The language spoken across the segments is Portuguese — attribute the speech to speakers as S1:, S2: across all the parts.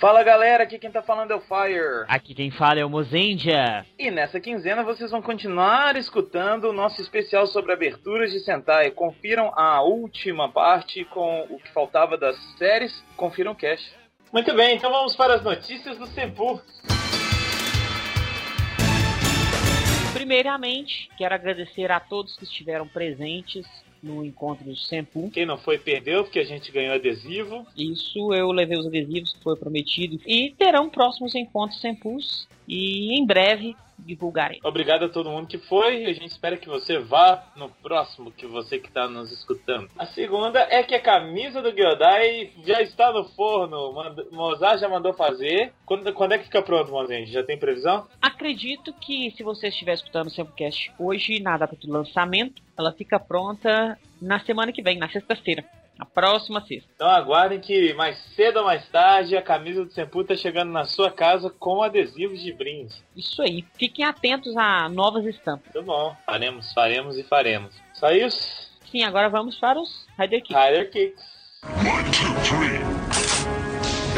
S1: Fala galera, aqui quem tá falando é o Fire.
S2: Aqui quem fala é o Mozendia.
S1: E nessa quinzena vocês vão continuar escutando o nosso especial sobre aberturas de Sentai. Confiram a última parte com o que faltava das séries. Confiram o cast.
S3: Muito bem, então vamos para as notícias do Senpu.
S2: Primeiramente, quero agradecer a todos que estiveram presentes no encontro do Senpu.
S3: Quem não foi perdeu, porque a gente ganhou adesivo.
S2: Isso, eu levei os adesivos que foi prometido. E terão próximos encontros Sempus. E em breve divulgarei.
S3: Obrigado a todo mundo que foi e a gente espera que você vá no próximo que você que está nos escutando. A segunda é que a camisa do Giodai já está no forno. Mozart já mandou fazer. Quando, quando é que fica pronto, Mozart? Já tem previsão?
S2: Acredito que se você estiver escutando o Samplecast hoje, na data do lançamento, ela fica pronta na semana que vem, na sexta-feira. Na próxima sexta.
S3: Então aguardem que mais cedo ou mais tarde a camisa do Senpu tá chegando na sua casa com adesivos de brinde.
S2: Isso aí. Fiquem atentos a novas estampas.
S3: Muito bom. Faremos, faremos e faremos. Só isso?
S2: Sim, agora vamos para os Rider Kicks.
S3: Rider Kicks. One, two, three.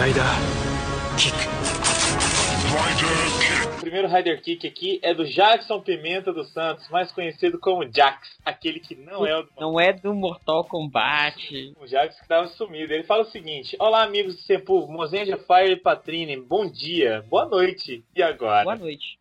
S3: Rider Kick. Rider Kick. O primeiro Rider Kick aqui é do Jackson Pimenta dos Santos, mais conhecido como Jax, aquele que não é o do...
S2: Não é do Mortal Kombat.
S3: O Jax que estava sumido. Ele fala o seguinte: Olá, amigos do Sepul, Mozenja Fire e Patrine, bom dia, boa noite. E agora?
S2: Boa noite.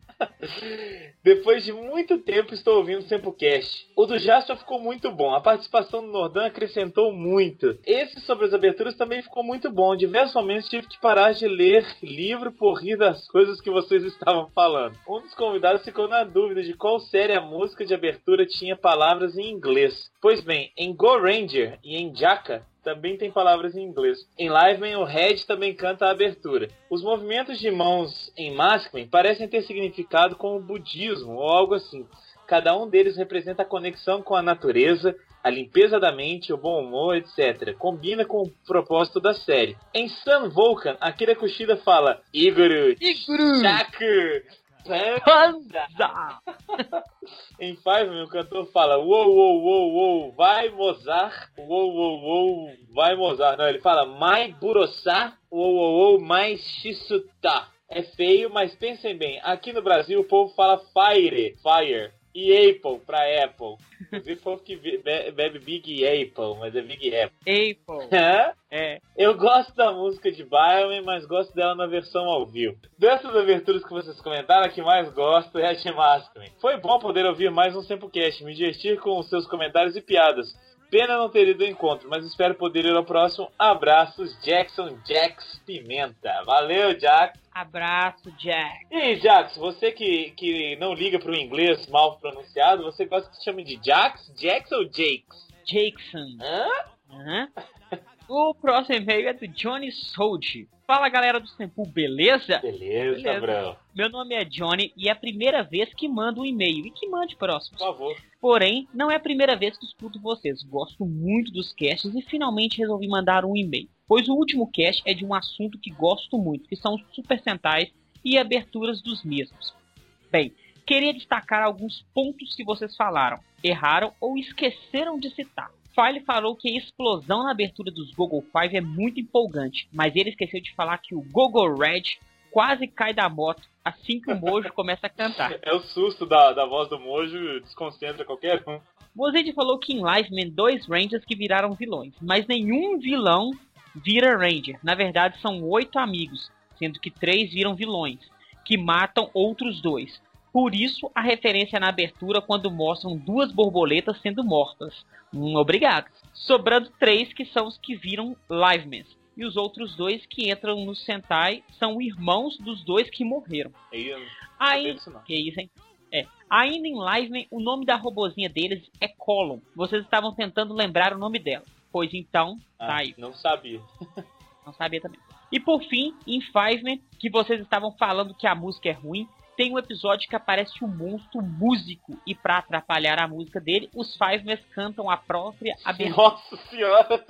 S3: Depois de muito tempo estou ouvindo o Sempocast. O do Jasper ficou muito bom. A participação do Nordan acrescentou muito. Esse sobre as aberturas também ficou muito bom. Diversos momentos tive que parar de ler livro por rir das coisas que vocês estavam falando. Um dos convidados ficou na dúvida de qual série a música de abertura tinha palavras em inglês. Pois bem, em Go Ranger e em Jaka também tem palavras em inglês. Em Liveman, o Red também canta a abertura. Os movimentos de mãos em Maskman parecem ter significado com o budismo ou algo assim. Cada um deles representa a conexão com a natureza, a limpeza da mente, o bom humor, etc. Combina com o propósito da série. Em Sun Vulcan, Akira Kushida fala Iguru,
S2: Iguru.
S3: Shaku,
S2: Panda!
S3: em Five, o cantor fala: Uou, uou, uou, uou, vai Mozart! Uou, uou, uou, vai Mozart! Não, ele fala: Mai Burosá! Uou, uou, uou, mais Shisuta! É feio, mas pensem bem: aqui no Brasil o povo fala Fire, Fire. E Apple pra Apple. Inclusive, o povo que bebe, bebe Big Apple, mas é Big Apple.
S2: Apple.
S3: Hã?
S2: É.
S3: Eu gosto da música de Bioman, mas gosto dela na versão ao vivo. Dessas aberturas que vocês comentaram, a que mais gosto é a de Maskman. Foi bom poder ouvir mais um Sempocast, me divertir com os seus comentários e piadas. Pena não ter ido ao encontro, mas espero poder ir ao próximo. Abraços, Jackson Jax Pimenta. Valeu, Jack.
S2: Abraço, Jack.
S3: E Jax, você que, que não liga para o inglês mal pronunciado, você gosta que te chame de Jax, Jax ou Jakes?
S2: Jackson.
S3: Hã?
S2: Aham. O próximo e-mail é do Johnny Sold. Fala galera do Tempo, beleza?
S3: Beleza,
S2: Beleza.
S3: bro.
S2: Meu nome é Johnny e é a primeira vez que mando um e-mail e que mande
S3: Por
S2: próximos.
S3: favor.
S2: Porém, não é a primeira vez que escuto vocês. Gosto muito dos casts e finalmente resolvi mandar um e-mail. Pois o último cast é de um assunto que gosto muito, que são os Super Sentais e aberturas dos mesmos. Bem, queria destacar alguns pontos que vocês falaram, erraram ou esqueceram de citar. File falou que a explosão na abertura dos Google Five é muito empolgante, mas ele esqueceu de falar que o Google Red quase cai da moto assim que o Mojo começa a cantar.
S3: É o susto da, da voz do Mojo, desconcentra qualquer um.
S2: Mozed falou que em Liveman dois Rangers que viraram vilões, mas nenhum vilão vira Ranger. Na verdade, são oito amigos, sendo que três viram vilões, que matam outros dois. Por isso, a referência na abertura quando mostram duas borboletas sendo mortas. Hum, obrigado. Sobrando três que são os que viram Livemen. E os outros dois que entram no Sentai são irmãos dos dois que morreram.
S3: Aí eu não
S2: Aí,
S3: sabia disso, não.
S2: que isso, hein? É. Ainda em Liveman, o nome da robozinha deles é Column. Vocês estavam tentando lembrar o nome dela. Pois então, tá
S3: Ah,
S2: aí.
S3: não sabia.
S2: Não sabia também. E por fim, em Fiveman, que vocês estavam falando que a música é ruim, tem um episódio que aparece um monstro músico. E pra atrapalhar a música dele, os Fivemans cantam a própria abertura.
S3: Nossa senhora!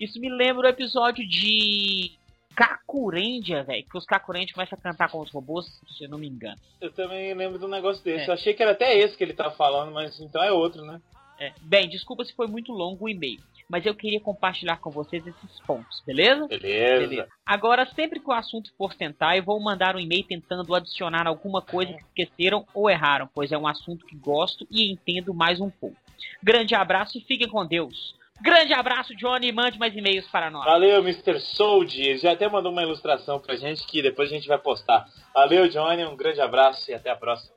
S2: Isso me lembra o episódio de Kakurendia, velho. Que os Kakurendia começam a cantar com os robôs, se eu não me engano.
S3: Eu também lembro de um negócio desse.
S2: É.
S3: Eu achei que era até esse que ele tava falando, mas então é outro, né?
S2: É. Bem, desculpa se foi muito longo o e-mail. mas eu queria compartilhar com vocês esses pontos, beleza?
S3: Beleza.
S2: Agora, sempre que o assunto for Sentai, vou mandar um e-mail tentando adicionar alguma coisa que esqueceram ou erraram, pois é um assunto que gosto e entendo mais um pouco. Grande abraço e fiquem com Deus. Grande abraço, Johnny, mande mais e-mails para nós.
S3: Valeu, Mr. Sold. Ele já até mandou uma ilustração pra gente que depois a gente vai postar. Valeu, Johnny. Um grande abraço e até a próxima.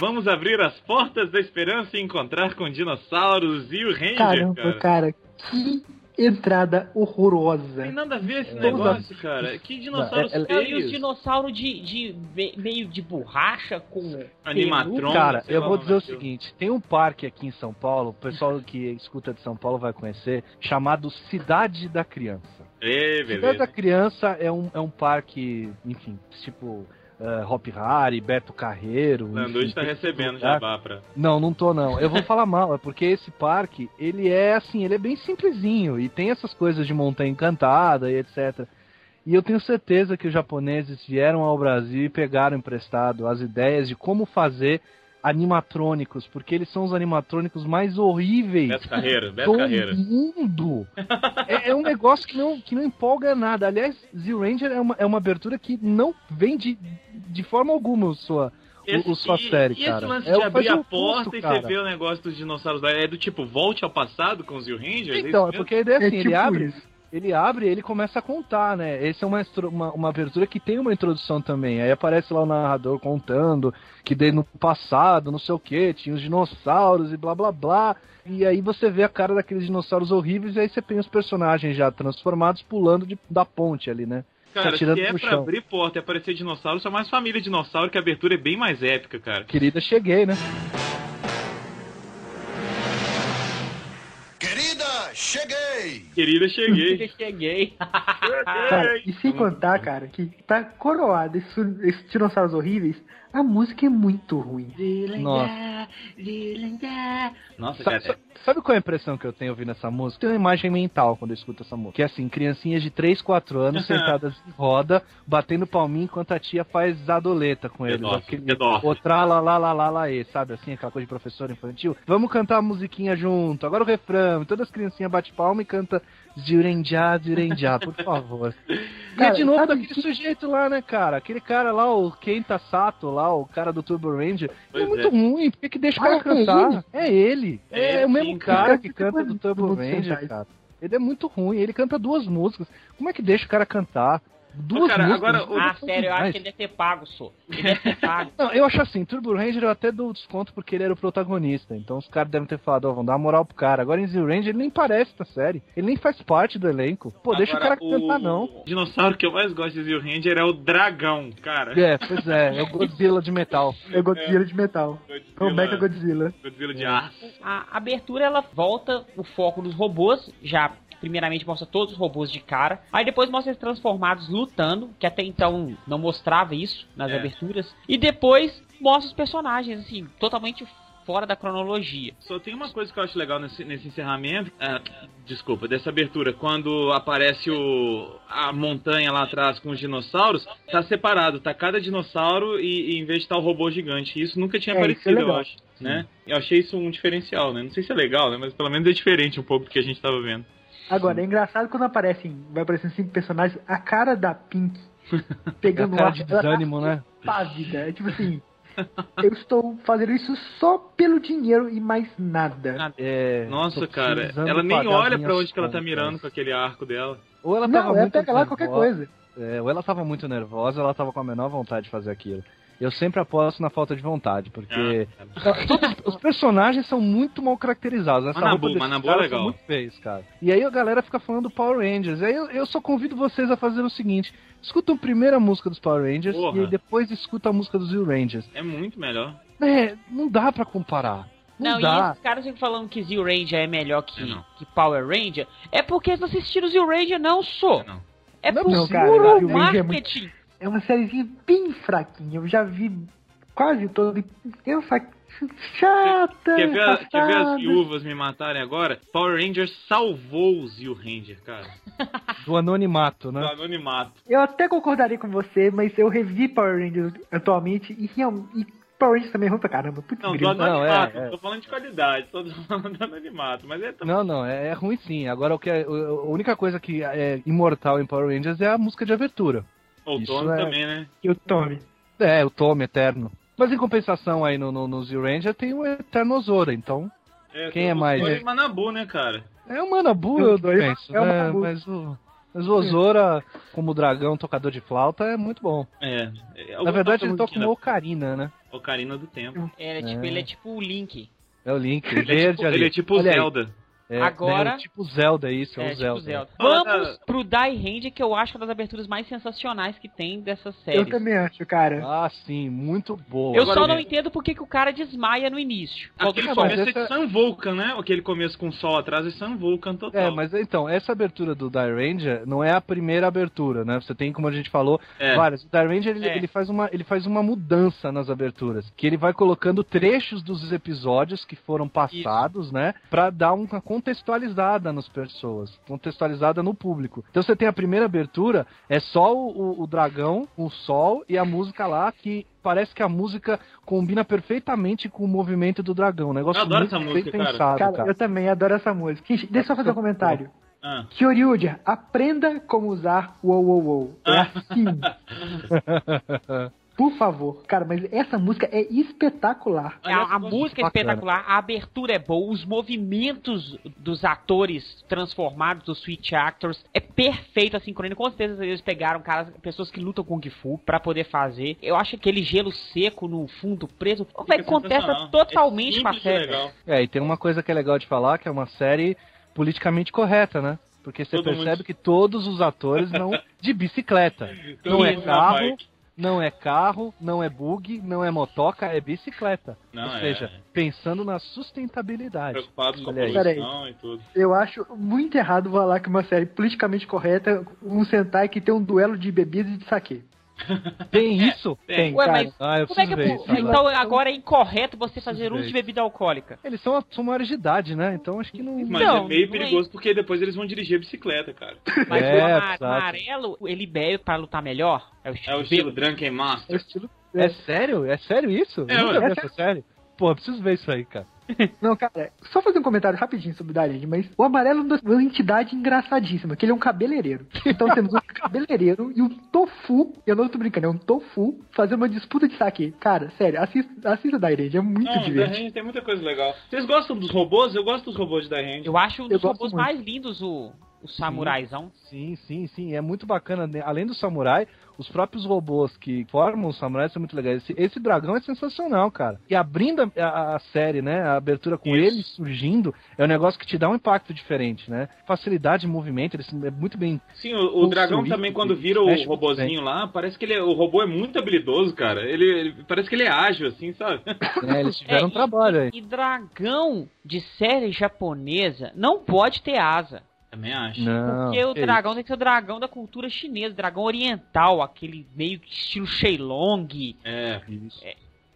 S3: Vamos abrir as portas da esperança e encontrar com dinossauros e o Ranger,
S4: Caramba, cara, que entrada
S3: Tem
S4: horrorosa.
S3: nada a ver esse
S5: É.
S3: negócio, cara. Que dinossauros
S5: Não, é-
S2: E
S5: é-
S2: os
S3: feios.
S2: dinossauros de, de me- meio de borracha com
S3: Animatrons,
S5: Cara,
S3: sei
S5: eu
S3: lá
S5: vou
S3: nome
S5: dizer o
S3: daquilo.
S5: seguinte: tem um parque aqui em São Paulo, o pessoal que escuta de São Paulo vai conhecer, chamado Cidade da Criança.
S3: Ê,
S5: Cidade da
S3: beleza.
S5: Criança é um, é um parque, enfim, tipo eh, Hop Harry, Beto Carreiro.
S3: Landu
S5: enfim,
S3: está
S5: tem
S3: tá recebendo
S5: lugar.
S3: jabá pra.
S5: Não, não tô não. Eu vou falar mal, é porque esse parque, ele é assim, ele é bem simplesinho e tem essas coisas de montanha encantada e etc. E eu tenho certeza que os japoneses vieram ao Brasil e pegaram emprestado as ideias de como fazer animatrônicos, porque eles são os animatrônicos mais horríveis
S3: Beto Carreiro, Beto
S5: todo
S3: Carreiro.
S5: mundo. é, é um negócio que não, que não empolga nada. Aliás, Zero Ranger é uma, é uma abertura que não vem de, de forma alguma sua, o, o sua
S3: e-
S5: série,
S3: e
S5: cara.
S3: esse lance
S5: É
S3: de
S5: o-
S3: abrir
S5: faz o
S3: a
S5: oposto,
S3: porta e
S5: cara.
S3: você vê o negócio dos dinossauros lá, é do tipo, volte ao passado com os Hill Rangers?
S5: Então, é
S3: isso mesmo?
S5: porque a ideia é
S4: É
S5: assim,
S4: tipo
S5: ele abre,
S4: isso.
S5: ele abre e ele começa a contar, né? Essa é uma, estru- uma, uma abertura que tem uma introdução também. Aí aparece lá o narrador contando que desde no passado, não sei o que, tinha os dinossauros e blá blá blá. E aí você vê a cara daqueles dinossauros horríveis e aí você tem os personagens já transformados pulando de- da ponte ali, né?
S3: Cara,
S5: tá
S3: se
S5: tirando
S3: é
S5: pro
S3: pra
S5: chão.
S3: abrir porta e aparecer dinossauro, só mais família dinossauro, que a abertura é bem mais épica, cara.
S5: Querida, cheguei, né?
S3: uh,
S6: Querida, cheguei!
S3: Querida, cheguei.
S2: Eu cheguei.
S4: Cara, e sem contar, cara, que tá coroado esses, esses dinossauros horríveis, a música é muito ruim.
S5: Nossa. é
S3: Nossa,
S5: Sa- sa-
S3: cara.
S5: Sabe qual é a impressão que eu tenho ouvindo essa música? Tem uma imagem mental quando eu escuto essa música. Que é assim, criancinhas de 3, 4 anos sentadas em roda, batendo palminho enquanto a tia faz zadoleta com eles.
S3: Pedófilo,
S5: Aquele
S3: pedófilo.
S5: Outra lá, lá, lá, lá, lá, e, sabe? Assim, aquela coisa de professor infantil. Vamos cantar a musiquinha junto, agora o refrão. E Todas as criancinhas bate palma e canta Zirenjá, Zirenjá, por favor. e é
S4: Cara,
S5: de novo
S4: sabe
S5: daquele sujeito lá, né, cara? Aquele cara lá, o Kenta Sato lá, o cara do Turbo Ranger. Ele é
S3: Pois
S5: muito ruim, por que que deixa o cara
S4: Ah, é
S5: cantar? É ele.
S3: É
S5: É,
S3: ele,
S5: o mesmo
S3: sim,
S5: cara,
S4: cara.
S5: que canta do Turbo
S4: Todo mundo
S5: Ranger,
S4: sentado.
S5: cara. Ele é muito ruim, ele canta duas músicas. Como é que deixa o cara cantar? Duas
S3: cara,
S5: músicas.
S3: agora o-
S5: não
S2: ah,
S5: são
S2: sério, eu acho
S5: demais.
S2: que ele deve ter pago, só. Ele deve ter pago.
S5: Não, eu acho assim, Turbo Ranger eu até dou desconto porque ele era o protagonista. Então os caras devem ter falado, ó, vão dar uma moral pro cara. Agora em Zero Ranger ele nem parece na série. Ele nem faz parte do elenco. Pô, deixa o cara
S3: Agora,
S5: cantar, não.
S3: O dinossauro que eu mais gosto de Zio Ranger é o dragão, cara.
S5: É, pois é, é o Godzilla de metal.
S4: É Godzilla de metal. É o Mecha
S3: Godzilla,
S4: Godzilla.
S3: Godzilla
S5: É.
S3: de aço.
S2: A abertura ela volta o foco nos robôs, já primeiramente mostra todos os robôs de cara, aí depois mostra eles transformados lutando, que até então não mostrava isso nas
S3: É.
S2: aberturas, e depois mostra os personagens assim, totalmente fora da cronologia.
S3: Só tem uma coisa que eu acho legal nesse, nesse encerramento. ah, desculpa, dessa abertura. Quando aparece o, a montanha lá atrás com os dinossauros, tá separado, tá cada dinossauro e, e em vez de tá o robô gigante. Isso nunca tinha
S4: É, isso é
S3: aparecido, eu
S4: legal.
S3: acho. Né? Eu achei isso um diferencial, né? Não sei se é legal, né? Mas pelo menos é diferente um pouco do que a gente tava vendo.
S4: Agora, é engraçado quando aparecem, vai aparecendo cinco personagens, a cara da Pink
S5: É a
S4: pegando
S5: cara
S4: ar,
S5: de
S4: ela tá
S5: desânimo, né?
S4: pávida. É tipo assim, eu estou fazendo isso só pelo dinheiro e mais nada.
S5: É,
S3: Nossa,
S5: tô
S3: cara,
S5: precisando
S3: ela nem
S5: pagar
S3: olha
S5: minhas
S3: pra onde que ela tá
S5: contas.
S3: mirando com aquele arco dela.
S5: Ou ela tava
S4: Não, é
S5: muito
S4: pega lá
S5: nervosa,
S4: qualquer coisa.
S5: é, ou ela tava muito nervosa, ou ela tava com a menor vontade de fazer aquilo. Eu sempre aposto na falta de vontade, porque
S3: Ah,
S4: Então,
S5: os personagens são muito mal caracterizados. né? Essa
S3: Manabu,
S5: roupa desses
S3: Manabu é
S5: caras
S3: legal.
S5: são muito feios, cara. E aí a galera fica falando do Power Rangers. Aí eu, eu só convido vocês a fazer o seguinte: escutam primeiro a música dos Power Rangers
S3: Porra.
S5: e aí depois escuta a música dos Will Rangers.
S3: É muito melhor.
S5: É, não dá pra comparar. Não,
S2: Não, e
S5: dá.
S2: esses caras ficam falando que Zio Ranger é melhor que,
S3: É, não.
S2: que Power Ranger, é porque eles não assistiram Zio Ranger não, sou.
S3: É, não.
S2: É
S5: Não,
S2: por
S4: não, cara,
S2: puro
S4: Zio Ranger é muito-
S2: marketing.
S4: É uma sériezinha bem fraquinha. Eu já vi quase todo. Eu fa... chata.
S3: Quer ver, a- quer ver
S4: afastada.
S3: as viúvas me matarem agora? Power Ranger salvou o Zio Ranger, cara.
S5: Do anonimato,
S3: Do
S5: né?
S3: anonimato.
S4: Eu até concordaria com você, mas eu revi Power Rangers atualmente e, real- e Power Rangers também é ruim pra caramba. Putz,
S3: Não, do
S4: grilo.
S5: Não, é,
S3: anonimato.
S5: é.
S3: Tô falando de qualidade, tô falando do anonimato. Mas é também.
S5: Não, não, é, é ruim sim. Agora, o que é- o- a única coisa que é imortal em Power Rangers é a música de abertura.
S3: Outono
S5: isso é-
S3: também, né?
S4: E o Tommy.
S5: É, o Tommy Eterno. Mas em compensação aí no, no, no Z-Ranger tem o Eternosora, então... Quem é mais?
S3: Foi Manabu, né, cara?
S5: É o Manabu, eu
S4: Os dois
S5: penso,
S4: é o
S5: né?
S4: Manabu.
S5: Mas o... Mas o Ozora, como dragão tocador de flauta, é muito bom.
S3: É. é,
S5: Na
S3: alguma
S5: verdade,
S3: coisa
S5: ele toca
S3: ruim,
S5: uma ocarina, né?
S3: né? Ocarina do Tempo.
S2: É, tipo,
S5: É.
S2: Ele é tipo o Link.
S5: É o Link,
S3: Ele é
S5: verde
S3: tipo,
S5: ali.
S3: ele é tipo o
S5: Olha aí.
S3: Zelda.
S5: É,
S2: Agora-
S5: né, o tipo Zelda, isso, é,
S2: É,
S5: o
S2: tipo
S5: Zelda.
S2: Zelda.
S3: Fala da-
S2: Vamos pro Die Hand, que eu acho que é uma das aberturas mais sensacionais que tem dessa série.
S4: Eu também acho, cara.
S5: Ah, sim, muito boa.
S2: Eu
S5: Agora
S2: só
S5: eu
S2: não entendo por que que o cara desmaia no início.
S3: Aquele
S5: Ah, mas
S3: começo é de
S5: essa-
S3: Sun Vulcan, né? Aquele começo com o sol atrás é Sun Vulcan total.
S5: É, mas então, essa abertura do Die Ranger não é a primeira abertura, né? Você tem, como a gente falou,
S3: É.
S5: várias. O Die Ranger, ele,
S2: É.
S5: ele faz uma, ele faz uma mudança nas aberturas, que ele vai colocando trechos dos episódios que foram passados, né? Pra dar uma contextualizada nas pessoas, contextualizada no público. Então você tem a primeira abertura, é só o, o- o dragão, o sol e a música lá, que parece que a música combina perfeitamente com o movimento do dragão. Um negócio
S3: Eu adoro
S5: muito
S3: essa
S5: bem
S3: música, cara.
S5: pensado,
S4: Cara,
S5: cara.
S4: eu também adoro essa música. Gente, deixa eu só fazer um comentário.
S3: Ah.
S4: Kyoryuger, aprenda como usar o wow, wow, wow. É assim. Por favor. Cara, mas essa música é espetacular.
S2: A, a música é
S5: bacana.
S2: espetacular, a abertura é boa, os movimentos dos atores transformados, dos switch actors, é perfeito a sincronia. Com certeza eles pegaram caras, pessoas que lutam com Kung Fu pra poder fazer. Eu acho aquele gelo seco no fundo preso,
S3: Fica
S2: vai contesta
S3: sensacional.
S2: totalmente
S3: É
S2: com a
S3: simples e
S2: série.
S3: legal.
S5: É, e tem uma coisa que é legal de falar, que é uma série politicamente correta, né? Porque você
S3: Todo
S5: percebe
S3: mundo.
S5: que todos os atores vão de bicicleta.
S3: Todo
S5: Não é
S3: mundo Então, na
S5: carro,
S3: bike.
S5: não é carro, não é bug, não é motoca, é bicicleta.
S3: Não,
S5: Ou
S3: é.
S5: seja, pensando na sustentabilidade.
S3: Preocupados com a
S5: Olha aí.
S3: poluição e tudo.
S4: Eu acho muito errado falar que uma série politicamente correta, um Sentai que tem um duelo de bebidas e de saque.
S5: Tem isso?
S3: É, tem.
S2: Ué,
S4: cara.
S2: mas
S5: Ah, eu
S2: como é
S5: preciso
S2: que
S5: ver
S2: é,
S5: isso.
S2: po- Então agora é incorreto você fazer
S5: Preciso
S2: uso
S5: ver
S2: de bebida alcoólica.
S5: Eles são, são maiores de idade, né? Então acho que não...
S3: Mas
S2: Não,
S3: é meio
S2: não é
S3: perigoso porque depois eles vão dirigir a bicicleta, cara.
S2: Mas
S5: É,
S2: o ama-
S5: exato.
S2: amarelo, ele bebe pra lutar melhor. É o
S3: É
S2: estilo
S3: o estilo Drunken Master.
S4: É o estilo.
S5: É sério? É sério isso?
S3: É,
S5: eu nunca
S4: ué.
S5: vi essa série. Pô, eu preciso ver isso aí, cara.
S4: Não, cara, só fazer um comentário rapidinho sobre o Darling, mas o amarelo é uma das- uma entidade engraçadíssima, que ele é um cabeleireiro. Então temos um cabeleireiro e um tofu, eu não tô brincando, é um tofu fazendo uma disputa de saque. Cara, sério, assista, assista Darling, é muito
S3: Não, da
S4: divertido.
S3: Hand tem muita coisa legal. Vocês gostam dos robôs? Eu gosto dos robôs da Hand.
S2: Eu acho um
S4: Eu
S2: dos
S4: gosto
S2: robôs
S4: muito.
S2: mais lindos o, o samuraizão.
S5: Sim, sim, sim. É muito bacana. né? Além do samurai, os próprios robôs que formam os samurais são muito legais. Esse, esse dragão é sensacional, cara. E abrindo a- a, a série, né? A abertura com
S3: Isso.
S5: ele surgindo é um negócio que te dá um impacto diferente, né? Facilidade de movimento, ele se- é muito bem.
S3: Sim, o, o dragão
S5: Construído,
S3: também, quando vira o
S5: mexe muito
S3: robozinho lá, parece que ele é- o robô é muito habilidoso, cara. Ele, ele- parece que ele é ágil, assim, sabe?
S5: né? Eles
S2: É,
S5: tiveram um
S2: e-
S5: trabalho aí.
S2: E dragão de série japonesa não pode ter asa.
S3: Também acho.
S5: Não.
S2: Porque o
S5: que
S2: dragão tem que ser o dragão da cultura chinesa, dragão oriental, aquele meio que estilo Shenlong.
S3: É.
S5: isso.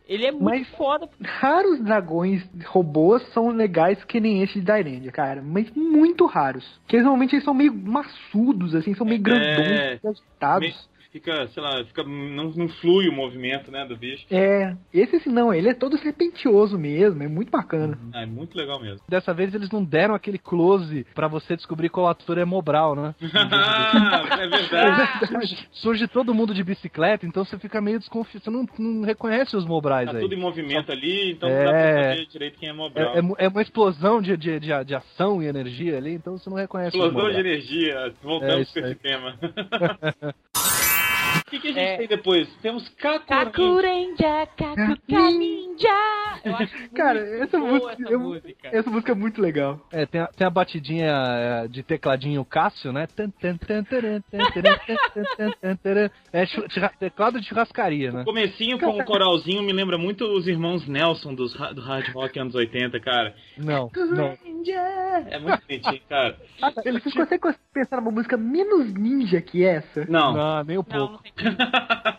S2: Ele é muito
S4: Mas-
S2: foda.
S4: Raros dragões robôs são legais que nem esse de Darling, cara, mas muito raros. Porque eles, normalmente eles são meio maçudos, assim, são meio
S3: É.
S4: grandões, meio agitados.
S3: Fica, sei lá, fica, não, não flui o movimento, né, do bicho.
S4: É, esse assim não, ele é todo serpentioso mesmo, é muito bacana.
S3: Ah, é muito legal mesmo.
S5: Dessa vez eles não deram aquele close pra você descobrir qual ator é Mobral, né?
S3: Ah, é verdade.
S5: surge, surge todo mundo de bicicleta, então você fica meio desconfiado. Você não, não reconhece os Mobrais
S3: Tá
S5: aí.
S3: tudo em movimento ali, então
S5: É.
S3: dá pra saber direito quem é Mobral.
S5: É, é mu- é uma explosão de, de, de, de ação e energia ali, então você não reconhece o
S3: Explosão de
S5: Mobral.
S3: energia,
S5: É
S3: voltamos
S5: isso
S3: com esse
S5: aí.
S3: tema. O que, que a gente
S2: É.
S3: tem depois? Temos Kakura.
S2: Kakurenja, Kakuka Ninja. Eu acho muito
S4: Cara, essa
S2: boa
S4: música-
S2: essa
S4: eu-
S2: música.
S4: Essa música é muito legal.
S5: É, tem, a, tem a batidinha é, de tecladinho Cássio, né? Tan, tan, tan, taran, tan, taran, tan, tan, tan, taran. É chu- churra- teclado de churrascaria, né?
S3: O comecinho com o coralzinho me lembra muito os irmãos Nelson dos, ra- do Hard Rock anos 80, cara.
S5: Não,
S4: Uhum.
S5: não.
S3: É muito bonitinho, cara.
S4: Ah, tá. Vocês conseguem pensar numa música menos ninja que essa?
S3: Não.
S5: Não, nem um
S2: Não,
S5: pouco.
S2: não tem como.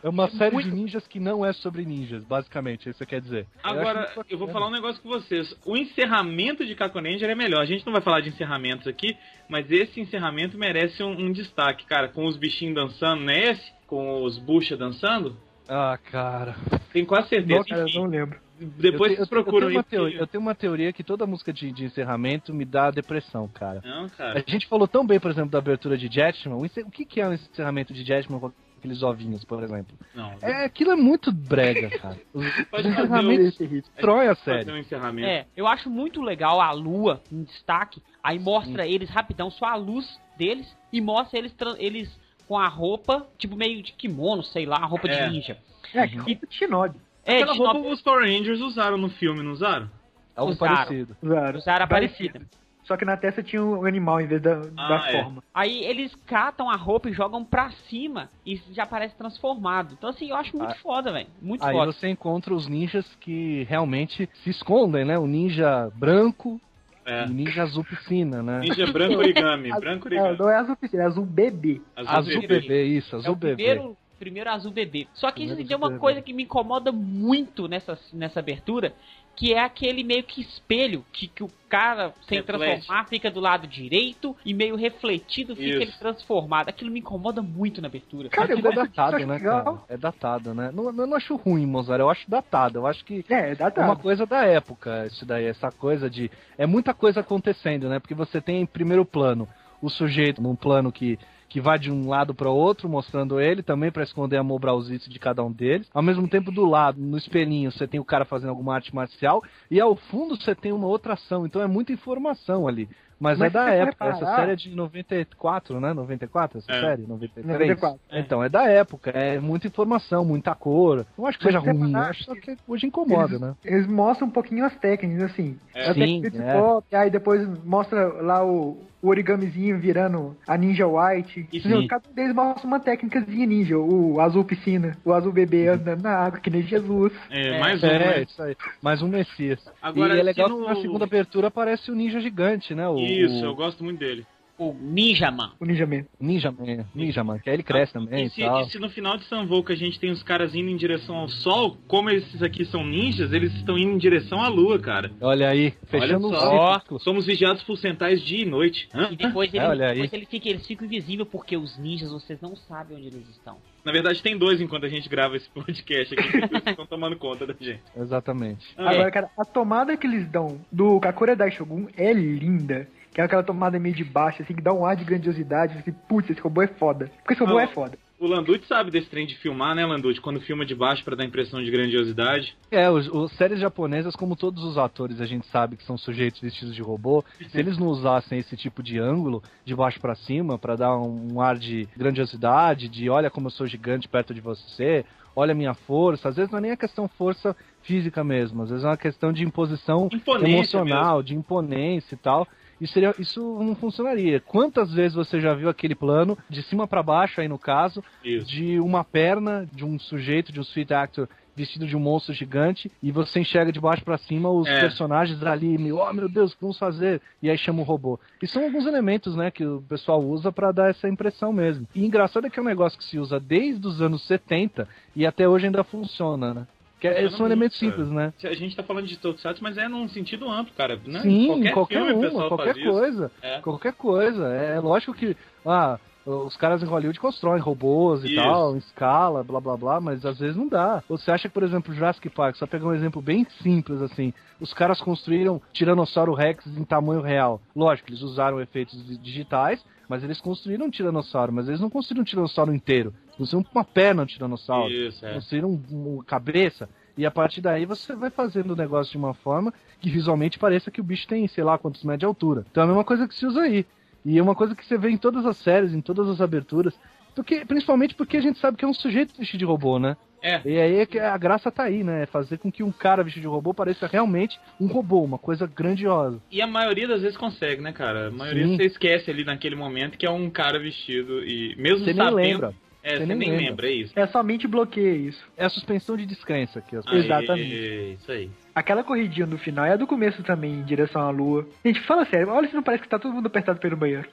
S5: É uma série de ninjas que não é sobre ninjas, basicamente, é isso que quer dizer. Eu acho
S3: Agora,
S5: muito
S3: eu vou
S5: bacana.
S3: falar um negócio com vocês. O encerramento de Kakonanger é melhor. A gente não vai falar de encerramentos aqui, mas esse encerramento merece um, um destaque, cara. Com os bichinhos dançando, não é esse? Com os bucha dançando?
S5: Ah, cara.
S3: Tenho quase certeza.
S4: Nossa, cara, eu não lembro.
S3: Depois
S5: eu, te-
S3: vocês procuram
S5: eu, eu, tenho uma
S3: aí.
S5: teoria, eu tenho uma teoria que toda música de, de encerramento me dá depressão, cara.
S3: Não,
S5: A
S3: cara.
S5: gente falou tão bem, por exemplo, da abertura de Jetman. O encer- O que, que é um encerramento de Jetman com aqueles ovinhos, por exemplo?
S3: Não.
S5: É, aquilo é muito brega, cara. Os
S3: Pode
S4: é
S3: fazer um,
S5: encerramentos
S4: Esse hit.
S5: destroem a
S3: Fazer
S5: série.
S3: um encerramento.
S2: É, eu acho muito legal a lua em destaque. Aí mostra eles rapidão, só a luz deles e mostra eles, tran- eles com a roupa, tipo meio de kimono, sei lá, a roupa
S3: É.
S2: de ninja.
S4: É, que roupa de Shinobi.
S2: É,
S3: Aquela
S2: de
S3: roupa
S2: top-
S3: os Power Rangers usaram no filme, não usaram?
S5: Algo
S2: Usaram.
S5: parecido.
S4: Claro.
S2: usaram a parecida.
S4: Só que na testa tinha um animal em vez da, da
S3: Ah, é.
S4: forma.
S2: Aí eles catam a roupa e jogam pra cima e já parece transformado. Então assim, eu acho muito
S5: Ah.
S2: foda, velho. Muito
S5: Aí
S2: foda.
S5: você encontra os ninjas que realmente se escondem, né? O ninja branco
S3: É.
S5: e o ninja azul piscina, né?
S3: Ninja branco origami. branco
S4: É,
S3: origami.
S4: não é azul piscina, é azul bebê.
S5: Azul
S2: bebê.
S5: bebê, isso,
S2: É
S5: azul
S2: o
S5: bebê.
S2: primeiro, primeiro azul bebê. Só que
S5: Primeiro
S2: isso tem
S5: azul
S2: uma
S5: bebê.
S2: coisa que me incomoda muito nessa, nessa abertura, que é aquele meio que espelho, que, que o cara, sem
S3: Reflete.
S2: transformar, fica do lado direito e meio refletido fica
S3: Isso.
S2: ele transformado. Aquilo me incomoda muito na abertura.
S4: Cara, eu
S5: Aquilo é
S4: gosto disso,
S5: datado,
S4: acho
S5: né,
S4: legal.
S5: cara? É datado, né? Não, eu não acho ruim, Mozart. Eu acho datado. Eu acho que
S4: É, é
S5: é uma
S4: datado.
S5: coisa da época, isso daí, essa coisa de. É muita coisa acontecendo, né? Porque você tem em primeiro plano o sujeito num plano que, que vai de um lado para outro, mostrando ele também para esconder a mobralzice de cada um deles. Ao mesmo tempo, do lado, no espelhinho, você tem o cara fazendo alguma arte marcial, e ao fundo você tem uma outra ação, então é muita informação ali. Mas, é
S4: Mas
S5: da
S4: se você
S5: época, essa
S4: reparar-
S5: série é de 94, né? 94, essa
S3: É.
S5: série? 93?
S4: 94.
S5: Então, é da época, é muita informação, muita cor. Não acho que
S4: Mas
S5: seja
S4: se você
S5: ruim, eu
S4: reparar,
S5: acho só que hoje incomoda, né?
S4: Eles mostram um pouquinho as técnicas, assim.
S3: É.
S4: a
S5: Sim,
S4: técnica de
S5: é.
S4: top, aí depois mostra lá o, o origamizinho virando a Ninja White.
S3: Isso.
S4: Entendeu? Cada um deles mostra uma técnicazinha ninja. O azul piscina, o azul bebê andando na água, que nem Jesus.
S3: É, mais um.
S5: É,
S3: né?
S5: isso aí. Mais um Messias.
S3: Agora,
S5: e é legal
S3: se no-
S5: que na segunda abertura aparece o ninja gigante, né? O,
S3: Isso, eu
S5: o
S3: gosto muito dele.
S2: O Ninja Man.
S4: O Ninja Man.
S5: Ninja Man. Ninja Man, que
S3: Ah,
S5: aí ele cresce também
S3: E
S5: É, e
S3: se,
S5: tal.
S3: e se no final de Samvoca a gente tem os caras indo em direção ao sol, como esses aqui são ninjas, eles estão indo em direção à lua, cara.
S5: Olha aí, fechando
S3: Olha
S5: um
S3: só.
S5: ciclo.
S3: Somos vigiados por centais dia e noite. Hã?
S2: E depois, ele,
S5: É, olha aí.
S2: depois ele fica, eles ficam invisíveis porque os ninjas, vocês não sabem onde eles estão.
S3: Na verdade, tem dois enquanto a gente grava esse podcast aqui, que eles estão tomando conta da gente.
S5: Exatamente.
S3: Ah,
S4: Agora, cara, a tomada que eles dão do Kakura Dai Shogun é linda. Que é aquela tomada meio de baixo, assim, que dá um ar de grandiosidade. Assim, putz, esse robô é foda. Porque esse robô
S3: Ah,
S4: é foda.
S3: O Landucci sabe desse trem de filmar, né, Landucci? Quando filma de baixo pra dar impressão de grandiosidade.
S5: É, os, os séries japonesas, como todos os atores a gente sabe que são sujeitos vestidos de robô, se eles não usassem esse tipo de ângulo, de baixo pra cima, pra dar um, um ar de grandiosidade, de olha como eu sou gigante perto de você, olha a minha força. Às vezes não é nem a questão força física mesmo, às vezes é uma questão de imposição
S3: Imponente
S5: emocional, de imponência e tal. Isso, seria, isso não funcionaria. Quantas vezes você já viu aquele plano, de cima pra baixo aí no caso,
S3: Isso.
S5: de uma perna de um sujeito, de um street actor vestido de um monstro gigante, e você enxerga de baixo pra cima os
S3: É.
S5: personagens ali, meio, oh meu Deus, o que vamos fazer? E aí chama o robô. E são alguns elementos, né, que o pessoal usa pra dar essa impressão mesmo. E engraçado é que é um negócio que se usa desde os anos 70 e até hoje ainda funciona, né? Que é-
S3: Funciona
S5: são elementos
S3: muito,
S5: simples, né?
S3: A gente tá falando de Tokusatsu, mas é num sentido amplo, cara. Né?
S5: Sim,
S3: qualquer,
S5: qualquer,
S3: filme o
S5: uma,
S3: pessoal
S5: qualquer
S3: faz isso.
S5: coisa.
S3: É.
S5: Qualquer coisa. É lógico que ah, os caras em Hollywood constroem robôs e
S3: Isso.
S5: tal, em escala, blá blá blá, mas às vezes não dá. Ou você acha que, por exemplo, Jurassic Park, só pegar um exemplo bem simples assim, os caras construíram Tiranossauro Rex em tamanho real. Lógico, eles usaram efeitos di- digitais, mas eles construíram um Tiranossauro, mas eles não construíram um Tiranossauro inteiro. Eles Construíram uma perna de Tiranossauro
S3: Isso, é.
S5: construíram um, um- cabeça. E a partir daí você vai fazendo o negócio de uma forma que visualmente pareça que o bicho tem, sei lá, quantos metros de altura. Então é a mesma coisa que se usa aí. E é uma coisa que você vê em todas as séries, em todas as aberturas. Porque, principalmente porque a gente sabe que é um sujeito vestido de robô, né?
S3: É.
S5: E aí é que a graça tá aí, né? É fazer com que um cara vestido de robô pareça realmente um robô, uma coisa grandiosa.
S3: E a maioria das vezes consegue, né, cara? A maioria
S5: Sim.
S3: você esquece ali naquele momento que é um cara vestido e mesmo
S5: Você nem
S3: sabendo,
S5: lembra.
S3: é, você
S5: Você
S3: nem
S5: nem
S3: lembra,
S5: lembra.
S3: é isso.
S4: É somente bloqueia isso.
S5: É a suspensão de descrença que as
S3: Aí,
S5: pessoas.
S4: Exatamente.
S3: Isso aí.
S4: Aquela corridinha do final é a do começo também, em direção à lua. Gente, fala sério, olha se não parece que tá todo mundo apertado pelo banheiro.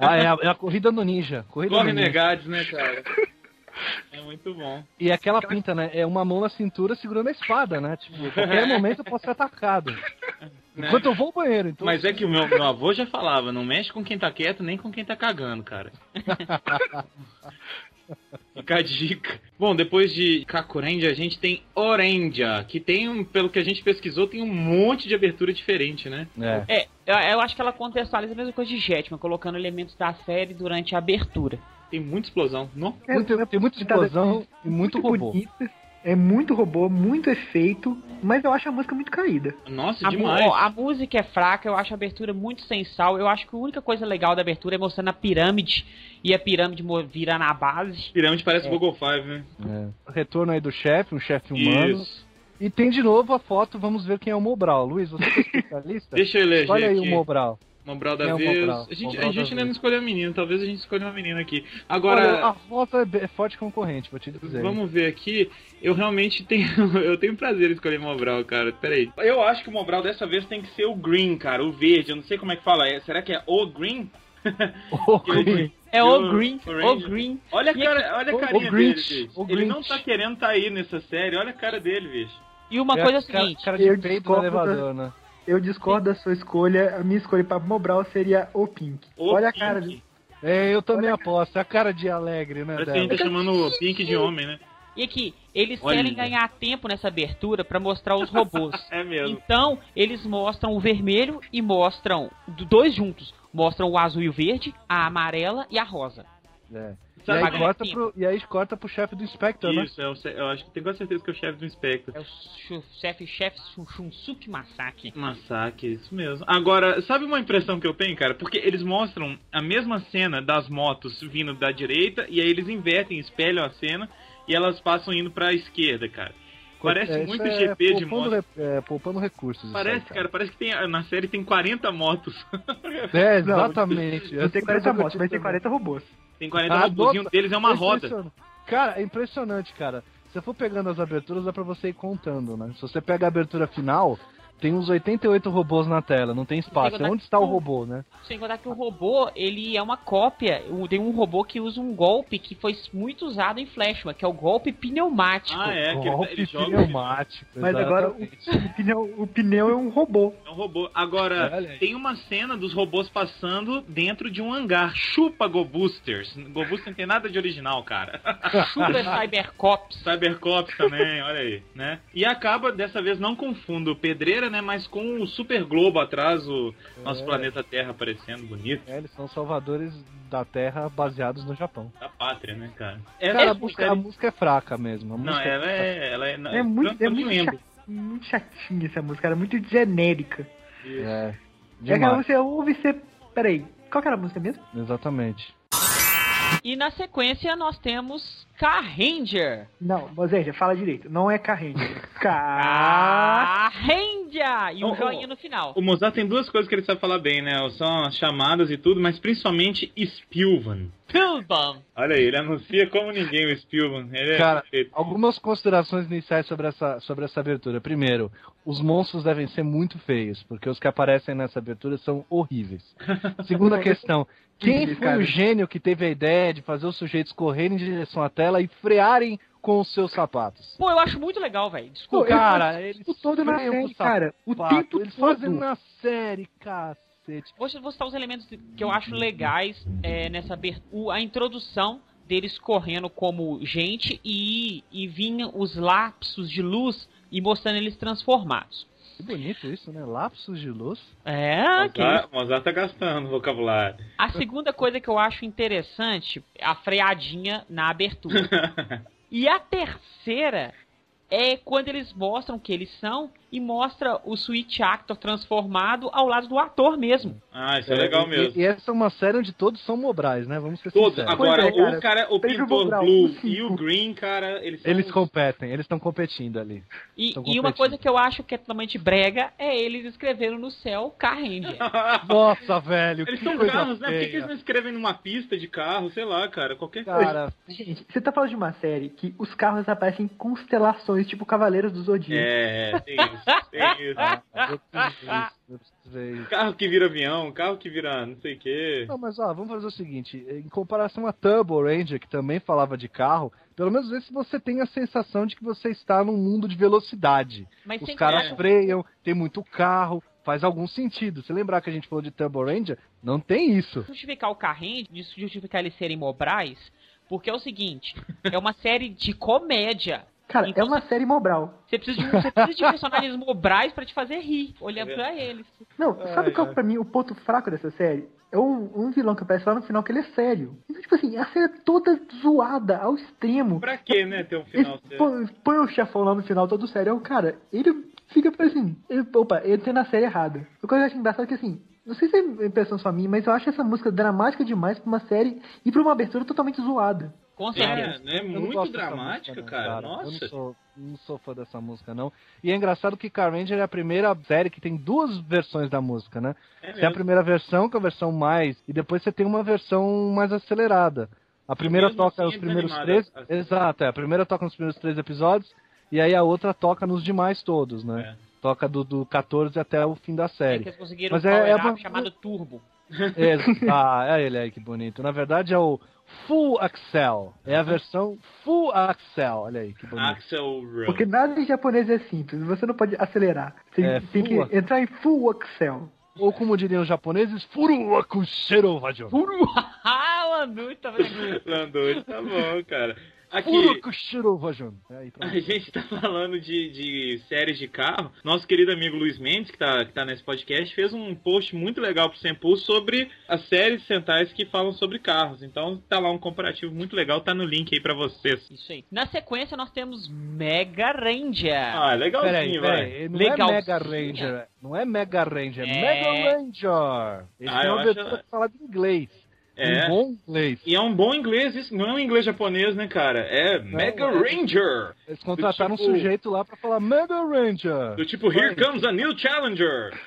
S5: Ah, é a, é a corrida do ninja. Corrida
S3: Corre
S5: do ninja.
S3: negados, né, cara? É muito bom.
S5: E aquela pinta, né? É uma mão na cintura segurando a espada, né? Tipo, a qualquer momento eu posso ser atacado.
S3: Né?
S5: Enquanto eu vou ao banheiro, então.
S3: Mas é que o meu, meu avô já falava, não mexe com quem tá quieto nem com quem tá cagando, cara. Fica a dica. Bom, depois de Kakurendia, a gente tem Orendia, que tem, um- pelo que a gente pesquisou, tem um monte de abertura diferente, né?
S5: É.
S2: É, eu, eu acho que ela contextualiza a mesma coisa de Jetman, colocando elementos da série durante a abertura.
S3: Tem muita explosão. Não?
S4: É,
S5: Muito- tem muita explosão e muito robô.
S4: bonita, é muito robô, muito efeito, mas eu acho a música muito caída.
S3: Nossa,
S5: Ah,
S2: A, mu-
S3: demais.
S2: ó, a música é fraca, eu acho a abertura muito sem sal. Eu acho que a única coisa legal da abertura é mostrando a pirâmide e a pirâmide mo- vira na base.
S3: Pirâmide parece Google Five, né?
S5: É. Retorno aí do chefe, um chefe humano. E tem de novo a foto, vamos ver quem é o Mobral. Luiz, você que é especialista?
S3: Deixa eu eleger
S5: Olha aí
S3: aqui.
S5: o Mobral.
S3: Mobral
S5: É
S3: da
S5: o
S3: vez.
S5: Mobral.
S3: A gente,
S5: Mobral
S3: a gente
S5: da
S3: ainda
S5: vez.
S3: não escolheu a menina, talvez a gente escolha uma menina aqui.
S5: Olha,
S3: Agora,
S5: a foto é be- é forte como corrente, vou te dizer.
S3: vamos ver aqui. Eu realmente tenho. Eu tenho prazer em escolher Mobral, cara. Peraí. Eu acho que o Mobral dessa vez tem que ser o Green, cara. O verde. Eu não sei como é que fala. É- Será que é o Green?
S5: O, Grinch.
S2: É
S3: o-
S2: o Green,
S3: o Ranger.
S2: o Green.
S3: Olha, a
S2: E
S3: cara, olha
S5: o-
S3: a carinha
S5: o Grinch,
S3: dele, bicho.
S5: o
S3: Ele não
S5: Grinch.
S3: tá querendo tá aí nessa série. Olha a cara dele, bicho.
S2: E uma
S5: É
S2: coisa é a
S5: cara-
S2: seguinte,
S5: Cara
S4: eu
S5: de peito no
S4: discordo da-
S5: elevador, né?
S4: Eu discordo da sua escolha, a minha escolha pra Mobral seria o Pink.
S3: O
S4: Olha
S3: Pink.
S4: a cara dele.
S5: É, eu também aposto. É a cara de alegre, né?
S3: Parece que a
S5: dela.
S3: gente tá chamando o Pink de homem, né?
S2: e aqui, eles
S3: Olha.
S2: querem ganhar tempo nessa abertura pra mostrar os robôs.
S3: É mesmo.
S2: Então, eles mostram o vermelho e mostram do- dois juntos. Mostram o azul e o verde, a amarela e a rosa.
S3: assim,
S5: É. E,
S3: Sabe
S5: aí
S2: Sacanagem.
S5: corta pro, e aí corta pro chefe do Inspector, né?
S3: tá Isso, é o che- eu acho que tenho quase certeza que é o chefe do Inspector.
S2: É o chu- chefe chefe Shun- Shunsuke Masaki.
S3: Massacre, isso mesmo. Agora, sabe uma impressão que eu tenho, cara? Porque eles mostram a mesma cena das motos vindo da direita e aí eles invertem, espelham a cena e elas passam indo pra esquerda, cara. Parece
S5: É, isso
S3: muito
S5: é
S3: GP de
S5: poupando
S3: moto.
S5: re- é, poupando recursos. isso
S3: Parece,
S5: aí,
S3: cara, parece que tem, na série tem 40 motos.
S5: É, exatamente.
S4: Não tem 40 motos, mas tem
S5: tem
S4: 40 robôs.
S3: Tem 40
S5: Ah,
S3: motos, um
S5: nossa,
S3: deles é uma
S5: É
S3: roda.
S5: impressionante. Cara, é impressionante, cara. Se eu for pegando as aberturas, dá pra você ir contando, né? Se você pega a abertura final, tem uns 88 robôs na tela, não tem espaço. é
S2: Tem que
S5: Onde está o
S2: tudo.
S5: robô, né?
S2: Sem contar que o robô, ele é uma cópia. O- Tem um robô que usa um golpe que foi muito usado em Flashman, que é o golpe pneumático.
S3: Ah, é, que ele,
S5: Golpe
S3: ele joga.
S5: pneumático.
S4: Mas agora o,
S5: exatamente.
S4: o pneu, o pneu é um robô.
S3: É um robô. Agora,
S5: Olha aí.
S3: tem uma cena dos robôs passando dentro de um hangar. Chupa Go Boosters. Go Booster não tem nada de original, cara.
S2: Super Cybercops.
S3: Cybercops também, olha aí, né? E acaba, dessa vez, não confundo Pedreira, né? Mas com o Super Globo atrás, o nosso
S5: É.
S3: planeta Terra aparecendo bonito.
S5: É, eles são salvadores da Terra baseados no Japão.
S3: Da pátria, né, cara?
S5: Cara, a
S3: Essa
S5: música,
S3: série-
S5: a música é fraca mesmo. A
S3: Não,
S5: música
S3: ela é... Ela é,
S4: É muito,
S3: eu
S4: é
S3: não
S4: muito,
S3: lembro.
S4: cha- muito chatinha essa música, era muito genérica.
S5: é
S4: É aquela
S5: demais,
S4: música, você ouve e você. Peraí, qual que era a música mesmo?
S5: exatamente.
S2: E na sequência nós temos Car Ranger.
S4: Não, mas gente, fala direito. Não é carrinho.
S5: Ah,
S2: Car
S4: Car...
S2: Ranger! E
S3: Ah. Ô,
S2: um
S3: ô.
S2: joinha no final.
S3: O Mozart tem duas coisas que ele sabe falar bem, né? São as chamadas e tudo, mas principalmente Spilvan.
S2: Pilbam.
S3: Olha aí, ele anuncia como ninguém o Spilvan. Ele é
S5: Cara,
S3: perfeito.
S5: Algumas considerações iniciais sobre essa, sobre essa abertura. Primeiro, os monstros devem ser muito feios, porque os que aparecem nessa abertura são horríveis. Segunda questão, quem
S4: Horríveis,
S5: foi
S4: cara.
S5: o gênio que teve a ideia de fazer os sujeitos correrem em direção à tela e frearem com os seus sapatos?
S2: Pô, eu acho muito legal, velho. Desculpa.
S5: Cara, eles
S4: O todo na
S5: freiam com
S4: série,
S5: os sapatos,
S4: cara. O tempo
S5: eles fazem
S4: todo.
S5: na série, cacete.
S2: Vou vou citar os elementos que eu acho legais é, nessa abertura. A introdução deles correndo como gente e, e vinham os lapsos de luz e mostrando eles transformados.
S5: Que bonito isso, né? Lapsos de luz.
S2: É, que
S3: Mozart, Mozart tá gastando o vocabulário.
S2: A segunda coisa que eu acho interessante é a freadinha na abertura. e a terceira é quando eles mostram que eles são e mostra o Switch Actor transformado ao lado do ator mesmo.
S3: Ah, isso é legal
S5: e-
S3: mesmo.
S5: E, essa é uma série onde todos são mobrais, né? Vamos ser
S3: Todos.
S5: sinceros.
S3: Agora,
S4: Pois é, cara.
S3: o cara, o
S4: Pedro
S3: pintor
S4: Vogral,
S3: Blue
S4: cinco.
S3: e o Green, cara, eles são
S5: Eles
S3: os-
S5: competem, eles estão competindo ali.
S2: E,
S5: Tão
S2: e uma
S5: completinho.
S2: coisa que eu acho que é totalmente brega é eles escrevendo no céu Carranger.
S5: Nossa, velho.
S3: Eles
S5: que
S3: são
S5: coisa
S3: carros, né? Por que, que
S5: feia. Tá
S3: eles não escrevem numa pista de carro, sei lá, cara, qualquer coisa.
S5: Cara,
S4: Gente, você tá falando de uma série que os carros aparecem em constelações, tipo Cavaleiros do Zodíaco.
S3: É, tem isso, tem isso.
S5: ah, eu preciso disso, eu preciso ver isso.
S3: Carro que vira avião, carro que vira não sei o quê.
S5: Não, mas ó, vamos fazer o seguinte: em comparação a Turbo Ranger, que também falava de carro, pelo menos esse você tem a sensação de que você está num mundo de velocidade.
S2: Mas
S5: Os
S2: sem
S5: caras
S2: contar-
S5: freiam, tem muito carro, faz algum sentido. Se lembrar que a gente falou de Turbo Ranger, não tem isso.
S2: justificar o Carranger, justificar eles serem mobrais, Porque é o seguinte, é uma série de comédia.
S4: Cara,
S2: Então
S4: é uma série mobral.
S2: Você precisa de, um- você precisa de personagens mobrais pra te fazer rir, olhando pra
S3: É.
S2: eles.
S4: Não, sabe qual que pra mim é o ponto fraco dessa série? É um, um vilão que aparece lá no final que ele é sério. Então, tipo assim, a série é toda zoada ao extremo.
S3: Pra quê, né, ter um
S4: Ele
S3: final sério?
S4: põe, põe o chefão lá no final todo sério. É O cara, ele fica assim, ele, opa, ele tem na série errada. O que eu acho engraçado é que assim, não sei se é impressão só minha, mas eu acho essa música dramática demais pra uma série e pra uma abertura totalmente zoada.
S2: Com certeza.
S3: É, né?
S5: Eu não
S3: Muito
S5: gosto dessa
S3: dramática,
S5: música, não,
S3: cara.
S5: Eu
S3: Nossa.
S5: não sou, não sou fã dessa música, não. E é engraçado que Carmanger é a primeira série que tem duas versões da música, né?
S3: É
S5: Tem a
S3: mesmo.
S5: primeira versão, que é a versão mais, e depois você tem uma versão mais acelerada. A primeira
S3: mesmo
S5: toca
S3: assim
S5: os
S3: é
S5: primeiros
S3: desanimada,
S5: três.
S3: assim.
S5: Exato, é. A primeira toca nos primeiros três episódios, e aí a outra toca nos demais todos, né?
S3: É.
S5: Toca do, do 14 até o fim da
S2: É
S5: série.
S2: que eles conseguiram um
S5: Mas é- é
S2: power-up
S5: uma-
S2: chamado Turbo.
S5: Ex- ah, é ele aí, que bonito. Na verdade é o Full Axel. É a versão Full Axel. Olha aí, que bonito.
S3: Axel Rose.
S4: Porque nada em japonês é simples, você não pode acelerar. Você
S5: É,
S4: tem que
S5: full-
S4: entrar em full Excel.
S3: Ah,
S5: Ou como diriam os japoneses, Furuaku Sherovajon.
S2: Ah, Landu, tá vendo?
S3: Landori, tá bom, cara. Aqui,
S5: Furuaku Sherovajon. É aí, pronto.
S3: a gente tá falando de, de séries de carro. Nosso querido amigo Luiz Mendes, que tá, que tá nesse podcast, fez um post muito legal pro Sempul sobre as séries centrais que falam sobre carros. Então tá lá um comparativo muito legal, tá no link aí pra vocês.
S2: Isso aí. Na sequência, nós temos Mega Ranger.
S3: Ah, legalzinho,
S5: Peraí,
S3: vai.
S5: peraí, não
S2: Legal.
S5: é Mega Ranger, não é Mega Ranger, é
S2: É.
S5: Mega Ranger. Esse
S3: Ah,
S5: é
S3: eu
S5: uma
S3: acho-
S5: abertura que fala de inglês,
S3: É.
S5: um bom inglês.
S3: E é um bom inglês, isso não é um inglês japonês, né, cara? É Mega
S5: é.
S3: Ranger.
S5: Eles contrataram
S3: tipo-
S5: um sujeito lá pra falar Mega Ranger.
S3: Do tipo, here comes a new challenger.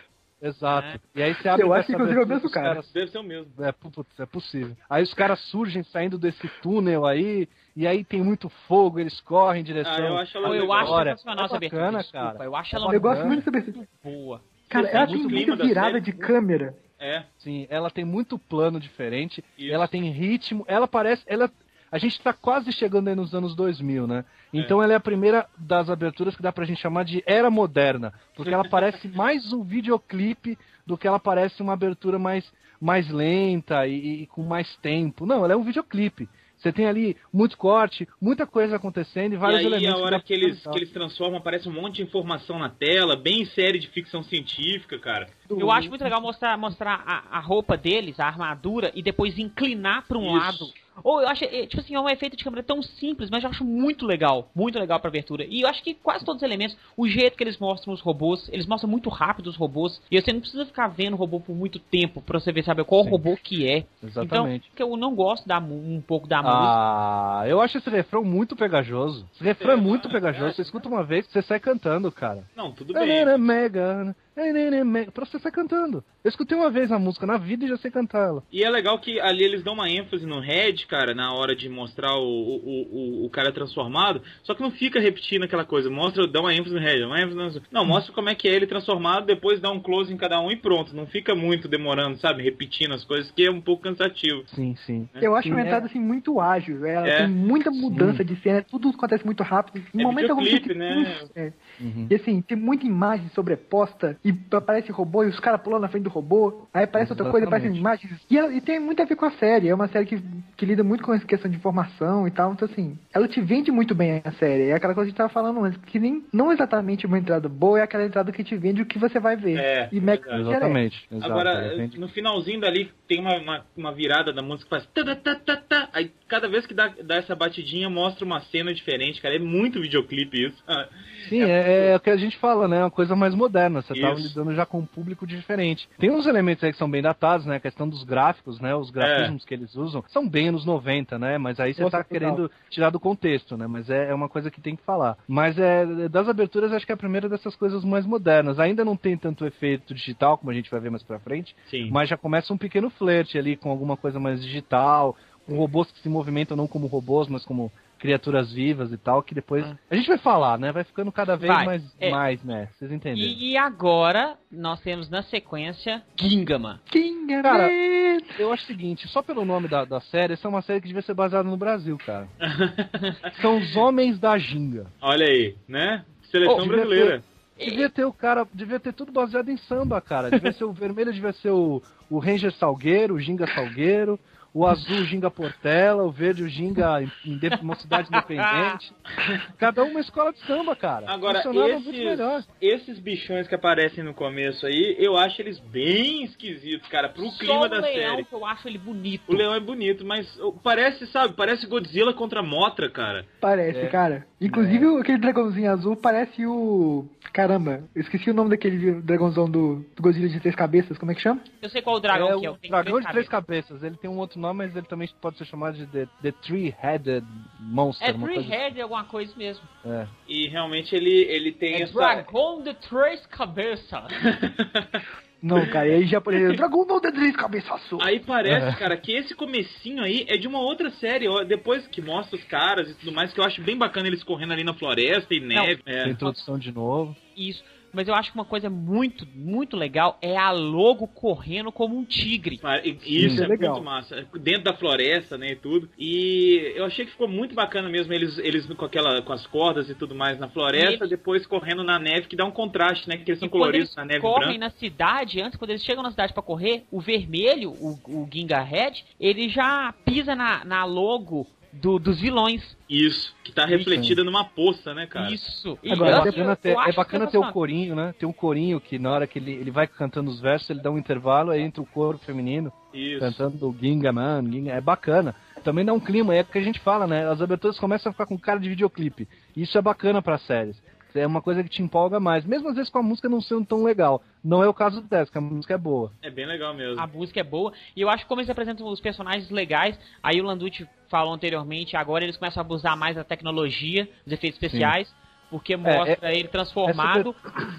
S5: Exato. E aí você abre
S4: Eu
S5: com
S4: acho que
S5: essa
S4: inclusive é
S5: abertura,
S4: o mesmo
S5: os
S4: cara.
S5: caras-
S3: Deve ser o mesmo.
S5: É, pu- putz, é possível. Aí os caras surgem saindo desse túnel aí, e aí tem muito fogo, eles correm em direção.
S3: Ah, eu acho ela
S2: Pô, eu
S3: legal.
S2: acho
S5: Olha,
S2: sensacional
S5: é
S2: essa abertura.
S5: bacana,
S2: desculpa,
S5: cara. É
S2: Eu acho ela
S4: Eu
S5: Bacana.
S3: é.
S4: gosto muito dessa abertura.
S2: boa.
S4: Cara,
S3: Você
S4: ela
S3: sente
S4: tem
S3: o
S4: muita
S3: é clima da
S4: virada
S3: série? né?
S4: de câmera.
S3: É.
S5: Sim, ela tem muito plano diferente,
S3: Isso.
S5: ela tem ritmo, ela parece. Ela, a gente tá quase chegando aí nos anos 2000, né? Então ela é a primeira das aberturas que dá pra gente chamar de era moderna, porque ela parece mais um videoclipe do que ela parece uma abertura mais, mais lenta e, e- e com mais tempo. Não, ela é um videoclipe. Você tem ali muito corte, muita coisa acontecendo e vários
S3: e aí, a
S5: elementos.
S3: hora
S5: dá pra
S3: que eles,
S5: analisar.
S3: que eles transformam, aparece um monte de informação na tela, bem série de ficção científica, cara.
S2: Eu acho muito legal mostrar, mostrar a, a roupa deles, a armadura, e depois inclinar pra um
S3: Isso.
S2: lado. Ou eu acho, é, tipo assim, é um efeito de câmera tão simples, mas eu acho muito legal, muito legal pra abertura. E eu acho que quase todos os elementos, o jeito que eles mostram os robôs, eles mostram muito rápido os robôs, e você não precisa ficar vendo o robô por muito tempo pra você ver, sabe, qual
S5: Sim.
S2: robô que é.
S5: Exatamente.
S2: Então, que eu não gosto da, mu- um pouco
S3: Tá
S2: da música.
S5: Ah, eu acho esse refrão muito pegajoso. Esse refrão é muito pegajoso. Você escuta uma vez, você sai cantando, cara.
S3: Não, tudo bem.
S5: Nanana Mega, nanana Mega. Pra você sair cantando. Eu escutei uma vez a música na vida e já sei cantar ela.
S3: E é legal que ali eles dão uma ênfase no head, cara, na hora de mostrar o, o, o, o cara transformado. Só que não fica repetindo aquela coisa. Mostra, dá uma ênfase no head. dá Uma ênfase no... Não, mostra como é que é ele transformado, depois dá um close em cada um e pronto. Não fica muito demorando, sabe? Repetindo as coisas, que é um pouco cansativo.
S5: Sim, sim.
S4: Eu acho
S5: Sim,
S4: uma entrada assim muito ágil. Ela
S3: É.
S4: tem muita mudança de cena, tudo acontece muito rápido. Em
S3: É
S4: momento algum você
S3: videoclipe,
S4: fica,
S3: né?
S4: "Uf", é.
S5: Uhum.
S4: E assim, tem muita imagem sobreposta e aparece robô e os caras pulando na frente do robô. Aí aparece outra coisa,
S5: Exatamente.
S4: aparecem imagens. E, ela- e tem muito a ver com a série. É uma série que, que lida muito com essa questão de informação e tal. Então, assim, ela te vende muito bem a série. É aquela coisa que a gente tava falando antes, que nem não exatamente uma entrada boa, é aquela entrada que te vende o que você vai ver.
S3: É,
S4: e Mac
S3: verdade.
S5: Exatamente. exato,
S3: Agora,
S5: ela vende-
S3: no finalzinho dali, tem uma, uma, uma virada da música que faz. tá, tá, tá, tá, tá. Aí, cada vez que dá, dá essa batidinha, mostra uma cena diferente, cara. É muito videoclipe isso. Ah,
S5: Sim, é, é o que a gente fala, né? É uma coisa mais moderna. Você tava
S3: Isso.
S5: lidando já com um público diferente. Tem uns elementos aí que são bem datados, né? A questão dos gráficos, né? Os grafismos que eles usam são bem anos 90, né? Mas aí você
S4: Nossa,
S5: tá
S4: total.
S5: querendo tirar do contexto, né? Mas é, é uma coisa que tem que falar. Mas é das aberturas, acho que é a primeira dessas coisas mais modernas. Ainda não tem tanto efeito digital, como a gente vai ver mais pra frente,
S3: Sim.
S5: mas já começa um pequeno flerte ali com alguma coisa mais digital, com robôs que se movimentam não como robôs, mas como criaturas vivas e tal, que depois a gente vai falar, né? Ah. Vai ficando cada vez
S2: Vai,
S5: mais,
S2: é.
S5: mais, né? Vocês entenderam?
S2: E, e agora, nós temos na sequência Gingama.
S4: Kinga,
S5: Cara,
S4: né?
S5: Eu acho o seguinte, só pelo nome da, da série, essa é uma série que devia ser baseada no Brasil, cara. São os homens da ginga.
S3: Olha aí, né? Seleção
S5: Oh,
S3: brasileira.
S5: Devia ter o cara, devia ter tudo baseado em samba, cara. Devia ser o vermelho, devia ser o, o Ranger Salgueiro, o Ginga Salgueiro, o azul o Ginga Portela, o verde o Ginga Inde- Mocidade Independente. Cada um uma escola de samba, cara.
S3: Agora,
S5: Funcionava
S3: esses-
S5: muito melhor.
S3: Esses bichões que aparecem no começo aí, eu acho eles bem esquisitos, cara, pro clima
S2: Só
S3: da
S2: o leão
S3: série.
S2: que eu acho ele bonito.
S3: O leão é bonito, mas oh, parece, sabe, parece Godzilla contra Motra, cara.
S4: Parece,
S5: É.
S4: cara. Inclusive, aquele dragãozinho azul parece o. Caramba, eu esqueci o nome daquele dragãozão do, do Godzilla de três cabeças, como é que chama?
S2: Eu sei qual o dragão
S5: é
S2: que é.
S5: o
S2: eu tenho
S5: dragão de três
S2: cabeças.
S5: cabeças. Ele tem um outro nome, mas ele também pode ser chamado de The, The Three-Headed Monster.
S2: É
S5: uma coisa
S2: Three Head alguma coisa mesmo.
S5: assim.
S3: E realmente ele, ele tem
S2: É
S3: essa.
S2: dragão de três cabeças.
S4: Não, cara, e aí japonês. Dragão não de três cabeças azul.
S3: Aí
S5: É.
S3: parece, cara, que esse comecinho aí é de uma outra série, ó, depois que mostra os caras e tudo mais, que eu acho bem bacana eles correndo ali na floresta e neve.
S5: É,
S3: É.
S5: a introdução de novo.
S2: Isso. Mas eu acho que uma coisa muito, muito legal é a logo correndo como um tigre.
S3: Pa- e- Isso
S4: Isso é
S3: é,
S4: legal.
S3: muito massa. Dentro da floresta, né, e tudo. E eu achei que ficou muito bacana mesmo eles, eles com aquela com as cordas e tudo mais na floresta,
S2: E eles-
S3: depois correndo na neve, que dá um contraste, né, que eles são
S2: E quando
S3: coloridos
S2: eles
S3: na neve branca.
S2: correm na cidade, antes, quando eles chegam na cidade pra correr, o vermelho, o, o Ginga Red, ele já pisa na, na logo do- dos vilões.
S3: Isso, que tá refletida numa poça, né, cara?
S2: Isso. E
S5: Agora,
S2: eu-
S5: é bacana,
S2: eu
S5: ter,
S2: acho tá
S5: é bacana ter o
S2: sensacional.
S5: corinho, né? Tem um corinho que na hora que ele, ele vai cantando os versos, ele dá um intervalo, aí entra o coro feminino
S3: Isso.
S5: cantando o Ginga, mano, Ginga. É bacana. Também dá um clima, é o que a gente fala, né? As aberturas começam a ficar com cara de videoclipe. Isso é bacana pra séries. É uma coisa que te empolga mais. Mesmo às vezes com a música não sendo tão legal. Não é o caso do Desk, a música é boa.
S3: É bem legal mesmo.
S2: A música é boa. E eu acho que como eles apresentam os personagens legais, aí o Landucci falou anteriormente, agora eles começam a abusar mais da tecnologia, dos efeitos especiais, porque mostra
S4: É,
S2: ele transformado,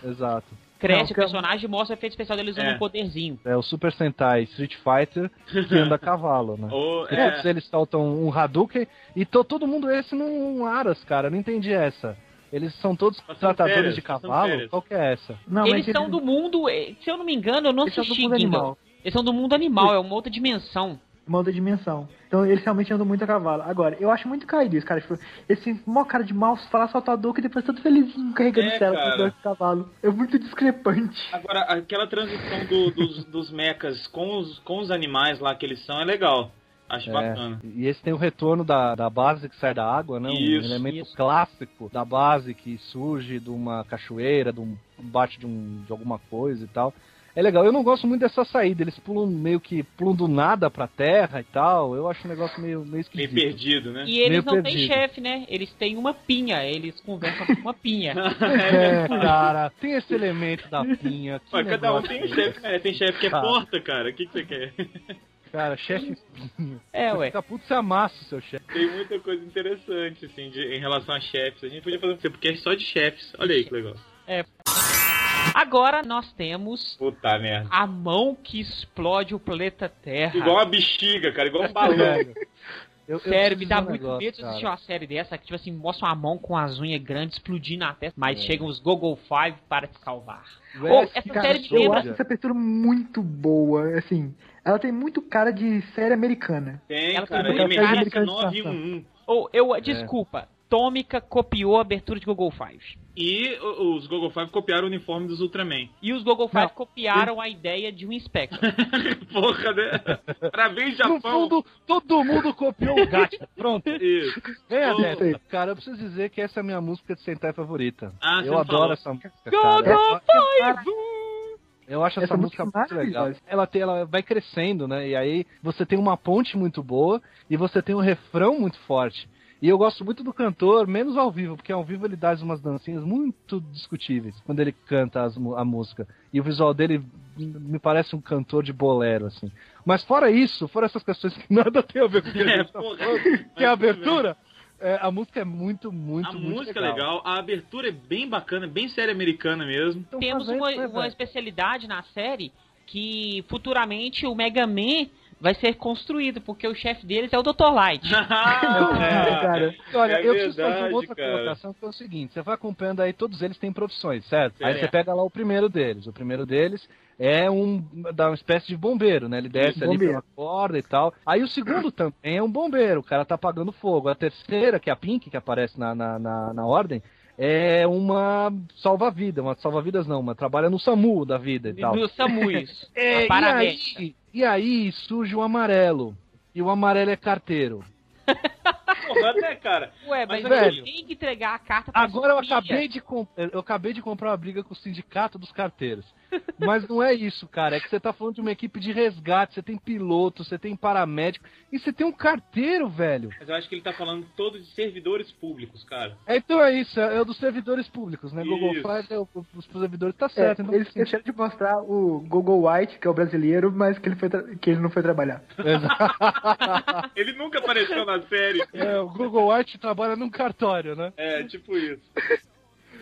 S5: Exato.
S2: cresce
S4: Não,
S2: o
S4: que é-
S2: personagem e mostra o efeito especial dele usando
S3: É.
S2: um poderzinho.
S5: É o Super Sentai Street Fighter que anda a cavalo, né?
S3: Ou,
S5: E
S3: é,
S5: Todos eles saltam um Hadouken e to- todo mundo esse num Aras, cara. Não entendi essa. Eles são todos
S3: Passando
S5: tratadores
S3: férias,
S5: de
S3: passando
S5: cavalo?
S3: férias.
S5: Qual que é essa?
S4: Não,
S2: eles são do mundo, eh, se eu não me engano, eu não
S4: Eles são é do
S2: assisti
S4: mundo
S2: Gundam.
S4: animal.
S2: Eles são do mundo animal, é uma outra dimensão.
S4: Uma outra dimensão. Então eles realmente andam muito a cavalo. Agora, eu acho muito caído isso, cara. Tipo, esse mó cara de mal falar saltador que depois todo felizinho carregando
S3: É,
S4: o céu com
S3: cara.
S4: dois cavalos. É muito discrepante.
S3: Agora, aquela transição do- dos, dos mechas com os, com os animais lá que eles são é legal. Acho
S5: É.
S3: bacana.
S5: E esse tem o retorno da, da base que sai da água, né? Um
S3: Isso,
S5: elemento
S2: isso.
S5: clássico da base que surge de uma cachoeira, de um bate de, um, de alguma coisa e tal. É legal, eu não gosto muito dessa saída, eles pulam meio que pulam do nada pra terra e tal. Eu acho um negócio meio, meio
S3: Meio
S5: esquisito.
S3: perdido, né?
S2: E eles
S5: Meio
S2: não têm
S5: perdido.
S2: chefe, né? Eles têm uma pinha, eles conversam com uma pinha.
S5: É, cara, tem esse elemento da pinha. que
S3: Ué, cada um
S5: negócio
S3: tem
S5: é
S3: um chefe, né? Tem chefe que é
S5: Tá.
S3: porta, cara. O que, que você quer?
S5: Cara, chefe espinho.
S2: É,
S5: Você
S2: ué.
S5: fica puto, você amassa o seu chefe. tá
S3: Tem muita coisa interessante, assim, de- em relação a chefes. A gente podia fazer um porque é só de chefes. Olha aí que legal.
S2: Agora nós temos
S3: Puta merda.
S2: a mão que explode o planeta Terra.
S3: Igual uma bexiga, cara. Igual um balão.
S5: Sério. Eu, eu
S2: Sério, me
S5: preciso
S2: dá
S5: de um
S2: muito
S5: negócio,
S2: medo de assistir
S5: cara.
S2: uma série dessa que, tipo assim, mostra uma mão com as unhas grandes explodindo na testa,
S5: É.
S2: mas chegam os Google Five para te salvar.
S5: Velho,
S2: Ô, essa
S5: que
S2: série me
S5: cara
S4: Eu
S2: lembra-
S4: acho
S5: doida.
S4: essa abertura muito boa, assim. Ela tem muito cara de série americana.
S3: Tem,
S2: Ela tem
S3: cara. um.
S2: muita
S4: cara de
S3: Emergência
S4: cara de
S3: 911.
S2: Ou,
S5: É.
S2: eu, desculpa, Tômica copiou a abertura de Google Five.
S3: E o- os Google Five copiaram o uniforme dos Ultraman.
S2: E os Google Five
S4: Não.
S2: copiaram a ideia de um Inspector.
S3: Porra, né? Parabéns,
S5: No
S3: Japão.
S5: fundo, todo mundo copiou o gato. Pronto.
S3: Isso.
S5: Vem a
S3: Ô,
S5: dessa. Cara, eu preciso dizer que essa é a minha música de Sentai favorita.
S3: Ah, você
S5: eu
S3: não
S5: adoro
S3: falou.
S5: essa música,
S2: Go,
S5: cara. Eu- Eu acho essa,
S4: Essa música
S5: música
S4: é
S5: muito legal.
S4: maravilhosa.
S5: Ela, tem, ela vai crescendo, né? E aí você tem uma ponte muito boa e você tem um refrão muito forte. E eu gosto muito do cantor, menos ao vivo, porque ao vivo ele dá umas dancinhas muito discutíveis quando ele canta as mu- a música. E o visual dele me parece um cantor de bolero, assim. Mas fora isso, fora essas questões que nada tem a ver com o que a
S3: É,
S5: gente tá
S3: porra.
S5: falando, que é a abertura, é, a música é muito, muito,
S3: A
S5: muito
S3: música é legal. A abertura é bem bacana, bem série americana mesmo.
S5: Então
S2: Temos
S5: fazendo,
S2: uma,
S5: né,
S2: uma
S5: velho?
S2: especialidade na série que futuramente o Mega Man vai ser construído, porque o chefe deles é o Dr. Light.
S5: assim,
S4: Então, cara.
S5: Olha,
S3: É
S5: eu preciso fazer
S3: verdade,
S5: uma outra
S3: cara.
S5: colocação que é o seguinte: você vai acompanhando aí, todos eles têm profissões, certo? Aí
S3: Certo.
S5: você pega lá o primeiro deles. O primeiro deles é um dá uma espécie de bombeiro, né? Ele desce ali
S4: bombeiro.
S5: pela corda e tal. Aí o segundo também é um bombeiro, o cara tá apagando fogo. A terceira, que é a Pink, que aparece na, na, na, na ordem. É uma salva-vida, uma salva-vidas não, uma trabalha no SAMU da vida e tal.
S2: Do Samu, isso.
S5: É, e
S2: Parabéns.
S5: aí, e aí surge o amarelo. e o amarelo é carteiro.
S6: Porra, né, cara?
S2: Ué, mas,
S5: Mas,
S2: você
S5: velho,
S2: tem que entregar a carta pra
S5: Agora eu
S2: Sofia.
S5: acabei de com- eu acabei de comprar uma briga com o sindicato dos carteiros. Mas não é isso, cara. É que você tá falando de uma equipe de resgate, você tem piloto, você tem paramédico e você tem um carteiro, velho.
S6: Mas eu acho que ele tá falando todo de servidores públicos, cara.
S5: É, Então é isso, é o dos servidores públicos, né? Google
S6: Isso.
S5: Flight é o, os servidores, tá
S4: É,
S5: certo. então-
S4: eles esqueceram de mostrar o Google White, que é o brasileiro, mas que ele, foi tra- que ele não foi trabalhar.
S5: Exato.
S6: Ele nunca apareceu na série.
S5: É, o Google Art trabalha num cartório, né?
S6: É, tipo isso.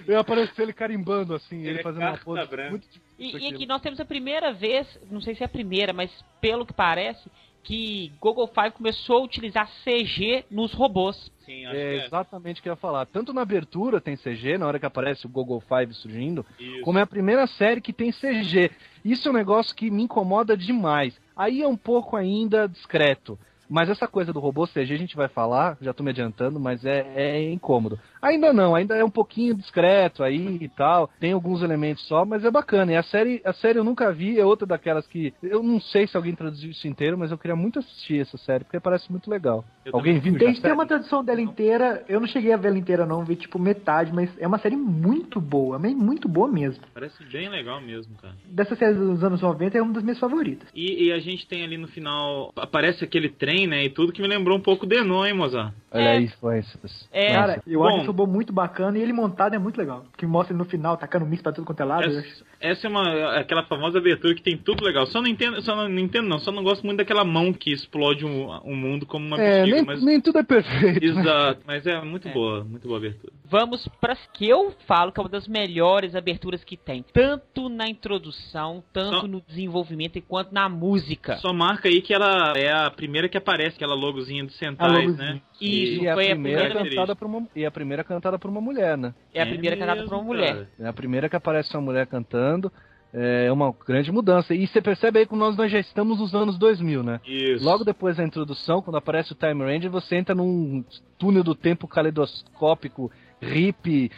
S5: Eu apareço ele carimbando assim, ele,
S6: Ele é
S5: fazendo uma
S6: carta
S5: pose
S6: branca.
S5: muito difícil
S2: E, e
S5: aquilo.
S2: aqui nós temos a primeira vez, não sei se é a primeira, mas pelo que parece, que Google Five começou a utilizar CG nos robôs.
S6: Sim, acho
S5: É exatamente o que eu ia falar. Tanto na abertura tem CG, na hora que aparece o Google Five surgindo,
S6: que é. Isso.
S5: como é a primeira série que tem CG. Isso é um negócio que me incomoda demais. Aí é um pouco ainda discreto. Mas essa coisa do robô CG a gente vai falar, já tô me adiantando, mas é, é incômodo. Ainda não, ainda é um pouquinho discreto aí e tal. Tem alguns elementos só, mas é bacana. E a série, a série eu nunca vi, é outra daquelas que. Eu não sei se alguém traduziu isso inteiro, mas eu queria muito assistir essa série, porque parece muito legal.
S6: Eu
S5: alguém viu? já a
S4: Tem, tem
S5: série?
S4: uma tradução dela inteira, eu não cheguei a ver ela inteira não, vi tipo metade, mas é uma série muito boa, mas muito boa mesmo.
S3: Parece bem legal mesmo, cara.
S4: Dessa série dos anos 90 é uma das minhas favoritas.
S3: E, e a gente tem ali no final. Aparece aquele trem, né? E tudo que me lembrou um pouco Denon, hein, Mozart?
S5: Olha
S2: É.
S5: aí, influências.
S2: É.
S5: Nossa.
S4: Cara, eu
S3: Bom.
S4: acho esse robô muito bacana e ele montado é muito legal. Que mostra ele no final tacando mix pra tudo quanto é lado. eu acho-
S3: Essa, essa é uma, aquela famosa abertura que tem tudo legal. Só não entendo, só não, não entendo não, só não gosto muito daquela mão que explode um, um mundo como uma
S5: É,
S3: bexiga,
S5: nem,
S3: mas.
S5: nem tudo é perfeito. né?
S3: Exato, mas é muito
S2: É.
S3: boa, muito boa a abertura.
S2: Vamos para que eu falo que é uma das melhores aberturas que tem, tanto na introdução, tanto
S3: Só-
S2: no desenvolvimento quanto na música.
S3: Só marca aí que ela é a primeira que aparece, aquela logozinha dos Sentais,
S4: logozinha.
S3: né?
S2: Isso,
S5: E a
S2: foi a
S5: primeira
S2: primeira-
S5: cantada por uma e a primeira é cantada por uma mulher, né?
S2: É a primeira cantada para uma
S3: mesmo,
S2: mulher.
S3: cara.
S5: É a primeira que aparece uma mulher cantando. É uma grande mudança. E você percebe aí que nós, nós já estamos nos anos 2000, né?
S3: Isso.
S5: Logo depois da introdução, quando aparece o Time Ranger, você entra num túnel do tempo caleidoscópico, hippie,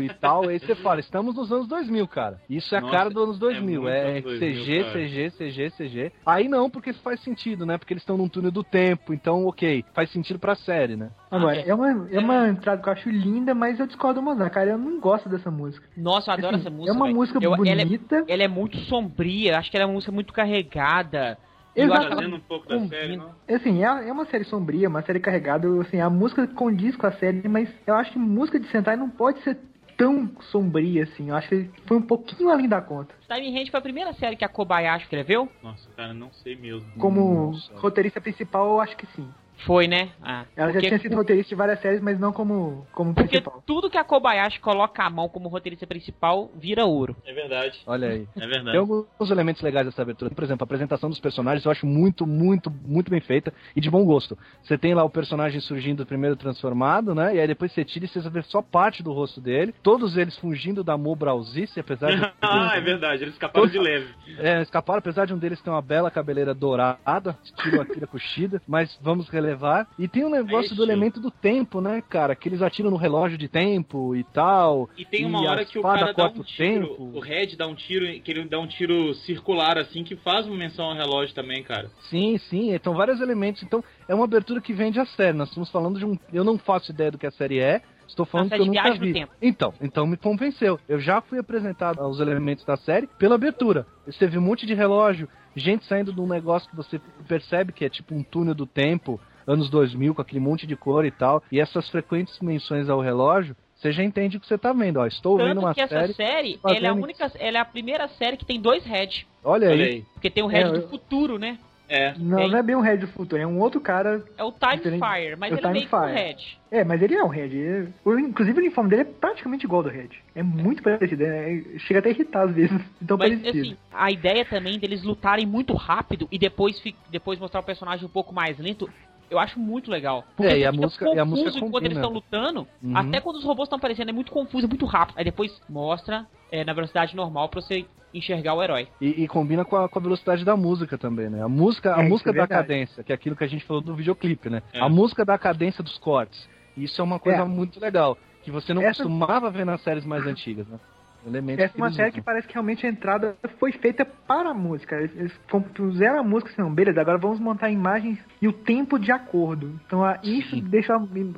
S5: e tal. Aí você fala, estamos nos anos 2000, cara. Isso é a
S3: Nossa,
S5: cara dos anos 2000.
S3: muito
S5: É,
S3: anos 2000,
S5: CG,
S3: cara.
S5: CG, CG, CG. Aí não, porque isso faz sentido, né? Porque eles estão num túnel do tempo. Então, ok, faz sentido pra série, né?
S2: Ah,
S4: Agora, é uma, é uma entrada que eu acho linda, mas eu discordo do Mozart, cara, eu não gosto dessa música.
S2: Nossa, eu adoro
S4: Assim,
S2: essa música.
S4: é uma
S2: velho.
S4: música
S2: Eu- ela, é,
S4: bonita.
S2: ela é muito sombria, acho que ela é uma música muito carregada. E eu acho-
S4: Exatamente.
S3: Trazendo um pouco da série, não?
S4: Assim, é, é uma série sombria, uma série carregada, assim, a música condiz com a série, mas eu acho que música de Sentai não pode ser tão sombria assim. Eu acho que foi um pouquinho além da conta.
S2: Time Hand foi a primeira série que a Kobayashi escreveu?
S3: Nossa, cara, não sei mesmo.
S4: Como
S5: Nossa.
S4: roteirista principal, eu acho que sim.
S2: Foi, né? Ah,
S4: Ela já tinha sido roteirista de várias séries, mas não como, como
S2: porque
S4: principal.
S2: tudo que a Kobayashi coloca a mão como roteirista principal vira ouro.
S6: É verdade.
S5: Olha aí.
S3: É verdade.
S5: Tem alguns elementos legais dessa abertura. Por exemplo, a apresentação dos personagens eu acho muito, muito, muito bem feita e de bom gosto. Você tem lá o personagem surgindo primeiro transformado, né? E aí depois você tira e você vê só parte do rosto dele. Todos eles fungindo da Mobrauzice, apesar de.
S3: ah, é verdade, eles escaparam de leve.
S5: É, escaparam, apesar de um deles ter uma bela cabeleira dourada, estilo Akira Kushida, mas vamos relevar. E tem um negócio do
S3: estilo.
S5: elemento do tempo, né, cara? Que eles atiram no relógio de tempo e tal.
S3: E tem uma
S5: E a
S3: hora que o
S5: espada
S3: cara dá
S5: corta
S3: um
S5: o
S3: tiro,
S5: tempo.
S3: o Red dá um tiro, que ele dá um tiro circular assim, que faz uma menção ao relógio também, cara.
S5: Sim, sim, então vários elementos. Então, é uma abertura que vende a série. Nós estamos falando de um. Eu não faço ideia do que a série é. Estou falando
S2: Uma
S5: que eu
S2: série de
S5: nunca
S2: viagem no
S5: vi.
S2: tempo.
S5: Então, então me convenceu. Eu já fui apresentado aos elementos da série pela abertura. Você viu um monte de relógio, gente saindo de um negócio que você percebe que é tipo um túnel do tempo, anos 2000, com aquele monte de cor e tal. E essas frequentes menções ao relógio, você já entende o que você tá vendo. Ó, estou vendo
S2: Tanto
S5: uma
S2: que essa
S5: série.
S2: série,
S5: fazendo
S2: ela é a
S5: isso.
S2: única, ela é a primeira série que tem dois Red,
S5: Olha aí.
S2: porque tem o Red
S4: É,
S2: do
S4: eu-
S2: futuro, né?
S3: É.
S4: Não,
S2: Tem.
S4: não é bem um Red do futuro, é um outro cara.
S2: É o Time
S4: Diferente.
S2: Fire, mas
S4: É o
S2: ele é
S4: Time
S2: meio que um
S4: Fire.
S2: Red.
S4: É, mas ele é um Red. ele- o- inclusive o uniforme dele é praticamente igual ao do Red. É muito parecido, é- chega até a irritar às vezes. Então
S2: Mas
S4: parecido.
S2: assim, a ideia também deles lutarem muito rápido e depois fi- depois mostrar o personagem um pouco mais lento, eu acho muito legal. Porque
S5: É, e
S2: você
S5: a
S2: fica
S5: música- e a
S2: confuso
S5: música
S2: enquanto eles
S5: combina.
S2: estão lutando,
S5: Uhum.
S2: até quando os robôs estão aparecendo, é muito confuso, é muito rápido. Aí depois mostra é, na velocidade normal pra você enxergar o herói.
S5: E, e combina com a, com a velocidade da música também, né? A música, a
S4: É, isso
S5: música
S4: é
S5: da
S4: verdade.
S5: cadência, que é aquilo que a gente falou do videoclipe, né?
S3: É.
S5: A música da cadência dos cortes. Isso é uma coisa
S4: É.
S5: muito legal, que você não
S4: Essa-
S5: costumava ver nas séries mais antigas, né? Elemento
S4: Essa é uma série que parece que realmente a entrada foi feita para a música. Eles eles compuseram a música, assim, não, beleza, agora vamos montar imagens e o tempo de acordo. Então a- isso
S5: Sim.
S4: deixa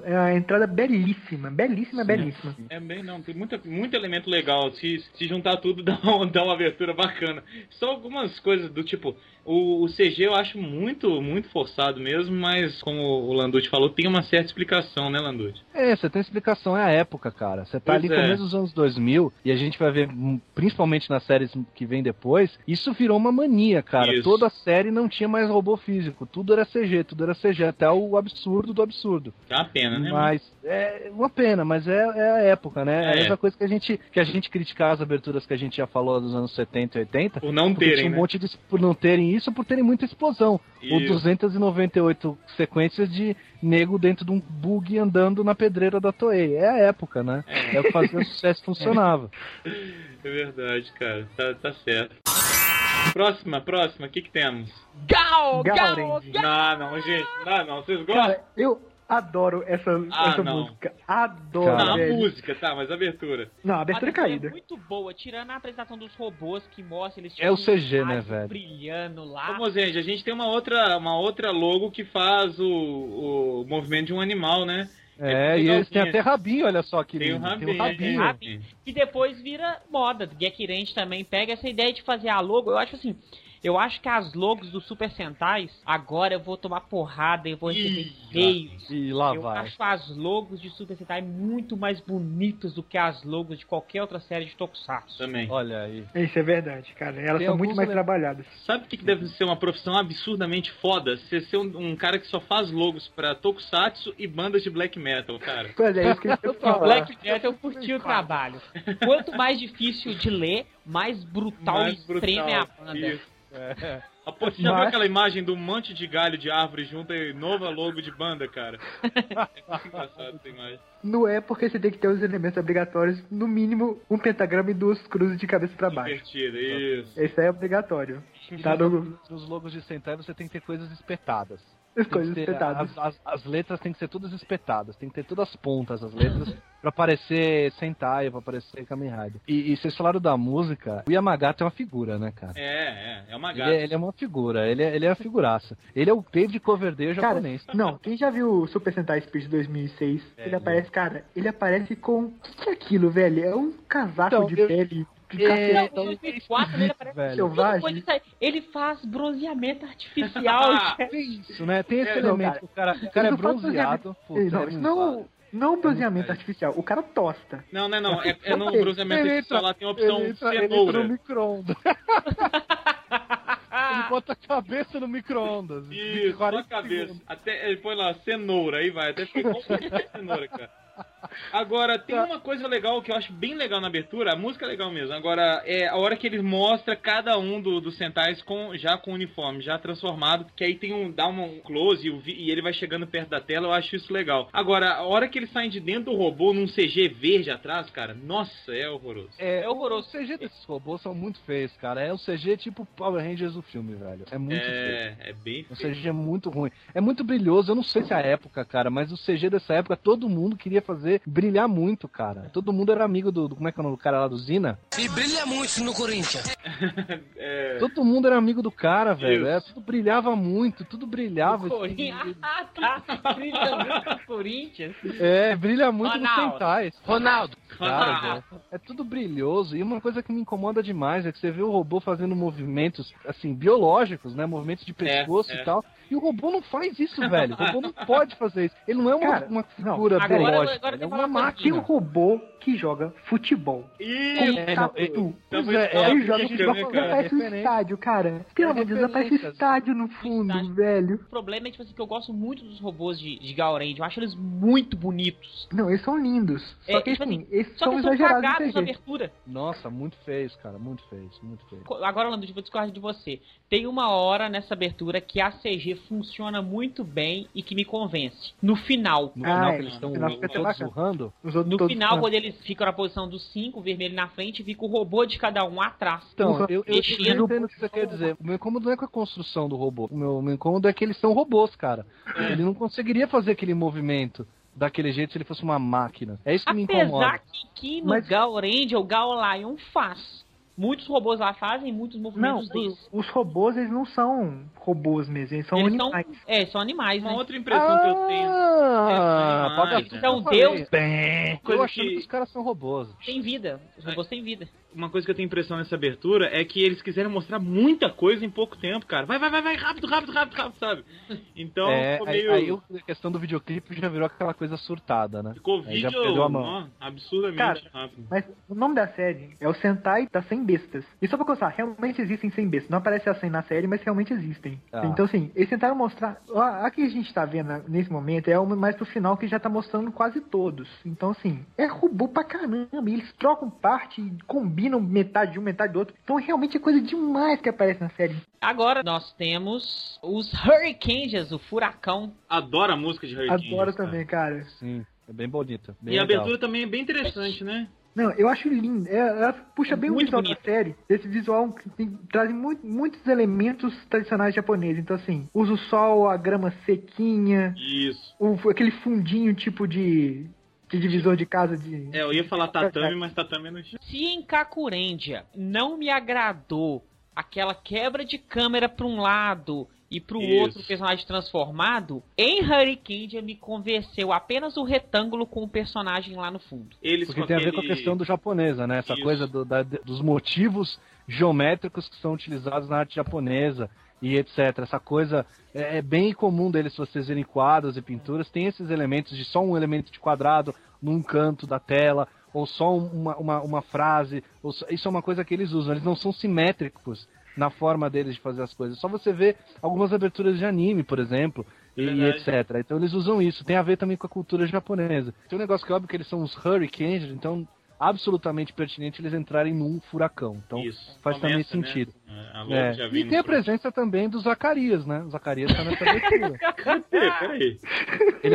S4: é, a, a entrada belíssima, belíssima,
S3: Sim.
S4: belíssima.
S3: É bem não, tem muita, muito elemento legal. Se, se juntar tudo, dá, um- dá uma abertura bacana. Só algumas coisas do tipo, o, o CG eu acho muito, muito forçado mesmo, mas como o Landucci falou, tem uma certa explicação, né, Landucci?
S5: É, você tem explicação, é a época, cara. Você tá
S3: Pois
S5: ali
S3: é.
S5: começo dos anos 2000 e a gente vai ver, hum, principalmente nas séries que vem depois, isso virou uma mania, cara.
S3: Isso.
S5: Toda série não tinha mais robô físico, tudo era CG, tudo era CG, até o absurdo do absurdo.
S3: Dá uma pena, né?
S5: Mas é uma pena, mas é, é a época, né? É.
S3: É.
S5: a mesma coisa que a gente que a gente criticar as aberturas que a gente já falou dos anos 70 e 80.
S3: Por não
S5: porque tinha
S3: terem,
S5: um
S3: né?
S5: monte de, por não terem isso, por terem muita explosão ou
S3: Isso.
S5: 298 sequências de nego dentro de um bug andando na pedreira da Toei. É a época, né? É o que fazia o sucesso funcionava.
S3: É verdade, cara. Tá, tá certo. Próxima, próxima, o que que temos?
S2: Gal, gal,
S4: Gaurenji.
S3: Não, não, gente, não, não. Vocês gostam?
S4: Cara, eu adoro essa,
S3: Ah,
S4: essa
S3: não.
S4: música. Adoro,
S5: Cara,
S3: não, a
S4: velho.
S3: música, tá, mas a abertura.
S4: Não, a abertura é
S2: É
S4: caída.
S2: muito boa, tirando a apresentação dos robôs que mostra eles
S5: É o
S2: tipo,
S5: CG, né,
S2: rádio
S5: velho?
S2: brilhando lá.
S3: Ô, gente, a gente tem uma outra, uma outra logo que faz o, o movimento de um animal, né?
S5: É,
S3: tudo
S5: e eles
S3: novinho.
S5: têm até rabinho, olha só que
S3: Tem o
S5: lindo.
S3: rabinho. é,
S5: Tem um rabinho.
S2: rabinho. que depois vira moda. Gek Range também pega essa ideia de fazer a logo. Eu acho assim, eu acho que as logos dos Super Sentais, agora eu vou tomar porrada, eu vou receber
S3: Ih,
S2: e-mails.
S3: é.
S5: E lá
S3: um
S2: Eu
S5: vai.
S2: acho as logos de Super Sentai muito mais bonitas do que as logos de qualquer outra série de Tokusatsu.
S3: Também.
S5: Olha aí.
S4: Isso é verdade, cara. Elas
S5: Tem
S4: são muito
S5: alguns
S4: mais
S5: elementos.
S4: trabalhadas.
S3: Sabe o que, que deve ser uma profissão absurdamente foda? Você ser um, um cara que só faz logos pra tokusatsu e bandas de black metal, cara.
S4: Pois é, isso que eu
S2: E o
S4: falar.
S2: Black Metal eu curti o trabalho. Quanto mais difícil de ler, mais brutal
S3: Mais
S2: e extrema é a
S3: brutal,
S2: banda.
S3: isso.
S5: É.
S3: A po- Você já viu
S4: Mas-
S3: aquela imagem do monte de galho de árvore junto e nova logo de banda, cara? É muito engraçado essa imagem.
S4: Não é porque você tem que ter os elementos obrigatórios, no mínimo um pentagrama e duas cruzes de cabeça
S5: É
S4: para baixo.
S3: Divertida, isso.
S4: Isso aí é obrigatório. Tá no,
S5: Nos logos de Sentai você tem que ter coisas espetadas.
S4: as
S5: Tem que
S4: coisas
S5: ter-
S4: espetadas.
S5: As, as- as letras têm que ser todas espetadas, tem que ter todas as pontas, as letras, pra parecer Sentai, pra parecer Kamen Rider. E, e vocês falaram da música, o Yamagata é uma figura, né, cara?
S3: É, é, é uma
S5: Ele
S3: gata.
S5: é, ele é uma figura, ele é, ele é uma figuraça. Ele é o David Coverdale
S4: Cara,
S5: japonês.
S4: não, quem já viu o Super Sentai Speed 2006,
S5: É,
S4: ele aparece, cara, ele aparece com... O que, que é aquilo, velho? É um casaco
S5: Então,
S4: de
S5: eu-
S4: pele. de
S5: É,
S2: Não,
S4: café.
S2: em 2004 ele aparece
S5: velho.
S4: Seu-
S2: tudo
S4: então, Selvagem.
S2: depois disso aí. Ele faz bronzeamento artificial,
S3: Ah,
S2: gente.
S5: Tem isso, né? Tem esse
S3: É,
S4: não,
S5: elemento.
S4: cara.
S5: que o cara, o cara é
S4: Ele não faz
S5: bronzeado. Puta,
S4: Não,
S5: é
S4: isso não, não é um bronzeamento
S5: cara.
S4: artificial. O cara tosta.
S3: Não, não é não. É, é no
S4: Ele
S3: bronzeamento
S5: entra-
S3: artificial lá tem a opção
S5: Ele entra, ele entra no
S3: cenoura.
S5: micro-ondas.
S2: Ah,
S5: ele bota a cabeça no micro-ondas.
S3: Isso, só a
S5: 40
S3: cabeça.
S5: segundos.
S3: Até, ele põe lá, cenoura, aí vai. Até fica completamente cenoura, cara. Agora,
S5: Tá.
S3: tem uma coisa legal que eu acho bem legal na abertura, a música é legal mesmo. Agora, é a hora que ele mostra cada um do- dos centais com, já com o uniforme, já transformado, que aí tem um, dá um close e, o vi- e ele vai chegando perto da tela, eu acho isso legal. Agora, a hora que eles saem de dentro do robô num CG verde atrás, cara, nossa, é horroroso.
S5: É,
S2: É horroroso.
S5: O CG desses robôs são muito feios, cara. É um CG tipo Power Rangers do filme, velho. É muito feio.
S3: É, é bem
S5: O
S3: feio.
S5: CG é muito ruim. É muito brilhoso. Eu não sei se é a época, cara, mas o CG dessa época todo mundo queria fazer brilhar muito, cara. Todo mundo era amigo do. do- como é que é o nome do cara lá do Zina?
S7: E brilha muito no Corinthians.
S3: É,
S5: Todo mundo era amigo do cara,
S3: Isso.
S5: velho. É, tudo brilhava muito, tudo brilhava. assim.
S2: Corinthians. Ah, tá. Brilha muito Corinthians.
S5: É, brilha muito
S2: Ronaldo.
S5: nos centais. Ronaldo! Cara,
S4: tá
S2: Ah.
S5: velho, é tudo brilhoso. E uma coisa que me incomoda demais é que você vê o robô fazendo movimentos, assim, biológicos, né? Movimentos de pescoço
S3: é.
S5: e tal. E o robô não faz isso, velho. O robô não pode fazer isso. Ele não é uma,
S4: Cara,
S5: uma
S4: não.
S5: figura
S2: Agora- agora
S5: biológica. ele
S2: tem
S5: é
S2: que
S5: uma
S2: falar uma
S4: Tem um
S5: máquina.
S4: robô que joga futebol.
S3: Ih,
S4: Com
S5: É, não,
S4: tatu.
S5: ele-
S3: Tá
S5: Pois é,
S3: muito
S5: é
S4: Ele
S3: porque
S5: a
S4: joga
S3: que
S4: futebol,
S3: né,
S5: cara?
S4: aparece um
S5: Referência. É
S4: estádio, cara. Pelo amor de Deus, aparece um
S5: Referência. assim.
S4: estádio no fundo,
S2: Estádio.
S4: velho.
S2: O problema é tipo assim, que eu gosto muito dos robôs de, de Gaurend. Eu acho eles muito bonitos.
S4: Não, eles são lindos. Só
S2: É,
S4: que,
S2: tipo
S4: assim, eles
S2: Só que
S4: são
S2: eles são
S4: exagerados
S2: cagados
S4: em
S2: na
S4: CG.
S2: abertura.
S5: Nossa, muito feios, cara. Muito feios, muito feios.
S2: Co- Agora, Lando, eu vou discordar de você. Tem uma hora nessa abertura que a CG funciona muito bem e que me convence. No final.
S5: No
S4: Ah,
S5: final
S4: é,
S5: que eles estão
S4: no final fica
S5: todos
S4: bacana.
S5: urrando.
S4: Os outros
S2: No
S4: todos
S2: final,
S4: são-
S2: quando eles ficam na posição dos cinco, o vermelho na frente, fica o robô de cada um atrás.
S5: Então,
S4: Uhum.
S5: eu, eu,
S2: Mexendo.
S5: eu entendo o que você quer dizer. O meu incômodo não é com a
S3: É.
S5: construção do robô. O meu, o meu incômodo é que eles são robôs, cara. Ele não conseguiria fazer aquele movimento daquele jeito se ele fosse uma máquina. É isso que me
S2: Apesar
S5: incomoda.
S2: que, que no
S5: Mas-
S2: Gaorange ou Gaolion faz. Muitos robôs lá fazem, muitos
S4: Não,
S2: movimentos deles.
S4: os, os robôs, eles não são robôs mesmo, eles são
S2: Eles são-
S4: animais.
S2: É, são animais,
S3: Uma
S2: né?
S3: outra impressão que eu tenho. Esses
S5: Ah,
S3: animais,
S5: paga-
S3: né?
S2: Então,
S5: eu falei.
S2: Deus-
S5: Bem, Eu
S3: Coisa
S5: achando
S3: que-
S5: que os caras são robôs.
S2: Tem vida. Os robôs têm vida.
S3: Uma coisa que eu tenho impressão nessa abertura é que eles quiseram mostrar muita coisa em pouco tempo, cara. Vai, vai, vai, vai, rápido, rápido, rápido, rápido, sabe? Então,
S5: É,
S3: ficou
S5: aí,
S3: meio.
S5: aí o- a questão do videoclipe já virou aquela coisa surtada, né?
S3: Ficou
S5: aí já
S3: vídeo
S5: perdeu a mão.
S3: ó, absurdamente
S4: Cara,
S3: rápido.
S4: Mas o nome da série é o Sentai das 100 Bestas. E só pra constar, realmente existem 100 bestas. Não aparece a 100 na série, mas realmente existem.
S5: Ah.
S4: Então, assim, eles tentaram mostrar. A, a que a gente tá vendo nesse momento é uma mais pro final que já tá mostrando quase todos. Então, assim, é robô pra caramba. E eles trocam parte, e combinam metade de um, metade do outro. Então, realmente é coisa demais que aparece na série.
S2: Agora nós temos os Hurricanes, o furacão.
S3: Adoro a música de Hurricane.
S4: Adoro também, cara.
S5: Sim, é bem bonita. bem
S3: E a
S5: legal.
S3: abertura também é bem interessante, né?
S4: Não, eu acho lindo. É, Ela puxa
S2: É
S4: bem o
S2: muito
S4: visual
S2: bonito.
S4: da série. Esse visual tem- traz muito- muitos elementos tradicionais japoneses. Então, assim, usa o sol, a grama sequinha,
S3: Isso.
S4: o, aquele fundinho tipo de, de divisor de casa de.
S3: É, eu
S5: Uhum.
S3: ia falar tatame, mas tatame não chega.
S2: Se em Kakurendia não me agradou aquela quebra de câmera pra um lado e pro
S3: Isso.
S2: outro personagem transformado, em Hurricanes me convenceu apenas o retângulo com o personagem lá no fundo.
S3: Eles
S5: Porque
S3: com
S5: tem a ver com a
S3: é aquele-
S5: questão do japonesa, né? Essa
S3: Isso.
S5: coisa do- da- dos motivos geométricos que são utilizados na arte japonesa e etc. Essa coisa é, é bem comum deles, se vocês verem quadros e pinturas, tem esses elementos de só um elemento de quadrado num canto da tela, ou só um- uma, uma, uma frase. ou só- isso é uma coisa que eles usam, eles não são simétricos na forma deles de fazer as coisas. Só você vê algumas aberturas de anime, por exemplo, e, e
S3: Verdade.
S5: etc. Então eles usam isso, tem a ver também com a cultura japonesa. Tem um negócio que é óbvio que eles são os hurricanes, então absolutamente pertinente eles entrarem num furacão. Então
S3: Isso.
S5: faz também
S3: Começa, né?
S5: sentido.
S3: A Lola
S5: É.
S3: já vem
S5: E
S3: no
S5: tem a
S3: programa.
S5: presença também do Zacarias, né? O Zacarias tá nessa abertura.
S3: Peraí, peraí.
S5: Ele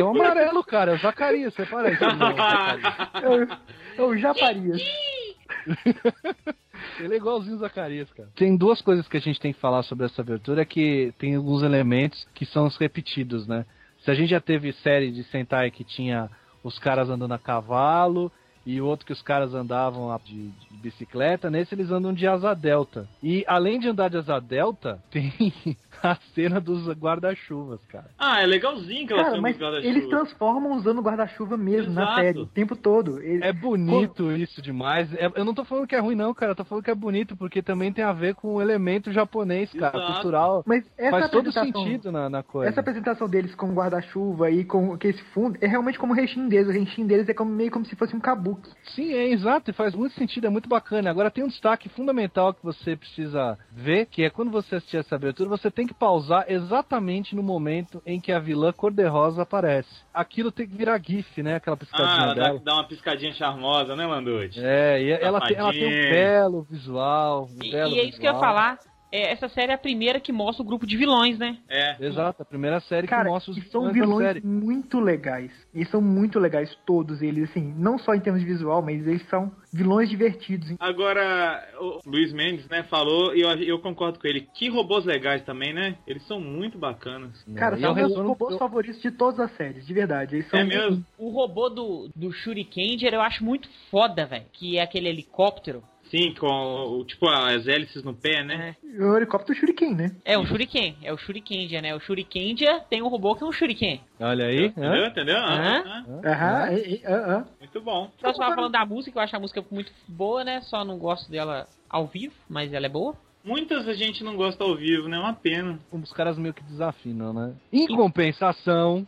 S5: é um amarelo, cara, é o Zacarias, você parece.
S4: É o Japarias.
S5: Ele é igualzinho o Zacarias, cara. Tem duas coisas que a gente tem que falar sobre essa abertura, é que tem alguns elementos que são os repetidos, né? Se a gente já teve série de Sentai que tinha os caras andando a cavalo e outro que os caras andavam a- de, de bicicleta, nesse eles andam de asa delta. E além de andar de asa delta, tem a cena dos guarda-chuvas, cara.
S3: Ah, é legalzinho que ela
S4: Cara,
S3: chama
S4: mas
S3: os guarda-chuva.
S4: eles transformam usando guarda-chuva mesmo na
S3: Exato.
S4: série, o tempo todo. Ele-
S5: É bonito isso demais. É- eu não tô falando que é ruim, não, cara. Eu tô falando que é bonito, porque também tem a ver com o elemento japonês, cara,
S3: Exato.
S5: cultural.
S4: Mas essa é
S5: Faz todo
S4: apresentação-
S5: sentido na, na coisa.
S4: Essa é apresentação deles com guarda-chuva e com que esse fundo é realmente como o reishin deles. O reishin deles é como- meio como se fosse um kabuki.
S5: Sim, é exato, e faz muito sentido, é muito bacana. Agora tem um destaque fundamental que você precisa ver, que é quando você assistir essa abertura, você tem que pausar exatamente no momento em que a vilã cor-de-rosa aparece. Aquilo tem que virar GIF, né? Aquela
S3: Ah,
S5: piscadinha
S3: ela dá,
S5: dela.
S3: dá uma piscadinha charmosa, né, Manducci?
S5: É, e ela tem, ela tem um
S3: Safadinha.
S5: belo visual. Um
S2: E,
S5: belo
S2: e é isso que eu ia
S5: visual.
S2: falar. É, essa série é a primeira que mostra o grupo de vilões, né?
S3: É.
S5: Exato, a primeira série
S4: Cara,
S5: que mostra os
S4: e são
S5: da
S4: vilões
S5: série.
S4: muito legais. Eles são muito legais, todos eles, assim, não só em termos de visual, mas eles são vilões divertidos.
S3: Agora, o Luiz Mendes, né, falou, e eu, eu concordo com ele, que robôs legais também, né? Eles são muito bacanas.
S4: Cara,
S5: E
S4: são
S5: eu
S4: meus
S5: retorno-
S4: robôs favoritos de todas as séries, de verdade. Eles são
S3: É mesmo?
S2: O robô do, do Shurikenger eu acho muito foda, velho. Que é aquele helicóptero.
S3: Sim, com o, tipo as hélices no pé, né?
S4: o helicóptero Shuriken, né?
S2: É o Shuriken, é o Shurikenger, né? O Shurikenger tem um robô que é um Shuriken.
S5: Olha aí.
S3: Entendeu? Entendeu? Ah,
S2: Hã?
S5: hã?
S4: Aham, é, é, é, é.
S3: ah, muito bom.
S2: Nós estava falando da música, eu acho a música muito boa, né? Só não gosto dela ao vivo, mas ela é boa.
S3: Muitas a gente não gosta ao vivo, né? Uma pena.
S5: Os um caras meio que desafinam, né? Em compensação,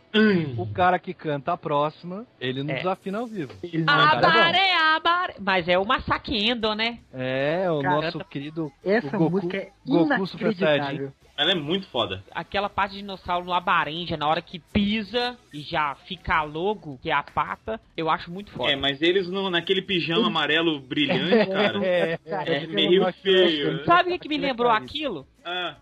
S5: o cara que canta a próxima, ele não
S2: É.
S5: desafina ao vivo.
S4: Eles não-
S5: Ah, cara,
S2: Abare, abare. é Mas é o Masaki Endo, né?
S5: É, o
S4: Cara,
S5: nosso querido.
S4: Essa
S5: o Goku-
S4: música é
S5: Goku Super Saiyajin.
S4: inacreditável.
S3: Ela é muito foda.
S2: Aquela parte de dinossauro no Abarenja, na hora que pisa e já fica logo, que é a pata, eu acho muito foda.
S3: É, mas eles no, naquele pijama amarelo brilhante, cara.
S5: É,
S4: Cara,
S3: É
S4: eu
S3: meio
S4: acho-
S3: feio. né?
S2: Sabe o que, que me lembrou aquilo?
S3: Ah,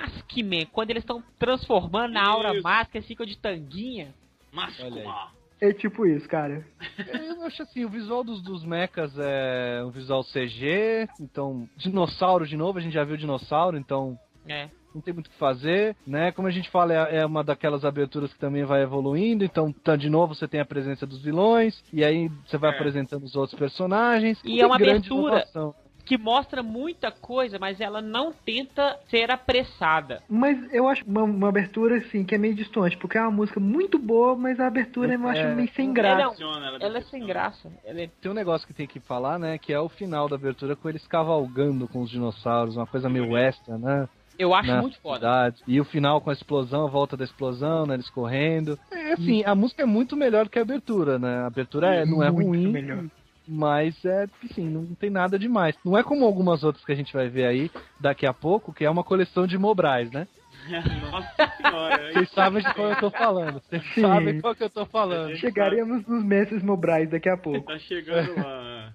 S2: Maskman, quando eles estão transformando na aura
S3: Isso.
S2: máscara, eles ficam de tanguinha.
S3: Mascuma.
S4: É tipo isso, cara.
S5: eu acho assim, o visual dos, dos mechas é um visual CG, então. Dinossauro de novo, a gente já viu dinossauro, então.
S2: É.
S5: não tem muito o que fazer, né? Como a gente fala, é, é uma daquelas aberturas que também vai evoluindo, então tá de novo você tem a presença dos vilões, e aí você vai
S3: É.
S5: apresentando os outros personagens.
S2: E
S5: Não
S2: é
S5: tem
S2: uma
S5: grande
S2: abertura.
S5: inovação.
S2: Que mostra muita coisa, mas ela não tenta ser apressada.
S4: Mas eu acho uma, uma abertura, assim, que é meio distante, porque é uma música muito boa, mas a abertura eu acho
S5: É.
S4: meio sem graça.
S3: Funciona,
S2: Ela é sem graça. Ela é
S5: Tem um negócio que tem que falar, né? Que é o final da abertura com eles cavalgando com os dinossauros, uma coisa meio extra, né?
S2: Eu Uhum. acho
S5: na
S2: muito foda.
S5: cidade. E o final com a explosão, a volta da explosão, né? Eles correndo. É, assim, a música é muito melhor do que a abertura, né? A abertura é- não é
S4: Muito
S5: ruim,
S4: melhor.
S5: mas é, assim, não tem nada demais. Não é como algumas outras que a gente vai ver aí daqui a pouco, que é uma coleção de Mobrais, né?
S3: Nossa senhora.
S5: Vocês sabem de qual eu tô falando. Vocês
S4: Sim.
S5: sabem de qual que eu tô falando.
S4: Chegaremos nos Mestres Mobrais daqui a pouco.
S3: Tá chegando lá.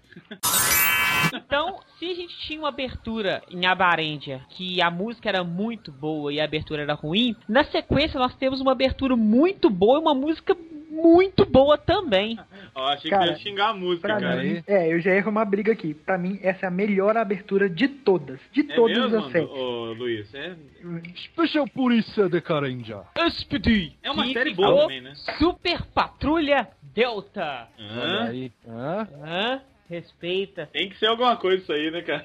S2: Então, se a gente tinha uma abertura em Abarendia, que a música era muito boa e a abertura era ruim, na sequência nós temos uma abertura muito boa e uma música muito boa também.
S3: Ó, achei que
S4: Cara,
S3: ia xingar a música,
S4: Pra
S3: cara.
S4: mim, é, eu já erro uma briga aqui. Pra mim, essa é a melhor abertura de todas. De
S3: É
S4: todas
S3: mesmo,
S4: as séries.
S3: ô, Luiz? É,
S5: Special Polícia de Carinja.
S2: SPD.
S3: é uma
S2: que
S3: série
S2: ficou
S3: boa também, né?
S2: Super Patrulha Delta.
S5: Olha
S3: Hã?
S5: aí. Hã?
S2: Hã? Respeita.
S3: Tem que ser alguma coisa isso aí, né, cara?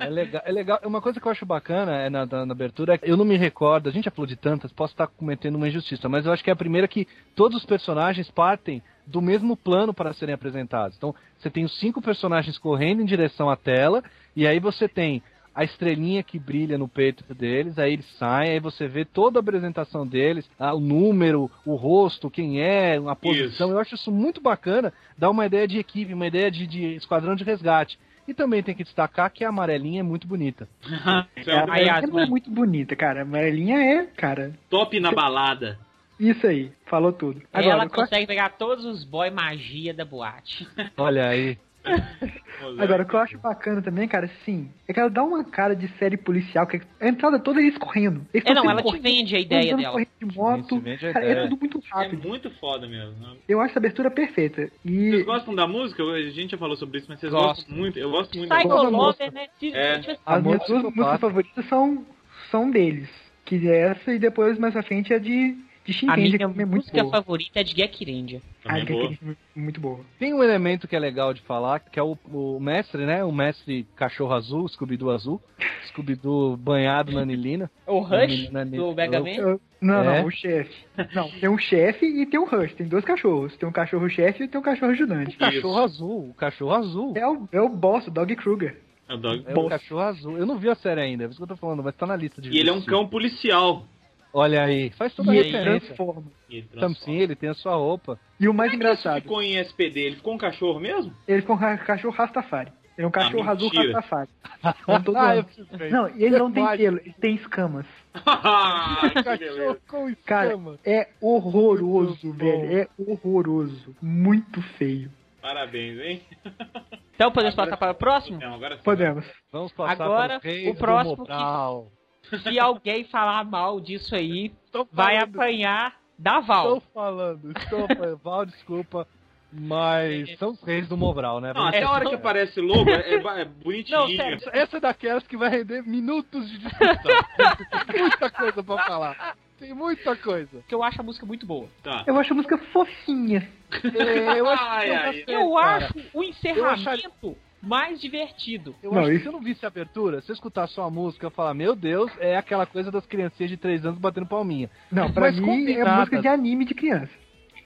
S5: É legal, é legal. Uma coisa que eu acho bacana é na, na- na abertura, é que eu não me recordo, a gente já falou de tantas, posso estar cometendo uma injustiça, mas eu acho que é a primeira que todos os personagens partem do mesmo plano para serem apresentados. Então, você tem os cinco personagens correndo em direção à tela, e aí você tem a estrelinha que brilha no peito deles, aí eles saem, aí você vê toda a apresentação deles, ah, o número, o rosto, quem é, a posição.
S3: Isso.
S5: Eu acho isso muito bacana, dá uma ideia de equipe, uma ideia de- de esquadrão de resgate. E também tem que destacar que a amarelinha é muito bonita.
S3: Isso
S4: a
S3: é um
S2: Aí,
S4: amarelinha não é
S2: Yasmin.
S4: muito bonita, cara. A amarelinha é, cara.
S3: top na balada.
S4: Isso aí, falou tudo. Agora,
S2: Ela
S4: o cla-
S2: consegue pegar todos os boy magia da boate.
S5: Olha aí.
S4: Agora, o que eu acho bacana também, cara, sim, é que ela dá uma cara de série policial, que a entrada toda é eles correndo. Eles
S2: É,
S4: tão
S2: não,
S4: sempre
S2: ela te
S4: correndo,
S2: vende a ideia
S4: andando
S2: dela.
S4: correndo de moto.
S5: Isso, vende a
S4: Cara,
S5: ideia.
S4: é tudo muito
S3: É
S4: rápido.
S3: muito foda mesmo.
S4: Eu acho essa abertura perfeita.
S3: Vocês
S4: E
S3: gostam da música? A gente já falou sobre isso, mas vocês
S2: Gosto.
S3: gostam muito. Eu gosto muito da
S2: Psycho
S3: música.
S4: gosto da
S2: Lover, né? Se-
S3: É.
S2: tipo assim,
S5: A
S4: as minhas
S5: moto
S4: duas músicas
S5: psicopata.
S4: favoritas são, são deles. Que é essa e depois, mais pra frente, é de, de
S2: A
S4: Shinkenja, que
S2: minha
S4: também é muito
S2: música
S4: boa.
S2: favorita é de Gekirendia.
S4: Ah,
S3: Também boa.
S4: Shinkenja é muito boa.
S5: Tem um elemento que é legal de falar, que é o, o mestre, né? O mestre cachorro azul, Scooby-Doo azul. Scooby-Doo banhado na anilina.
S2: O Rush
S4: é
S5: Na anilina-
S2: do Mega Man.
S4: Não,
S5: É?
S4: não, o chefe. Não, tem um chefe e tem um Rush. Tem dois cachorros. Tem um cachorro-chefe e tem um cachorro ajudante.
S5: O
S3: Tá.
S5: cachorro azul, o cachorro azul.
S4: É o, é o boss, o Dog Kruger.
S3: Eu adoro.
S5: É o cachorro azul. Eu não vi a série ainda, é isso que eu tô falando, mas tá na lista de
S3: E ele é um
S5: vídeos.
S3: cão é policial.
S5: Olha aí, faz toda a
S4: E ele
S5: referência.
S3: um
S4: transforma.
S3: E ele
S5: Tam-
S3: transforma.
S5: Sim, ele tem a sua roupa.
S4: E o mais
S3: Como é que isso
S4: engraçado,
S3: ficou em SPD? Ele ficou um cachorro mesmo?
S4: ele ficou um ra- cachorro Rastafari. Ele é um cachorro azul
S3: Ah, mentira.
S4: Rastafari. Com todo
S5: ah,
S4: ano.
S5: eu preciso ver.
S4: Não, e ele não tem
S5: Vai.
S4: pelo, ele tem escamas.
S3: que beleza.
S5: Cachorro com
S4: Cara,
S5: escama.
S4: É horroroso,
S5: Muito
S4: velho. É horroroso. Muito feio.
S3: Parabéns, hein?
S2: Então podemos passar para o próximo?
S3: Não, agora sim.
S4: Podemos.
S5: Vamos passar
S2: Agora,
S5: pelos reis
S2: o
S5: do
S2: próximo que-
S5: Mobral.
S2: Se alguém falar mal disso aí,
S5: Tô
S2: vai
S5: falando.
S2: apanhar da
S5: Estou
S2: Val.
S5: falando, estou falando. Val,
S2: É.
S5: desculpa, mas são os reis do Mobral, né?
S3: Não, até a hora que aparece lobo é, é ba- é bonitinho.
S2: Não, sério.
S5: Essa é daquelas que vai render minutos de discussão. Tem muita coisa pra falar. Tem muita coisa.
S2: Porque eu acho a música muito boa.
S3: Tá.
S4: Eu acho a música fofinha.
S5: É, Eu acho
S3: Ai,
S5: que eu
S3: ai.
S5: gostei,
S2: Eu
S5: cara.
S2: acho o encerramento mais divertido.
S5: Eu
S4: Não,
S5: acho que
S4: isso-
S5: se eu não visse a abertura, se eu escutar só a música, eu falar, meu Deus, é aquela coisa das criancinhas de 3 anos batendo palminha.
S4: Não, pra
S5: Mas
S4: mim é
S5: combinada.
S4: música de anime de criança.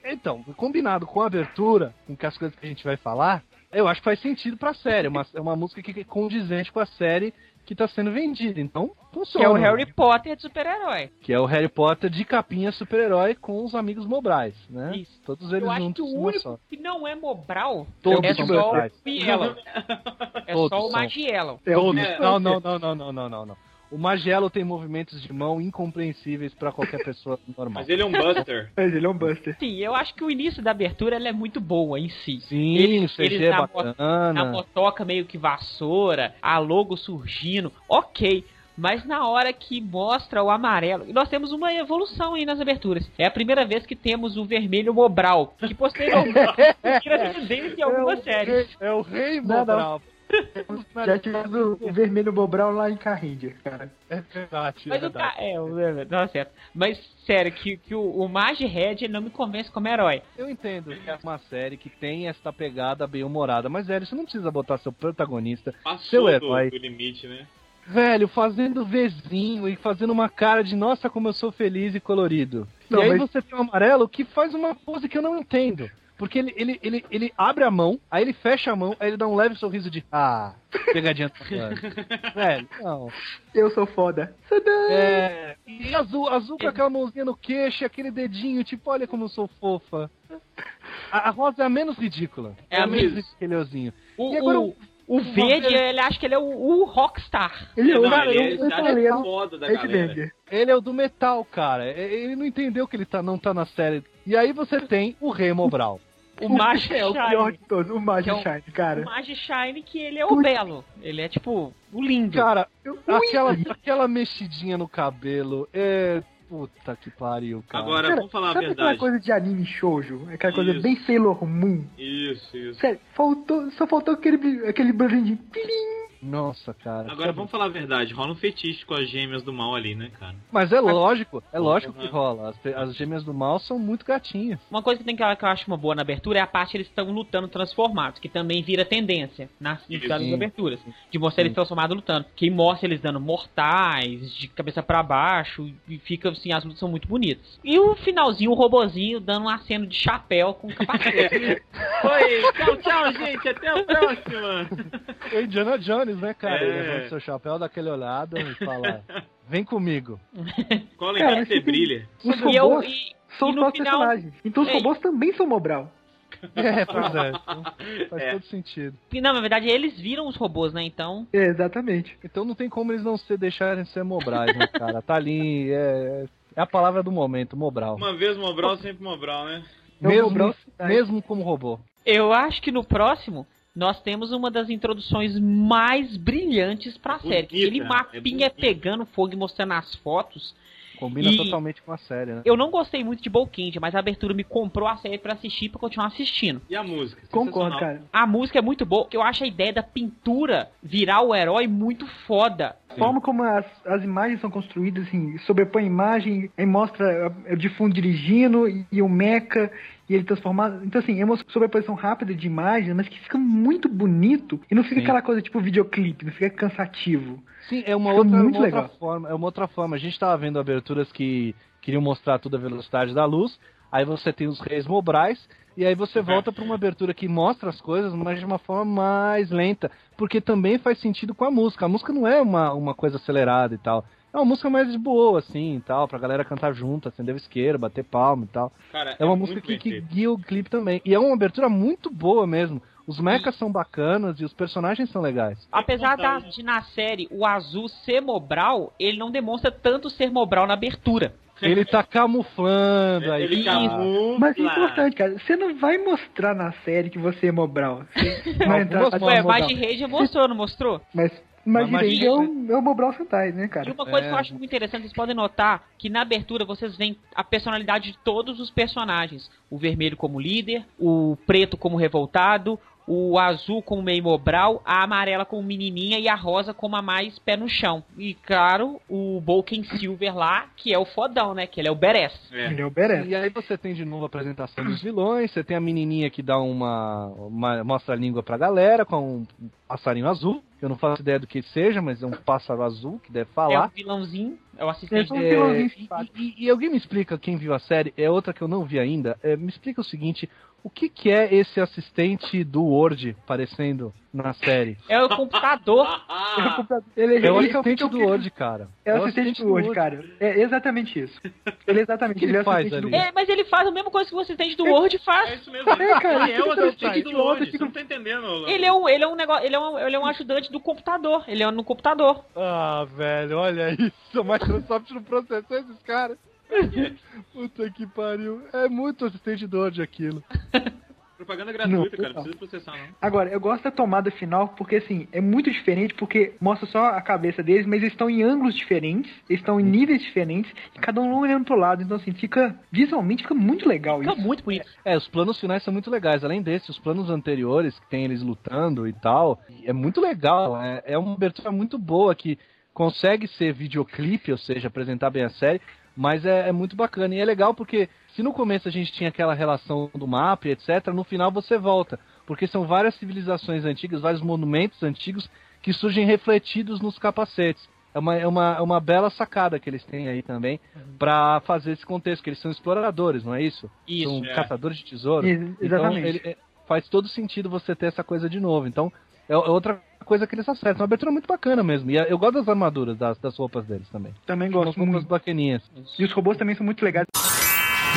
S5: Então, combinado com a abertura, com que as coisas que a gente vai falar, eu acho que faz sentido pra série. É uma, é uma música que é condizente com a série que tá sendo vendida. Então,
S2: Que
S5: funciona.
S2: é o Harry Potter de super-herói.
S5: Que é o Harry Potter de capinha super-herói com os amigos Mobrais, né?
S2: Isso.
S5: Todos eles
S2: Eu acho
S5: juntos,
S2: que o
S5: uma
S2: único
S5: só.
S2: que não é Mobral
S5: Todos
S2: é
S5: são
S2: só o
S5: Mobrais.
S2: Fielo. É
S5: Todos
S2: só o
S5: são.
S2: Magiello.
S4: É o
S5: Todos. Não, não, não, não, não, não, não, não. O Magelo tem movimentos de mão incompreensíveis pra qualquer pessoa normal.
S3: Mas ele é um buster.
S4: Mas ele é um buster.
S2: Sim, eu acho que o início da abertura ela é muito boa em si.
S5: Sim,
S2: Eles-
S5: o CG
S2: eles
S5: é
S2: na moto-
S5: bacana.
S2: a motoca meio que vassoura, a logo surgindo, ok. Mas na hora que mostra o amarelo, e nós temos uma evolução aí nas aberturas. É a primeira vez que temos o vermelho
S4: É um
S2: Mobral, que posteriormente vira tendência em algumas séries.
S5: É o rei
S4: Não, não.
S5: Mobral. é
S4: Já tivemos o, o vermelho Bobral lá em Carrindia, cara.
S5: É verdade.
S2: Mas o cara. É, o- é, tá certo. Mas, sério, que, que o, o Mage Red não me convence como herói.
S5: Eu entendo que é uma série que tem esta pegada bem humorada, mas velho, você não precisa botar seu protagonista,
S3: Passou
S5: seu
S3: do,
S5: um herói,
S3: do limite, né?
S5: velho, fazendo vizinho e fazendo uma cara de nossa como eu sou feliz e colorido.
S4: Não,
S5: e aí
S4: mas-
S5: você tem o amarelo que faz uma pose que eu não entendo. Porque ele, ele, ele, ele abre a mão, aí ele fecha a mão, aí ele dá um leve sorriso de ah, pegadinha do safado." Velho, não.
S4: Eu sou foda. Tadã!
S5: É, e azul, azul com aquela mãozinha no queixo e aquele dedinho, tipo, olha como eu sou fofa. A, a rosa é a menos ridícula.
S2: É a
S5: menos
S3: menos.
S5: ridículozinho.
S2: O,
S5: E agora
S2: o,
S5: o-
S2: o verde, ele acha que ele é o, o Rockstar.
S4: Ele é
S3: não,
S4: o cara,
S3: ele,
S4: eu
S3: é, ele é
S4: falei,
S3: foda da
S4: é
S3: galera.
S4: Headbanger.
S5: Ele é o do metal, cara. E- Ele não entendeu que ele tá, não tá na série. E aí você tem o Raymond Brown.
S2: O Mage
S4: É o pior
S2: Shine.
S4: de todos, o Mage
S2: Que é o-
S4: Shine,
S2: O
S4: cara.
S2: Mage Shine, que ele é o belo. Ele é, tipo, o lindo.
S5: Cara,
S4: Eu- Ui!
S5: aquela, aquela mexidinha no cabelo. É. Puta que pariu, cara.
S3: Agora,
S4: Cara,
S3: vamos falar a
S4: Sabe aquela
S3: verdade.
S4: coisa de anime shoujo? Aquela coisa
S3: Isso.
S4: bem Sailor Moon?
S3: Isso, isso.
S4: Sério, faltou, só faltou aquele, bri- aquele barulhinho de pilim.
S5: Nossa, cara.
S3: Agora vamos falar a verdade, rola um fetiche com as gêmeas do mal ali, né, cara?
S5: Mas é lógico, é lógico que
S3: Uhum.
S5: rola. As, pe- as gêmeas do mal são muito gatinhas.
S2: Uma coisa que, tem que, eu- que eu acho uma boa na abertura é a parte que eles estão lutando transformados, que também vira tendência nas
S3: Isso.
S2: das
S5: Sim.
S2: aberturas. De mostrar eles transformados lutando. Que mostra eles dando mortais, de cabeça pra baixo, e fica assim, as lutas são muito bonitas. E o finalzinho, o robozinho dando um aceno de chapéu com capacete.
S3: Oi, tchau, tchau, gente, até a próxima!
S5: É Indiana Jones, né, cara? Ele
S3: É.
S5: Levanta seu chapéu, dá aquele olhada e fala: Vem comigo.
S3: Colin,
S4: Cara,
S3: você brilha.
S4: Os
S2: e eu.
S4: robôs
S2: e-
S4: são
S2: e
S4: os
S2: no
S4: nossos
S2: final-
S4: personagens. Então os
S2: É.
S4: robôs também são Mobral.
S5: É, pois é. Então, Faz
S3: É.
S5: todo sentido.
S2: e não, na verdade, eles viram os robôs, né? Então.
S4: É, exatamente.
S5: Então não tem como eles não se deixarem ser Mobrais, né, cara? Tá ali, é, é a palavra do momento, Mobral.
S3: Uma vez Mobral, sempre Mobral, né?
S4: É o Mobral
S5: Mesmo,
S4: cidade.
S5: mesmo como robô.
S2: Eu acho que no próximo nós temos uma das introduções mais brilhantes pra
S3: Bonita,
S2: série. que Aquele
S3: é
S2: mapinha
S3: bonita.
S2: pegando fogo e mostrando as fotos.
S5: Combina
S2: E-
S5: totalmente com a série, né?
S2: Eu não gostei muito de Bolkind, mas a abertura me comprou a série pra assistir e pra continuar assistindo.
S3: E a música?
S4: Concordo,
S3: Sensacional.
S4: cara.
S2: A música é muito boa, porque eu acho a ideia da pintura virar o herói muito foda.
S4: A forma como as, as imagens são construídas, assim, sobrepõe a imagem, aí mostra é, de fundo dirigindo e, e o mecha, e ele transformado. Então, assim, é uma sobreposição rápida de imagens, mas que fica muito bonito e não fica
S5: Sim.
S4: aquela coisa tipo videoclipe, não fica cansativo.
S5: Sim, é uma
S4: Ficou
S5: outra,
S4: muito
S5: uma outra
S4: legal.
S5: forma. É uma outra forma. A gente tava vendo aberturas que queriam mostrar tudo a velocidade da luz. Aí você tem os reis mobrais. E aí
S3: Uhum.
S5: você volta pra uma abertura que mostra as coisas, mas de uma forma mais lenta. Porque também faz sentido com a música. A música não é uma, uma coisa acelerada e tal. É uma música mais de boa, assim, e tal, pra galera cantar junto, acender o isqueiro, bater palma e tal.
S3: Cara,
S5: É uma
S3: muito
S5: música que,
S3: bem
S5: que
S3: feito.
S5: guia o clipe também. E é uma abertura muito boa mesmo. Os mechas são bacanas e os personagens são legais.
S2: Apesar da-
S3: vontade.
S2: de na série o azul ser mobral, ele não demonstra tanto ser mobral na abertura.
S5: Ele tá camuflando aí.
S3: É, Ele
S5: tá.
S3: camufla.
S4: Mas é importante, cara. Você não vai mostrar na série que você é Mobral. Você vai entrar
S5: Algumas
S2: Ué,
S5: Ué,
S2: é, mas
S5: mobral.
S2: de Rage mostrou, não mostrou?
S4: Mas Majirei
S5: Imagina,
S4: é o, é o Mobral Sentai, né, cara?
S2: E uma coisa
S5: É.
S2: que eu acho muito interessante, vocês podem notar que na abertura vocês veem a personalidade de todos os personagens. O vermelho como líder, o preto como revoltado, o azul como meio mobral, a amarela como menininha e a rosa como a mais pé no chão. E claro, o Bolken Silver lá, que é o fodão, né? Que ele é o Beres.
S3: É.
S4: Ele é o Beret.
S5: E aí você tem de novo a apresentação dos vilões, você tem a menininha que dá uma, uma- mostra a língua pra galera com um passarinho azul, que eu não faço ideia do que seja, mas é um pássaro azul que deve
S2: É o
S5: falar.
S2: vilãozinho, é o assistente
S4: É um
S2: dele.
S5: É,
S4: vilãozinho
S5: e, e- e alguém me explica, quem viu a série, é outra que eu não vi ainda, é, me explica o seguinte, o que que é esse assistente do Word aparecendo na série?
S2: É o computador.
S3: Ah,
S4: Ele
S5: É o
S4: ele-
S5: assistente do Word, cara.
S4: É o assistente do Word, cara. É exatamente isso. Ele é
S5: O
S4: exatamente
S5: que ele
S4: é o
S5: faz
S4: assistente
S5: ali?
S4: do Word.
S2: É, mas ele faz a mesma coisa que o assistente do Word
S3: é
S2: faz.
S3: isso mesmo.
S4: É, cara,
S3: ele é o
S4: fica
S3: assistente do
S4: tentando,
S3: Lorde,
S4: fica-
S3: você não tá entendendo, Lolo.
S2: Ele é um, ele é um negócio, ele é um, ele é um ajudante do computador. Ele é no computador.
S5: Ah, velho, olha isso. A Microsoft não processou esses caras. Puta que pariu. É muito assistente do Word aquilo.
S3: Propaganda gratuita,
S4: Não,
S3: cara. Não
S4: não.
S3: precisa processar, não.
S4: Agora, eu gosto da tomada final porque, assim, é muito diferente porque mostra só a cabeça deles, mas eles estão em ângulos diferentes, eles estão em níveis diferentes e cada um olhando pro lado. Então, assim, fica visualmente fica muito legal
S8: Fica
S4: isso.
S8: muito bonito.
S5: É, os planos finais são muito legais. Além desse, os planos anteriores, que tem eles lutando e tal, é muito legal. É, é uma abertura muito boa que consegue ser videoclipe, ou seja, apresentar bem a série, mas é, é muito bacana. E é legal porque se no começo a gente tinha aquela relação do mapa, e etc., no final você volta. Porque são várias civilizações antigas, vários monumentos antigos que surgem refletidos nos capacetes. É uma, é uma, é uma bela sacada que eles têm aí também pra fazer esse contexto, que eles são exploradores, não é isso?
S8: Isso.
S5: são
S3: é.
S5: caçadores de tesouro.
S4: Ex-
S5: Então,
S4: Exatamente.
S5: ele- é, faz todo sentido você ter essa coisa de novo. Então, é, é outra coisa que eles acertam. É Uma abertura muito bacana mesmo. E é, eu gosto das armaduras, das, das roupas deles também.
S4: Também
S5: São
S4: gosto
S5: roupas
S4: muito.
S5: bacaninhas.
S4: E os robôs também são muito legais.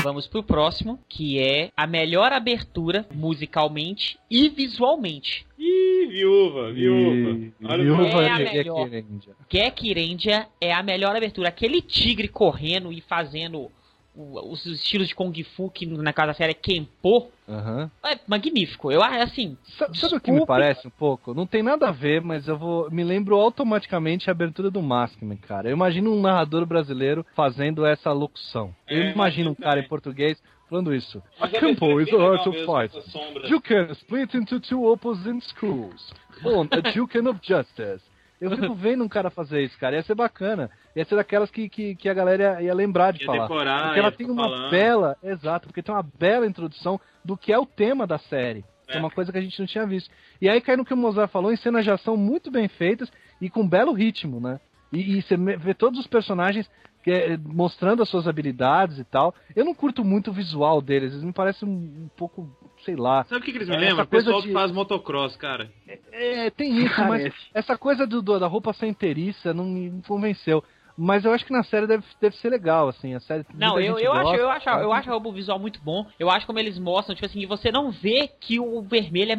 S8: Vamos pro próximo, que é a melhor abertura musicalmente e visualmente.
S3: Ih, viúva, viúva.
S5: E-
S3: Olha
S5: viúva
S8: só. É a
S5: de Jack
S8: melhor.
S5: Ranger.
S8: Gekirendia é a melhor abertura. Aquele tigre correndo e fazendo o- os estilos de Kung Fu que na casa da série é Kenpo.
S5: Aham.
S8: É magnífico. Eu acho assim.
S5: Sabe, sabe o que me
S8: Desculpe.
S5: parece um pouco? Não tem nada a ver, mas eu vou. Me lembro automaticamente a abertura do Maskman, cara. Eu imagino um narrador brasileiro fazendo essa locução. Eu
S3: É,
S5: imagino um cara
S3: também.
S5: em português falando isso.
S3: Mas a
S5: Campo
S3: abertura é bem
S5: is the art
S3: legal
S5: of
S3: mesmo,
S5: fight.
S3: essa sombra.
S5: You can split into two opposing screws. One, a Duken of Justice. Eu fico vendo um cara fazer isso, cara. Ia ser bacana. Ia ser daquelas que, que, que a galera ia, ia lembrar de
S3: Ia
S5: falar.
S3: decorar,
S5: porque
S3: ia
S5: ela tem
S3: ficar
S5: uma
S3: falando.
S5: bela. Exato, porque tem uma bela introdução do que é o tema da série. É.
S3: É.
S5: uma coisa que a gente não tinha visto. E aí cai no que o Mozart falou, em cenas de ação muito bem feitas e com belo ritmo, né? E, e você me- vê todos os personagens que, eh, mostrando as suas habilidades e tal. Eu não curto muito o visual deles, eles me parecem um, um pouco, sei lá.
S3: Sabe o que, que eles me
S5: Essa
S3: lembram? O
S5: coisa
S3: pessoal
S5: de-
S3: que faz motocross, cara.
S5: É, tem isso, mas
S4: Parece.
S5: essa coisa do, do- da roupa sem inteiriça não me convenceu. Mas eu acho que na série deve, deve ser legal, assim. A série,
S8: Não,
S5: muita
S8: eu,
S5: gente
S8: eu,
S5: gosta,
S8: acho, eu, acho, eu
S5: tá?
S8: acho o visual muito bom. Eu acho como eles mostram, tipo assim, você não vê que o vermelho é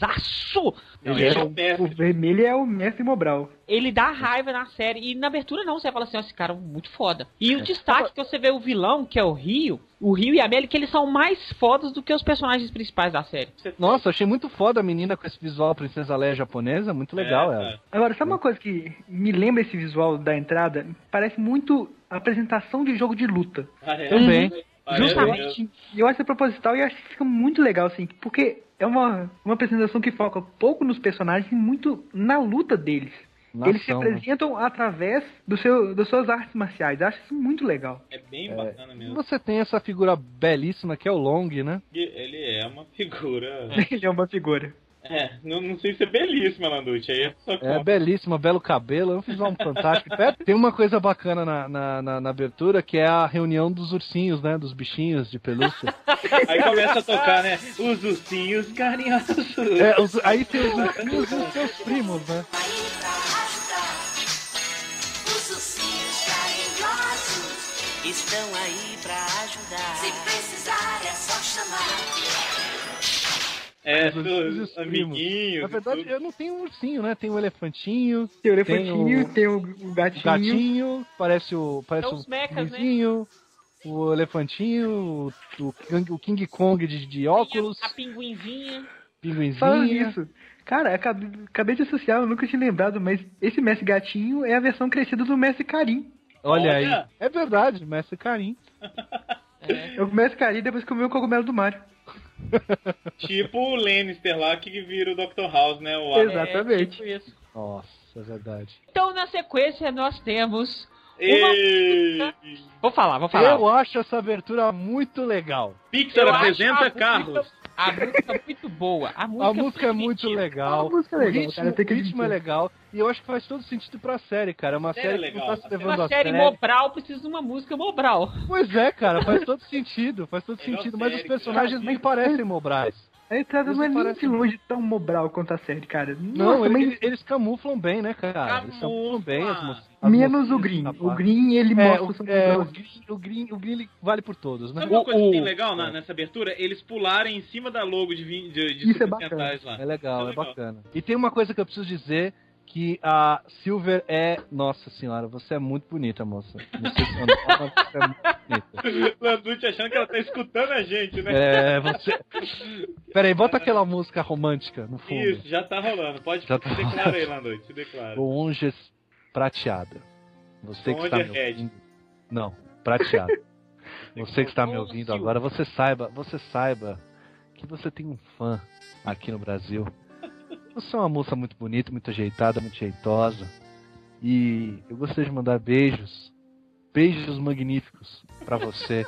S8: mobrauzaço.
S3: Ele
S4: é
S3: é um
S4: O
S3: mestre.
S4: vermelho é o mestre Mobral.
S8: Ele dá raiva na série. E na abertura não, você fala assim, ó, esse cara é muito foda. E o destaque que você vê o vilão, que é o Rio, o Rio e a Mel, que eles são mais fodas do que os personagens principais da série.
S5: Nossa, achei muito foda a menina com esse visual Princesa Leia japonesa, muito legal
S3: É,
S5: ela.
S3: cara.
S4: Agora, sabe uma coisa que me lembra esse visual da entrada? Parece muito a apresentação de jogo de luta.
S3: Ah, é.
S5: Também.
S3: Parece mesmo.
S4: Justamente. E eu acho que é proposital e acho que fica muito legal, assim, porque é uma, uma apresentação que foca pouco nos personagens e muito na luta deles.
S5: Na
S4: Eles
S5: ação,
S4: se
S5: né?
S4: apresentam através do seu, das suas artes marciais. Eu Acho isso muito legal.
S3: É bem bacana mesmo.
S5: Você tem essa figura belíssima que é o Long, né?
S3: Ele é uma figura.
S4: Ele é uma figura.
S3: É, não, não sei se é belíssima, Landucci. Aí é só
S5: É
S3: conta.
S5: belíssima, belo cabelo, é um visual fantástico. É, Tem uma coisa bacana na, na, na- na abertura que é a reunião dos ursinhos, né? Dos bichinhos de pelúcia.
S3: Aí começa a tocar, né? Os ursinhos carinhosos.
S5: É, os- aí tem os ursinhos e os seus primos, né?
S9: Aí pra arrastar os ursinhos carinhosos.
S7: Estão aí pra ajudar.
S9: Se precisar é só chamar.
S3: É,
S5: Os ursinhos
S3: seus
S5: e os primos.
S3: amiguinhos.
S5: Na verdade,
S3: tudo.
S5: eu não tenho um ursinho, né? Tem um elefantinho,
S4: Tem o
S5: Tem
S4: elefantinho,
S5: o-
S4: tem o, o
S5: o
S4: gatinho.
S5: gatinho, parece o. Parece
S8: São os mecas,
S5: o vizinho, o elefantinho, o, o King- o King Kong de, de óculos,
S8: A pinguinzinha.
S4: Falando
S5: pinguinzinho.
S4: nisso, cara, acabei, acabei de associar, eu nunca tinha lembrado, mas esse mestre gatinho é a versão crescida do mestre Karim.
S5: Olha aí.
S3: Olha.
S5: É verdade, mestre Carim.
S8: É.
S4: Eu começo a cair depois comi o cogumelo do Mario.
S3: Tipo o Lannister lá que vira o Dr. House, né? O Adam.
S4: Exatamente.
S8: É, tipo isso.
S5: Nossa, é verdade.
S8: Então, na sequência, nós temos.
S3: Ei,
S8: Vou falar, vou falar.
S5: Eu acho essa abertura muito legal.
S3: Pixar
S8: Eu acho
S3: apresenta
S8: a
S3: carros.
S8: A música é muito boa. A música,
S5: a música é muito
S8: divertida.
S5: legal.
S4: A música é legal,
S5: o ritmo,
S4: cara, tem que
S5: o ritmo é
S4: admitir.
S5: legal. E eu acho que faz todo sentido pra série, cara. É uma
S3: Série é
S5: série, que
S3: legal,
S5: não tá se
S3: a série-
S5: levando
S8: Uma
S5: a
S8: série
S5: sério.
S8: Mobral precisa de uma música Mobral.
S5: Pois é, cara, faz todo sentido. Faz todo
S3: Melhor
S5: sentido. Mas os
S3: série,
S5: personagens
S3: cara.
S5: nem parecem Mobrais.
S4: A entrada
S5: Isso
S4: não é nem
S5: parece
S4: de longe tão mobral quanto a série, cara.
S5: tá assim. Não,
S4: Nossa,
S5: eles,
S4: mas
S5: eles- eles camuflam bem, né, cara? Eles camuflam bem as moças. as
S4: menos
S5: mocinhas
S4: o Green.
S5: da
S4: O
S5: parte.
S4: Green, ele
S5: É,
S4: mostra
S5: o,
S4: os seus
S5: é, o
S4: modelos.
S5: Green, o Green, o Green ele vale por todos, né?
S3: Sabe uma coisa que tem
S5: O- É. o-
S3: legal na- nessa abertura? Eles pularem em cima da logo de, vin- de, de
S4: Isso é
S3: Super
S4: bacana.
S3: Sentais lá.
S5: É legal,
S3: Isso é
S5: é
S3: legal.
S5: bacana. E tem uma coisa que eu preciso dizer que a Silver é. Nossa senhora, você é muito bonita, moça. Não sei se é nova, mas você é muito bonita.
S3: Landucci achando que ela tá escutando a gente, né?
S5: É, você. Peraí, bota aquela música romântica no fundo.
S3: Isso, já tá rolando. Pode
S5: É. Já tá
S3: declara aí, Landucci, declara.
S5: Longes prateada. Você que
S3: Longe
S5: está me
S3: red.
S5: ouvindo. Não, prateada. Você que está me ouvindo agora, você saiba, você saiba que você tem um fã aqui no Brasil. Você é uma moça muito bonita, muito ajeitada, muito jeitosa. E eu gostaria de mandar beijos, beijos magníficos pra você,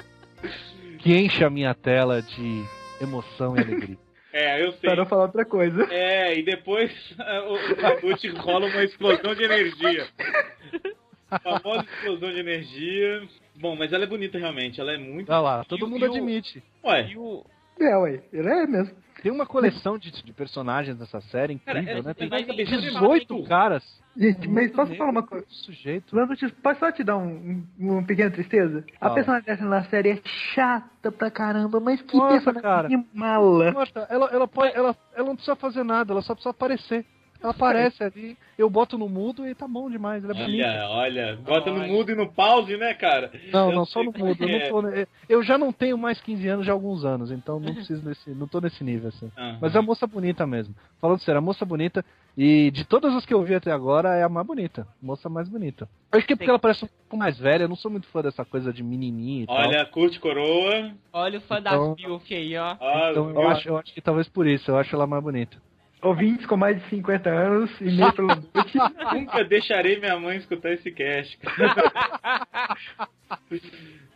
S5: que enche a minha tela de emoção e alegria.
S3: É, eu sei.
S4: Pra não falar outra coisa.
S3: É, e depois o o Landucci rola uma explosão de energia. Famosa explosão de energia. Bom, mas ela é bonita realmente, ela é muito.
S5: Olha lá, todo
S3: E o-
S5: mundo
S3: e o-
S5: admite.
S3: Ué,
S2: E o,
S4: É, ué. Ele é mesmo.
S5: Tem uma coleção de, de personagens nessa série
S3: Cara,
S5: incrível,
S3: é-
S5: né? Tem
S3: mas a abertura é
S5: 18
S3: muito-
S5: caras.
S4: Gente, mas
S5: Muito
S4: posso
S5: negro,
S4: falar uma coisa?
S5: muito Sujeito.
S4: Lando, te- posso só te dar um, um, uma pequena tristeza?
S5: Fala.
S4: A personagem dessa na série é chata pra caramba, mas que
S5: Nossa,
S4: personagem
S5: cara.
S4: mala.
S5: Marta, ela, ela, pode, ela, ela não precisa fazer nada, ela só precisa aparecer. Ela aparece ali, eu boto no mudo e tá bom demais, ela é bonita.
S3: É. olha, olha, bota no mudo e no pause, né, cara?
S5: Não,
S3: eu
S5: não, só
S3: sei é
S5: no mudo. Eu, não tô- eu já não tenho mais 15 anos de alguns anos, então não preciso desse, não tô nesse nível assim.
S3: Aham.
S5: Mas é a moça bonita mesmo. Falando sério, a moça bonita. E de todas as que eu vi até agora, é a mais bonita. a Moça mais bonita. Eu acho que é porque ela parece um pouco mais velha. Eu não sou muito fã dessa coisa de menininha e tal.
S3: Olha, curte coroa.
S2: olha o fã
S5: Então-
S2: das Bilf aí, ó.
S3: Ó,
S5: Então eu acho, eu acho que talvez por isso. Eu acho ela mais bonita.
S4: Ouvintes com mais de 50 anos e meio pelo Lute.
S3: Nunca deixarei minha mãe escutar esse cast.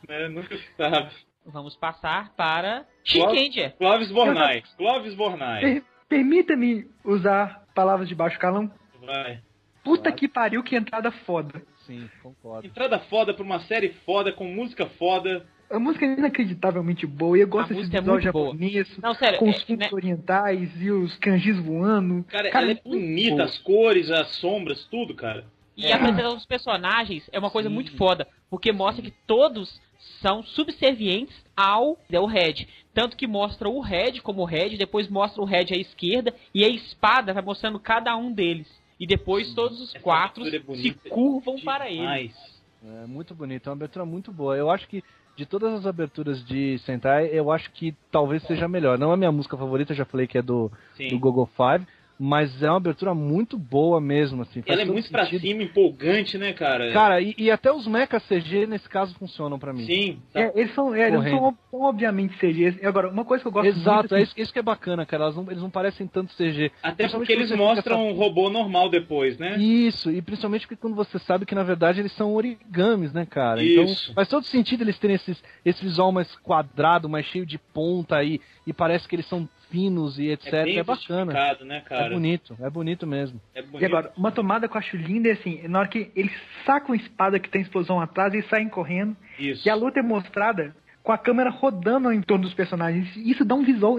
S3: né, nunca se sabe.
S2: Vamos passar para Shinkenger.
S3: Clóvis Bornai. Clóvis Bornai.
S4: Permita-me usar palavras de baixo calão.
S3: Vai.
S4: Puta que pariu, que entrada foda.
S5: Sim, concordo.
S3: Entrada foda pra uma série foda, com música foda.
S4: A música é inacreditavelmente boa e eu gosto
S2: A
S4: desse
S2: música é
S4: visual
S2: muito boa.
S4: japonês,
S2: Não, sério,
S4: com
S2: é,
S4: os frutos
S2: né,
S4: orientais e os kanjis voando.
S3: Cara,
S4: Cara,
S3: ela é bonita, as cores, as sombras, tudo, cara.
S2: e a apresentação dos personagens é uma coisa
S3: Sim.
S2: muito foda, porque mostra que todos são subservientes ao ao Red. Tanto que mostra o Red como o Red, depois mostra o Red à esquerda, e a espada vai mostrando cada um deles. E depois todos os
S3: essa
S2: quatro
S3: abertura é
S2: se
S3: bonita
S2: curvam para ele.
S3: Demais.
S5: É muito bonita. É uma abertura muito boa. Eu acho que de todas as aberturas de Sentai, eu acho que talvez seja a melhor. Não é a minha música favorita, eu já falei que é do, do
S3: Sim.
S5: Gogo Five. Mas é uma abertura muito boa mesmo, assim. faz
S3: Ela é
S5: todo
S3: muito pra
S5: sentido.
S3: cima, empolgante, né, cara?
S5: Cara, e, e até os mecha CG nesse caso funcionam pra mim.
S3: Sim. tá-
S4: É, eles são, é, eles
S5: Correndo.
S4: são, ob- são obviamente CGs. E Agora, uma coisa que eu gosto muito...
S5: Exato, é
S4: assim,
S5: isso, isso que é bacana, cara. elas não- eles não parecem tanto CG.
S3: Até
S5: principalmente
S3: porque eles
S5: quando você fica
S3: mostram um robô normal depois, né?
S5: Isso, e principalmente porque quando você sabe que na verdade eles são origamis, né, cara?
S3: Isso.
S5: Então faz todo sentido eles terem esses, esse visual mais quadrado, mais cheio de ponta aí, e parece que eles são finos e etc. É,
S3: bem
S5: bacana.
S3: justificado, né, cara?
S5: É bonito, é bonito mesmo.
S3: É bonito.
S4: E agora, uma tomada que eu acho linda é assim, na hora que eles sacam a espada que tem explosão atrás e saem correndo,
S3: Isso.
S4: e a luta é mostrada com a câmera rodando em torno dos personagens. Isso dá um visual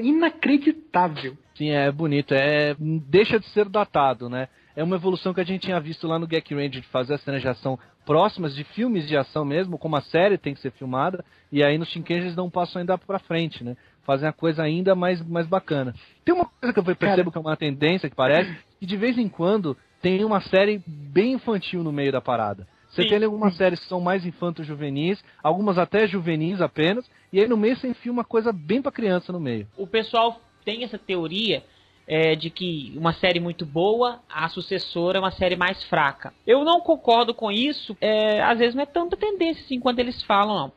S4: inacreditável.
S5: Sim, é bonito. É, deixa de ser datado, né? É uma evolução que a gente tinha visto lá no Gek Ranger de fazer as cenas de ação próximas de filmes de ação mesmo, como a série tem que ser filmada, e aí no Shinkenji eles dão um passo ainda pra frente, né? Fazem a coisa ainda mais, mais bacana. Tem uma coisa que eu percebo que é uma tendência que parece, que de vez em quando tem uma série bem infantil no meio da parada. Você
S3: Sim.
S5: tem algumas séries que são mais infanto-juvenis, algumas até juvenis apenas, e aí no meio você enfia uma coisa bem pra criança no meio.
S2: O pessoal tem essa teoria é, de que uma série muito boa, a sucessora é uma série mais fraca. Eu não concordo com isso, é, às vezes não é tanta tendência assim quanto eles falam, não.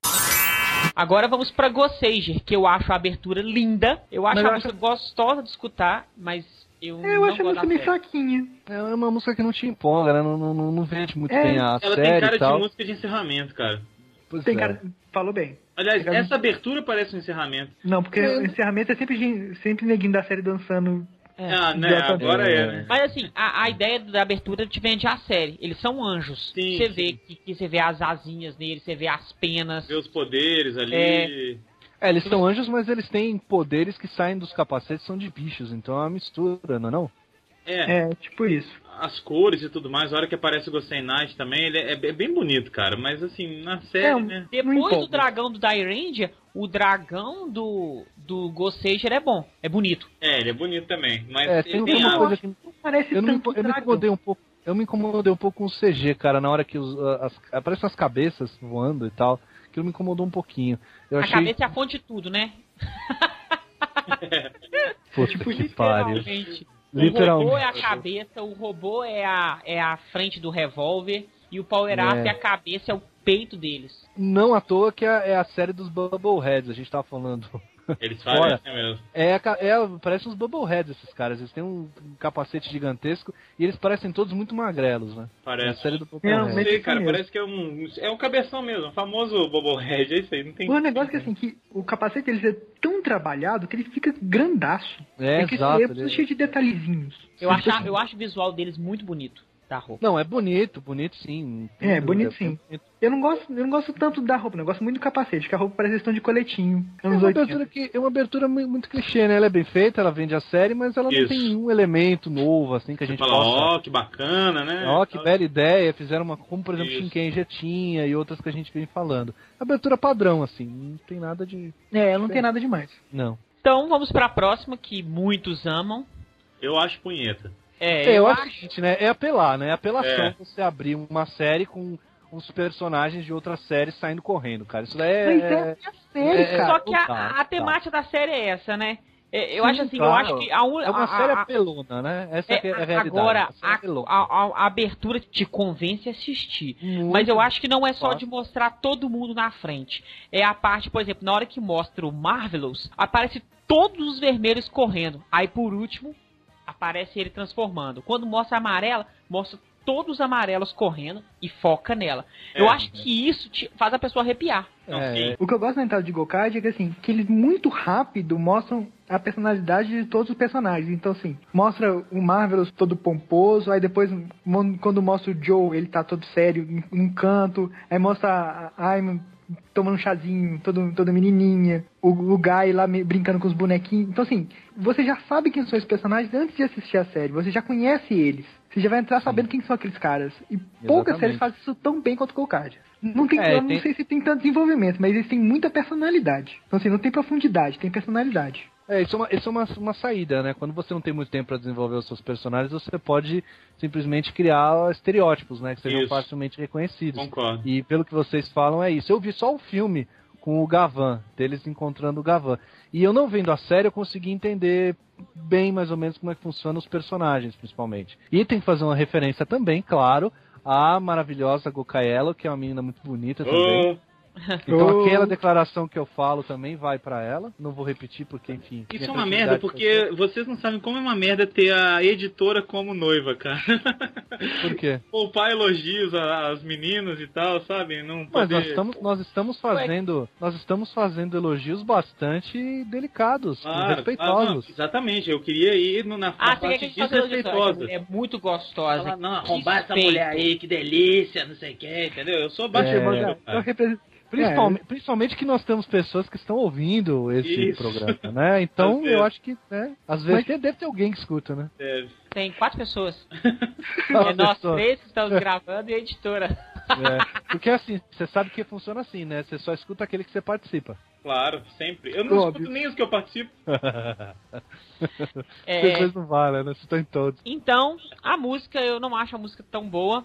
S2: Agora vamos pra Gosseiger, que eu acho a abertura linda, eu acho
S4: Mas eu
S2: a música gostosa de escutar, mas eu,
S4: Eu
S2: não
S4: acho
S2: gosto da
S4: a música meio
S2: série.
S4: fraquinha.
S5: É uma música que não te empolga, né? Não, não, não, não vende muito
S4: É,
S5: bem a
S3: Ela tem
S5: série
S3: cara
S5: e tal.
S3: de música de encerramento, cara.
S5: Pois
S4: Tem
S5: é.
S4: cara... Falou bem.
S3: Aliás,
S4: Cara,
S3: essa abertura parece um encerramento.
S4: Não, porque
S5: É.
S4: o encerramento é sempre, gen- sempre neguinho da série dançando.
S2: É.
S3: Ah, né?
S4: Exatamente.
S3: Agora é, né?
S2: Mas assim, a, a ideia da abertura te vende a série. Eles são anjos.
S3: Sim,
S2: você
S3: sim.
S2: vê que, que você vê as asinhas neles, você vê as penas.
S3: Ver os poderes ali.
S2: É.
S5: É, eles são anjos, mas eles têm poderes que saem dos capacetes, são de bichos, então é uma mistura, não é não?
S3: É,
S4: É, tipo isso.
S3: as cores e tudo mais. A hora que aparece o Gosen Knight também, ele é, é bem bonito, cara. Mas assim, na série,
S4: É, um-
S3: né?
S4: Não
S2: Depois
S4: empolga.
S2: do dragão do Dairanger, o dragão do, do Gossager é bom, é bonito.
S3: É, ele é bonito também. Mas
S5: É,
S3: ele
S5: tem um
S3: tem
S5: uma
S3: a-
S5: coisa que
S4: Parece
S5: eu, não, me
S4: tanto
S5: impo- eu me
S4: dragão.
S5: incomodei um pouco. Eu me incomodei um pouco com o CG, cara, na hora que os, as, aparecem as cabeças voando e tal. Aquilo me incomodou um pouquinho. Eu
S2: A
S5: achei.
S2: cabeça é a fonte de tudo, né? é,
S5: Puta
S2: tipo,
S5: que pariu.
S2: Literalmente. O robô é a
S5: Literalmente.
S2: cabeça, o robô é a, é a frente do revólver e o Power Up
S5: É.
S2: é a cabeça, é o peito deles.
S5: Não à toa que é é a série dos Bubbleheads, a gente tava falando.
S3: Eles
S5: Fora.
S3: fazem assim mesmo.
S5: É, a ca- é, parece uns Bubbleheads esses caras. Eles têm um capacete gigantesco e eles parecem todos muito magrelos, né? É a
S3: Parece.
S5: série do
S3: Não
S5: Bubblehead.
S4: Realmente.
S3: sei,
S4: Realmente
S3: cara,
S4: mesmo.
S3: parece que é um. É um cabeção mesmo, o famoso Bobblehead, é isso aí, não tem.
S4: O negócio é que assim, que o capacete deles é tão trabalhado que ele fica grandaço.
S5: É,
S4: que
S5: exato.
S4: ele é
S5: ele-
S4: cheio de detalhezinhos.
S2: Eu, achar, eu acho o visual deles muito bonito, tá, da roupa.
S5: Não, é bonito, bonito sim. um não tem
S4: É,
S5: dúvida,
S4: bonito sim. Eu não gosto, eu não gosto tanto da roupa, não. Eu gosto muito do capacete, que a roupa parece que estão de coletinho.
S5: É uma
S4: Anos 80.
S5: abertura que é uma abertura mu- muito clichê, né? Ela é bem feita, ela vende a série, mas ela não
S3: Isso.
S5: tem nenhum elemento novo assim que a
S3: Você
S5: gente
S3: fala,
S5: possa.
S3: ó, que bacana, né?
S5: Ó, que bela ideia, fizeram uma, como por exemplo,
S3: Isso.
S5: Shinken tinha e outras que a gente vem falando. Abertura padrão assim, não tem nada de
S4: É, não tem nada demais.
S5: não.
S2: Então vamos pra próxima, que muitos amam.
S3: Eu acho punheta.
S2: É,
S5: É,
S2: eu
S5: eu
S2: acho
S5: acho o seguinte, né? É apelar, né? É apelação
S3: É.
S5: você abrir uma série com os personagens de outra série saindo correndo, cara. Isso daí
S4: Mas é,
S5: é,
S4: é a série,
S5: é-
S4: cara.
S2: Só que a,
S5: tá,
S2: a
S5: tá.
S2: temática da série é essa, né? É, Eu
S5: Sim,
S2: acho assim,
S5: claro.
S2: eu acho que a, un-
S5: é uma
S2: a-
S5: série
S2: a-
S5: apelona, né? Essa
S2: é,
S5: é, que é a realidade.
S2: agora
S5: uma série
S2: a,
S5: apelona.
S2: a- a- a abertura te convence a assistir.
S5: Muito
S2: Mas eu acho que não é só
S5: Claro.
S2: de mostrar todo mundo na frente. É a parte, por exemplo, na hora que mostra o Marvelous, aparece todos os vermelhos correndo. Aí por último, aparece ele transformando. Quando mostra a amarela, mostra todos os amarelos correndo e foca nela. eu
S3: É.
S2: acho que isso te faz a pessoa arrepiar.
S3: Não,
S5: É.
S3: sim.
S4: O que eu gosto na entrada de Gokard é que assim, que eles muito rápido mostram a personalidade de todos os personagens. Então assim, mostra o Marvelous todo pomposo, aí depois mon- quando mostra o Joe, ele tá todo sério em um canto, aí mostra a Aimee tomando um chazinho, todo, toda menininha, o, o Guy lá me- brincando com os bonequinhos. Então assim, você já sabe quem são esses personagens antes de assistir a série, você já conhece eles. Você já vai entrar sabendo quem são aqueles caras. E poucas
S5: Exatamente.
S4: séries fazem isso tão bem quanto o Gokard. Não tem,
S5: É,
S4: eu não
S5: tem-
S4: sei se tem tanto desenvolvimento, mas eles têm muita personalidade. Então, assim, não tem profundidade, tem personalidade.
S5: É, isso é, uma, isso é uma, uma saída, né? Quando você não tem muito tempo pra desenvolver os seus personagens, você pode simplesmente criar estereótipos, né? Que sejam
S3: Isso.
S5: facilmente reconhecidos.
S3: Concordo.
S5: E pelo que vocês falam, é isso. Eu vi só o filme com o Gavan, deles encontrando o Gavan. E eu não vendo a série, eu consegui entender bem mais ou menos como é que funcionam os personagens, principalmente. E tem que fazer uma referência também, claro, à maravilhosa Gokaello, que é uma menina muito bonita também.
S3: Ô,
S5: Então
S4: Oh.
S5: aquela declaração que eu falo também vai pra ela. Não vou repetir porque, enfim.
S3: isso é
S5: minha
S3: uma
S5: criatividade
S3: merda,
S5: foi
S3: porque vocês não sabem como é uma merda ter a editora como noiva, cara.
S5: feita. Por quê?
S3: Poupar elogios a- às meninas e tal, sabe? Não
S5: Mas tá
S3: poder...
S5: nós estamos, nós estamos fazendo, nós estamos fazendo elogios bastante delicados,
S3: Claro, claro, não,
S5: respeitosos.
S3: exatamente, eu queria ir no- na,
S2: Ah,
S3: na
S2: você quer que a
S3: parte
S2: gente faça elogio só? Essa
S3: desrespeitosa.
S2: mulher É muito gostosa.
S3: Falar, não,
S2: arrombar essa mulher
S3: aí, que delícia, não sei o que, entendeu? Eu sou baixo
S5: É,
S3: irmão dela,
S4: Eu
S3: cara.
S4: represento...
S5: Principalme- principalmente que nós temos pessoas que estão ouvindo esse
S3: É, Isso.
S5: programa, né? Então
S3: Às
S5: eu
S3: vezes.
S5: acho que, né? Às vezes
S4: Mas-
S5: tem- deve ter alguém que escuta, né?
S3: É,
S2: Tem quatro pessoas.
S5: Uma
S2: é nós
S5: pessoa.
S2: três que estamos gravando e a editora.
S5: É. Porque assim, você sabe que funciona assim, né? Você só escuta aquele que você participa.
S3: claro, sempre. Eu não
S4: Óbvio.
S3: escuto nem os que eu participo.
S2: É,
S5: Depois não vale, né? Vocês estão em todos.
S2: então, a música, eu não acho a música tão boa.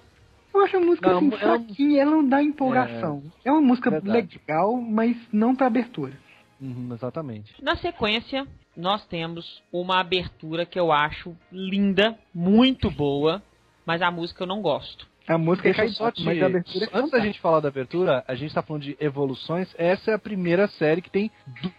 S4: Eu acho a música
S5: Não,
S4: assim,
S5: é-
S4: fraquinha, ela não dá empolgação. É, uma música
S5: Verdade.
S4: legal, mas não pra abertura.
S5: Uhum, exatamente.
S2: Na sequência, nós temos uma abertura que eu acho linda, muito boa, mas a música eu não gosto.
S4: A música
S5: Deixa
S4: é
S5: eu só te...
S4: caipota, mas a abertura é
S5: Antes da gente falar da abertura, a gente tá falando de evoluções. Essa é a primeira série que tem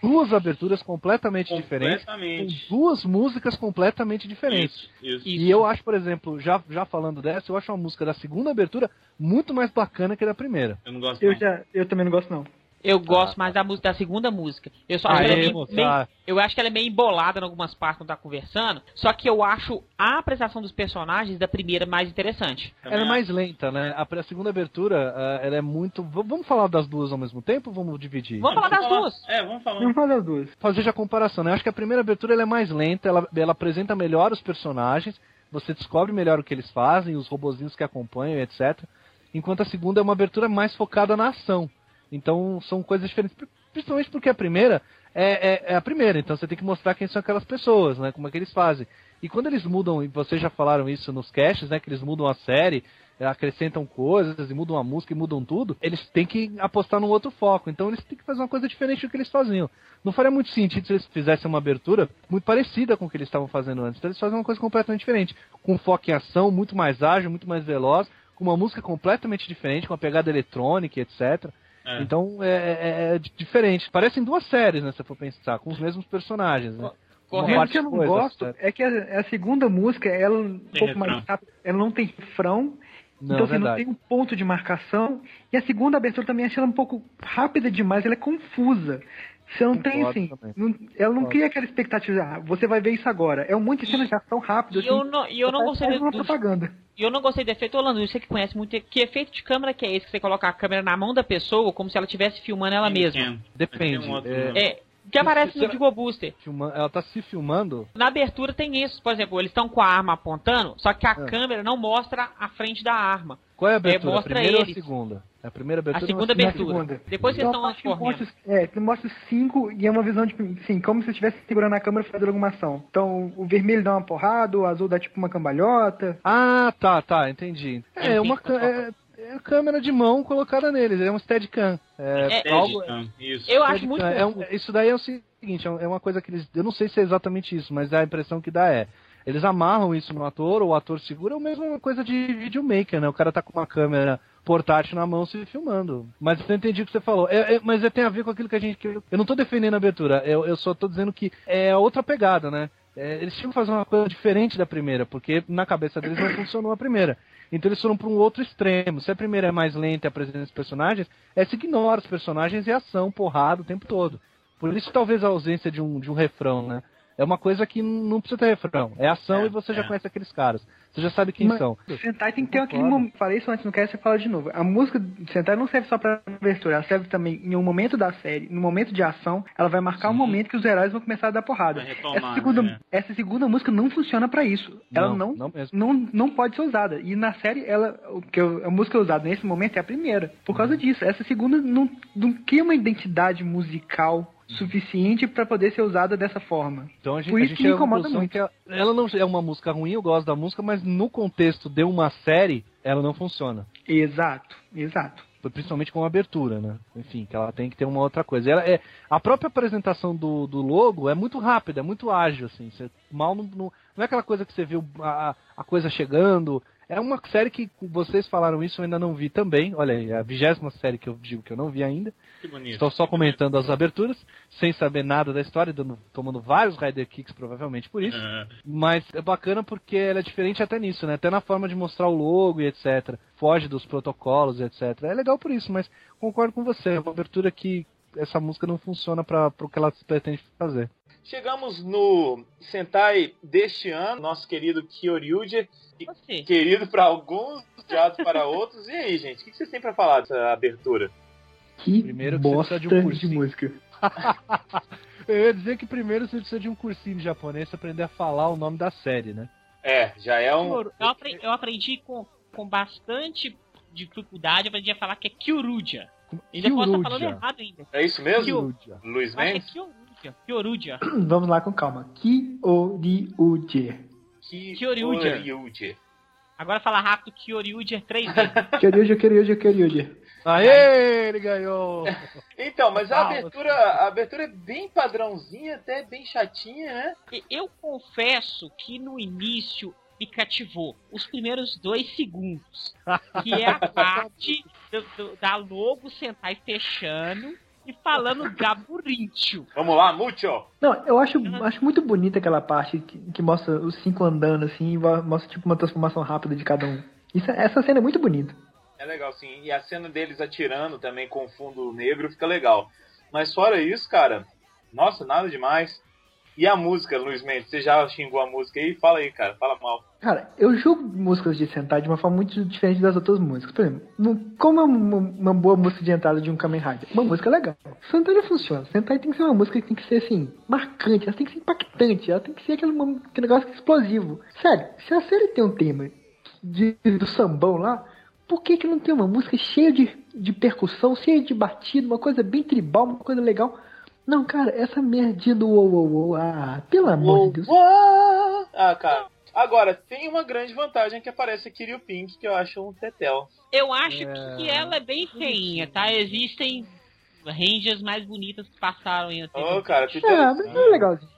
S5: duas aberturas completamente diferentes, é com
S3: Completamente.
S5: duas músicas completamente diferentes.
S3: Isso, isso.
S5: E eu acho, por exemplo, já, já falando dessa, eu acho uma música da segunda abertura muito mais bacana que a da primeira.
S3: Eu não gosto
S4: Eu,
S3: não.
S4: já, eu também não gosto, não.
S2: Eu gosto mais da música da segunda música. Eu só acho ela
S5: Aê,
S2: meio-
S5: moça.
S2: meio- eu acho que ela é meio embolada em algumas partes quando tá conversando. Só que eu acho a apresentação dos personagens da primeira mais interessante.
S5: Ela é mais lenta, né? A, a segunda abertura, ah, ela é muito. v- vamos falar das duas ao mesmo tempo ou vamos dividir?
S2: Vamos falar das duas.
S3: É, vamos falar.
S4: Vamos falar das duas.
S5: fazer já a comparação, né? Eu acho que a primeira abertura ela é mais lenta, ela, ela apresenta melhor os personagens, você descobre melhor o que eles fazem, os robozinhos que acompanham, etc. Enquanto a segunda é uma abertura mais focada na ação. Então são coisas diferentes. Pri- Principalmente porque a primeira é, é- é a primeira, então você tem que mostrar quem são aquelas pessoas, né? Como é que eles fazem. E quando eles mudam, e vocês já falaram isso nos caches, né? Que eles mudam a série, acrescentam coisas, e mudam a música e mudam tudo, eles têm que apostar num outro foco. Então eles têm que fazer uma coisa diferente do que eles faziam. Não faria muito sentido se eles fizessem uma abertura muito parecida com o que eles estavam fazendo antes. Então eles fazem uma coisa completamente diferente. Com foco em ação, muito mais ágil, muito mais veloz, com uma música completamente diferente, com uma pegada eletrônica, etc. É. Então é, é, é, diferente. Parecem duas séries, né? Se for pensar, com os mesmos personagens, né?
S4: Correto. Uma parte que eu não coisa, gosto certo. é que a, a, segunda música, ela um pouco refrão. mais rápida, ela não tem frão. Não,
S5: é
S4: então, assim, não tem um ponto de marcação. E a segunda abertura também achei ela um pouco rápida demais, ela é confusa. Você não tem, assim, não, ela não Pode. cria aquela expectativa, ah, você vai ver isso agora. É um monte de cena de ação rápida.
S8: E assim, eu não, e eu não gostei
S4: de, tá uma dos, propaganda.
S8: E eu não gostei do efeito, Orlando, você que conhece muito, que efeito de câmera que é esse? Que você coloca a câmera na mão da pessoa como se ela estivesse filmando ela mesma. É.
S3: um
S5: Depende.
S8: É, é, que aparece no Google Booster.
S5: Filma, ela tá se filmando?
S8: Na abertura tem isso, por exemplo, eles estão com a arma apontando, só que a
S5: Ah.
S8: é. câmera não mostra a frente da arma.
S5: Qual é a abertura? É, mostra a primeira eles. ou a segunda? A primeira abertura.
S8: A segunda abertura. Segunda. Depois
S4: Então,
S8: vocês estão correndo.
S4: Mostra, é, mostra cinco e é uma visão de. Sim, como se estivesse segurando a câmera fazendo alguma ação. Então, o vermelho dá uma porrada, o azul dá tipo uma cambalhota.
S5: Ah, tá, tá, entendi. É, é uma. É, é câmera de mão colocada neles, é um steadicam.
S3: É, é algo, steadicam, isso.
S8: Eu acho muito
S5: é um, Isso daí é o seguinte, é uma coisa que eles... Eu não sei se é exatamente isso, mas a impressão que dá é... Eles amarram isso no ator, ou o ator segura, é a mesma coisa de videomaker, né? O cara tá com uma câmera portátil na mão se filmando. Mas eu entendi o que você falou. É, é, mas tem a ver com aquilo que a gente... eu, eu não tô defendendo a abertura, eu, eu só tô dizendo que é outra pegada, né? eles tinham que fazer uma coisa diferente da primeira, porque na cabeça deles não funcionou a primeira. Então eles foram para um outro extremo. Se a primeira é mais lenta e apresenta os personagens, essa ignora os personagens e ação, porrada o tempo todo. Por isso talvez a ausência de um, de um refrão, né? É uma coisa que não precisa ter refrão. É ação é, e você já é. conhece aqueles caras. Você já sabe quem Mas, são.
S4: Sentai tem que ter aquele momento. Falei isso antes, não quero você falar de novo. A música de Sentai não serve só pra abertura, ela serve também em um momento da série, no momento de ação, ela vai marcar o um momento que os heróis vão começar a dar porrada.
S3: Retomar,
S4: essa, segunda,
S3: né?
S4: essa segunda música não funciona para isso. Ela não não, não, não, pode ser usada. E na série, ela, que a música usada nesse momento é a primeira. Por causa uhum. disso. Essa segunda não, não cria uma identidade musical suficiente para poder ser usada dessa forma.
S5: Então a gente,
S4: Por
S5: a
S4: isso
S5: gente
S4: me incomoda muito.
S5: Ela, ela não é uma música ruim, eu gosto da música, mas no contexto de uma série, ela não funciona.
S4: Exato, exato.
S5: Principalmente com a abertura, né? Enfim, que ela tem que ter uma outra coisa. Ela é, a própria apresentação do, do logo é muito rápida, é muito ágil, assim. Você mal não, não, não é aquela coisa que você viu a, a coisa chegando. É uma série que vocês falaram isso, eu ainda não vi também. Olha aí, é a vigésima série que eu digo que eu não vi ainda.
S3: Que bonito.
S5: Estou só comentando as aberturas, sem saber nada da história, dando, tomando vários Rider Kicks, provavelmente por isso. É. Mas é bacana porque ela é diferente até nisso, né? Até na forma de mostrar o logo e etc. Foge dos protocolos, etc. É legal por isso, mas concordo com você. É uma abertura que essa música não funciona para o que ela pretende fazer.
S6: Chegamos no Sentai deste ano, nosso querido Kyoryuji, que, querido para alguns, odiado para outros. E aí, gente, o que vocês têm para falar dessa abertura?
S4: Que primeiro que bosta de, um de, música.
S5: Eu ia dizer que primeiro você precisa de um cursinho de japonês pra aprender a falar o nome da série, né?
S6: É, já é
S3: Então,
S6: um...
S2: Eu aprendi, eu aprendi com, com bastante dificuldade, eu aprendi a falar que é Kyuruja. Ainda posso estar tá falando errado ainda.
S6: É isso mesmo? Kyuruja. Luiz Mendes?
S2: É Kyoruja.
S4: Vamos lá com calma. Kyoriuja.
S6: Kyoriuja.
S2: Agora fala rápido Kyoriuja três
S4: vezes. Kyoriuja, Kyoriuja, Kyoriuja.
S5: Aê, ele ganhou!
S6: então, mas a abertura, a abertura é bem padrãozinha, até bem chatinha, né?
S2: Eu confesso que no início me cativou. Os primeiros dois segundos. Que é a parte do, do, da logo sentar e fechando e falando gaburincho.
S6: Vamos lá, Mucho!
S4: Não, eu acho, acho muito bonita aquela parte que, que mostra os cinco andando assim, e mostra tipo uma transformação rápida de cada um. Isso, essa cena é muito bonita.
S6: É legal, sim. E a cena deles atirando também com fundo negro fica legal. Mas fora isso, cara, nossa, nada demais. E a música, Luiz Mendes? Você já xingou a música aí? Fala aí, cara. Fala mal.
S4: Cara, eu julgo músicas de Sentai de uma forma muito diferente das outras músicas. Por exemplo, como é uma, uma boa música de entrada de um Kamen Rider? Uma música legal. Sentai não funciona. Sentai tem que ser uma música que tem que ser, assim, marcante. Ela tem que ser impactante. Ela tem que ser aquele, aquele negócio explosivo. Sério, se a série tem um tema de, do sambão lá, por que, que não tem uma música cheia de, de percussão, cheia de batida, uma coisa bem tribal, uma coisa legal? Não, cara, essa merdinha do uou, uou, uou, ah, pelo amor uou, de Deus.
S6: Uou,
S3: Ah, cara. Agora, tem uma grande vantagem que aparece a Kiryu Pink, que eu acho um tetel.
S2: Eu acho que ela é bem feinha, tá? Existem rangers mais bonitas que passaram em
S3: Ô, cara, Peter...
S4: É, mas é legalzinho.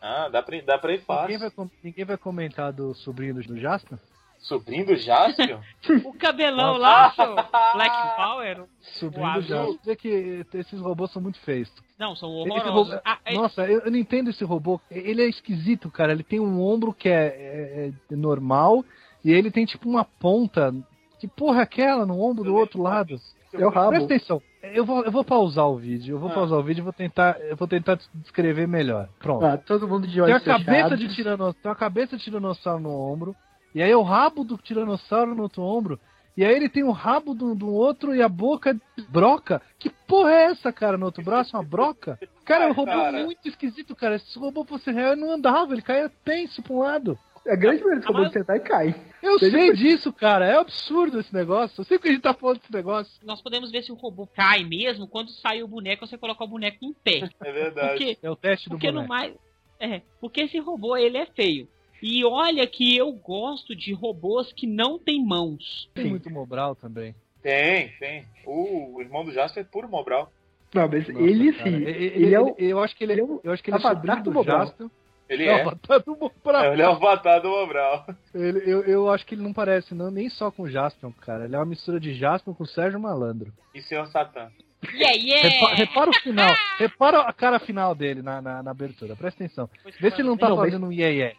S3: Ah, dá pra, ir- dá pra ir
S5: Ninguém
S3: fácil.
S5: vai, com- ninguém vai comentar do sobrinho do, do Jasper?
S3: Sobrinho do Jaspio?
S2: O cabelão lá, seu Black Power.
S5: Sobrinho
S2: O
S5: do
S2: azul.
S5: Jasper. Dizer que esses robôs são muito feios.
S2: Não, são
S5: Esse
S2: horrorosos.
S5: robô-
S2: Ah, é-
S5: Nossa, eu, eu não entendo esse robô. Ele é esquisito, cara. Ele tem um ombro que é, é- é normal e ele tem tipo uma ponta. Que porra é aquela no ombro do outro lado?
S4: É o
S5: Presta
S4: rabo.
S5: atenção. Eu vou, eu vou pausar o vídeo. Eu vou
S3: Ah.
S5: pausar o vídeo e vou tentar, eu vou tentar des- descrever melhor. Pronto.
S4: Ah, todo mundo de
S5: tem, a
S4: olhos
S5: cabeça
S4: fechados.
S5: de tiranossauro, tem a cabeça de tiranossauro no ombro. E aí o rabo do tiranossauro no outro ombro. E aí ele tem o rabo do, do outro e a boca de broca. Que porra é essa, cara, no outro braço? É Uma broca? Cara, é um
S3: Ai,
S5: robô
S3: cara.
S5: muito esquisito, cara. Se esse robô fosse real, ele não andava, ele caía tenso pra um lado.
S4: A grande maioria dos
S5: Tá
S2: A
S4: robôs sentar e cai.
S5: Eu
S4: Ele
S5: sei
S4: foi-
S5: disso, cara. É absurdo esse negócio. Eu sei que a gente tá falando desse negócio.
S2: nós podemos ver se o robô cai mesmo quando sai o boneco, você coloca o boneco em pé.
S3: É verdade.
S2: Porque,
S5: É o teste do
S2: porque no
S5: boneco.
S2: mais. É, porque esse robô ele é feio. E olha que eu gosto de robôs que não têm mãos.
S5: Tem muito Mobral também.
S3: Tem, tem. Uh, o irmão do Jasper é puro Mobral.
S4: Não, mas
S5: Nossa,
S4: ele
S5: cara.
S4: sim.
S5: Ele,
S4: Ele,
S5: ele-
S4: é o.
S5: ele- eu acho que ele,
S4: ele é o
S5: eu acho que ele é
S4: avatar
S5: sobrinho
S4: do
S5: do
S4: Mobral.
S5: Jasper.
S3: Ele
S5: É o
S3: é.
S5: avatar do Mobral.
S3: Ele é o avatar do Mobral.
S5: Ele- eu, eu acho que ele não parece não, nem só com o Jaspion, cara. Ele é uma mistura de Jaspion com o Sérgio Malandro.
S3: E Senhor Satã.
S2: Yeah,
S5: Repa-
S2: yeah!
S5: repara o final. repara a cara final dele na, na, na abertura. Presta atenção. Vê se ele não tá
S4: Não, mas-
S5: fazendo um iê iê.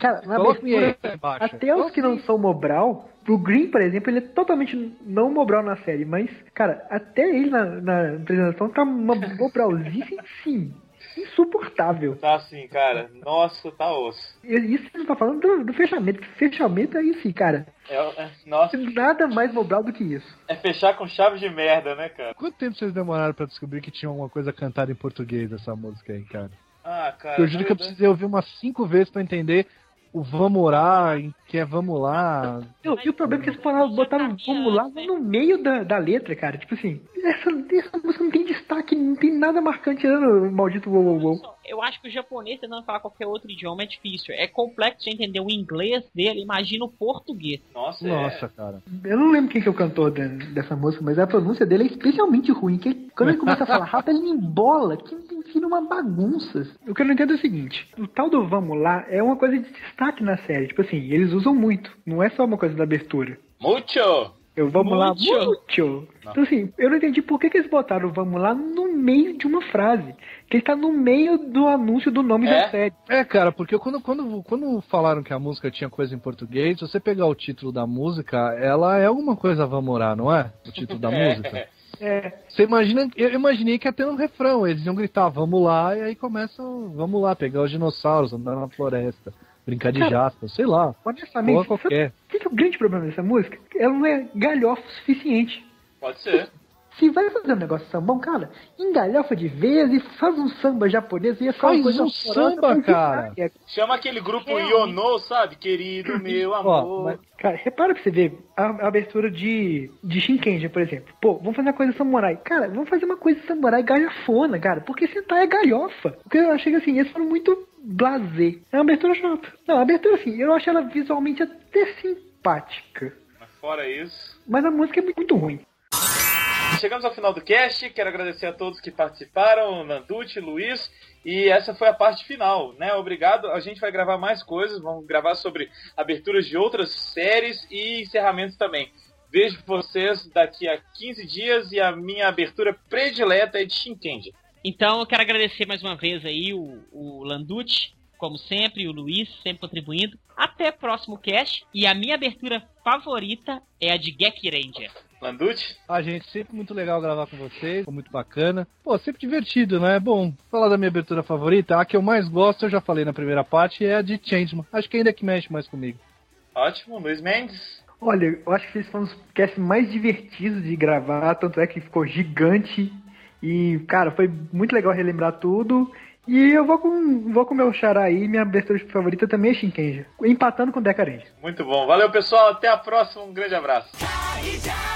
S4: Cara, na
S5: Coloca um iê
S4: abertura,
S5: iê lá embaixo.
S4: Até os que não são Mobral, o Green, por exemplo, ele é totalmente não Mobral na série, mas, cara, até ele na, na apresentação tá uma Mobralzice, sim, insuportável.
S3: Tá assim, cara. Nossa, tá osso.
S4: E Isso ele tá falando do, do fechamento, que fechamento é isso, cara.
S3: É, é- nossa,
S4: Nada mais Mobral do que isso.
S3: é fechar com chave de merda, né, cara?
S5: Quanto tempo vocês demoraram pra descobrir que tinha alguma coisa cantada em português essa música aí, cara?
S3: Ah, cara.
S5: Eu juro que eu
S3: verdade-
S5: precisei ouvir umas cinco vezes pra entender o vamos orar, em que é vamos lá.
S4: Não, e o problema é que eles falaram- botaram o vamos lá no meio da, da letra, cara. Tipo assim, essa, essa música não tem destaque, não tem nada marcante tirando o maldito wow, wow, wow.
S2: Eu acho que o japonês tentando falar qualquer outro idioma é difícil. É complexo de entender o inglês dele, imagina o português.
S3: Nossa, é.
S5: Nossa, cara.
S4: Eu não lembro quem que é o cantor da- dessa música, mas a pronúncia dele é especialmente ruim. Que ele- quando ele começa a falar rápido, ele embola, que vira uma bagunça. O que eu não entendo é o seguinte: o tal do Vamos Lá é uma coisa de destaque na série. Tipo assim, eles usam muito, não é só uma coisa da abertura.
S3: Mucho!
S4: Eu Vamos Lá
S2: Muito.
S4: muito. Então assim, eu não entendi por que, que eles botaram o Vamos Lá no meio de uma frase. Que ele tá no meio do anúncio do nome
S3: É?
S4: da série.
S5: É, cara, porque quando, quando, quando falaram que a música tinha coisa em português, se você pegar o título da música, ela é alguma coisa Vamos Morar, não é? O título da música.
S4: É,
S5: Você imagina, eu imaginei que ia ter um refrão, eles iam gritar Vamos lá, e aí começam, vamos lá, pegar os dinossauros, andar na floresta, brincar de
S4: Cara,
S5: jaspa, sei lá,
S4: honestamente,
S5: porra
S4: sabe o
S5: qualquer.
S4: que que é o grande problema dessa música? Ela não é galhofa o suficiente.
S3: Pode ser.
S4: Se vai fazer um negócio sambão, cara, engalhofa de vez e faz um samba japonês e é só uma
S5: Faz
S4: coisa
S5: um
S4: horrorosa,
S5: samba,
S4: mas
S5: cara.
S4: é-
S3: Chama aquele grupo Iono, sabe? Querido meu
S5: Ó,
S3: amor.
S5: mas-
S4: Cara, repara pra você ver a, a abertura de, de Shinkenja, por exemplo. Pô, vamos fazer uma coisa samurai. Cara, vamos fazer uma coisa samurai galhofona, cara. Porque sentar é galhofa. Porque eu achei que assim, eles foram muito blasé. É uma abertura chata. Não, a abertura assim, eu acho ela visualmente até simpática.
S3: Mas fora isso.
S4: Mas a música é muito ruim.
S3: Chegamos ao final do cast, quero agradecer a todos que participaram, Nanducci, Luiz, e essa foi a parte final, né? Obrigado, a gente vai gravar mais coisas, vamos gravar sobre aberturas de outras séries e encerramentos também. Vejo vocês daqui a 15 dias e a minha abertura predileta é de Shinkendi.
S2: Então eu quero agradecer mais uma vez aí o, o Landucci, como sempre, e o Luiz, sempre contribuindo. Até próximo cast. E a minha abertura favorita é a de Gek Ranger.
S3: Landucci?
S5: Ah, gente, sempre muito legal gravar com vocês, foi muito bacana. Pô, sempre divertido, né? Bom, falar da minha abertura favorita, a que eu mais gosto, eu já falei na primeira parte, é a de Changeman. Acho que ainda é que mexe mais comigo.
S3: Ótimo, Luiz Mendes.
S4: Olha, eu acho que esse foi um dos podcasts mais divertidos de gravar, tanto é que ficou gigante. E, cara, foi muito legal relembrar tudo. E eu vou com vou com o meu xará aí, minha abertura favorita também é Shinkenja, empatando com o Deca Ranger.
S3: Muito bom, valeu pessoal, até a próxima, um grande abraço.
S10: Dai, dai.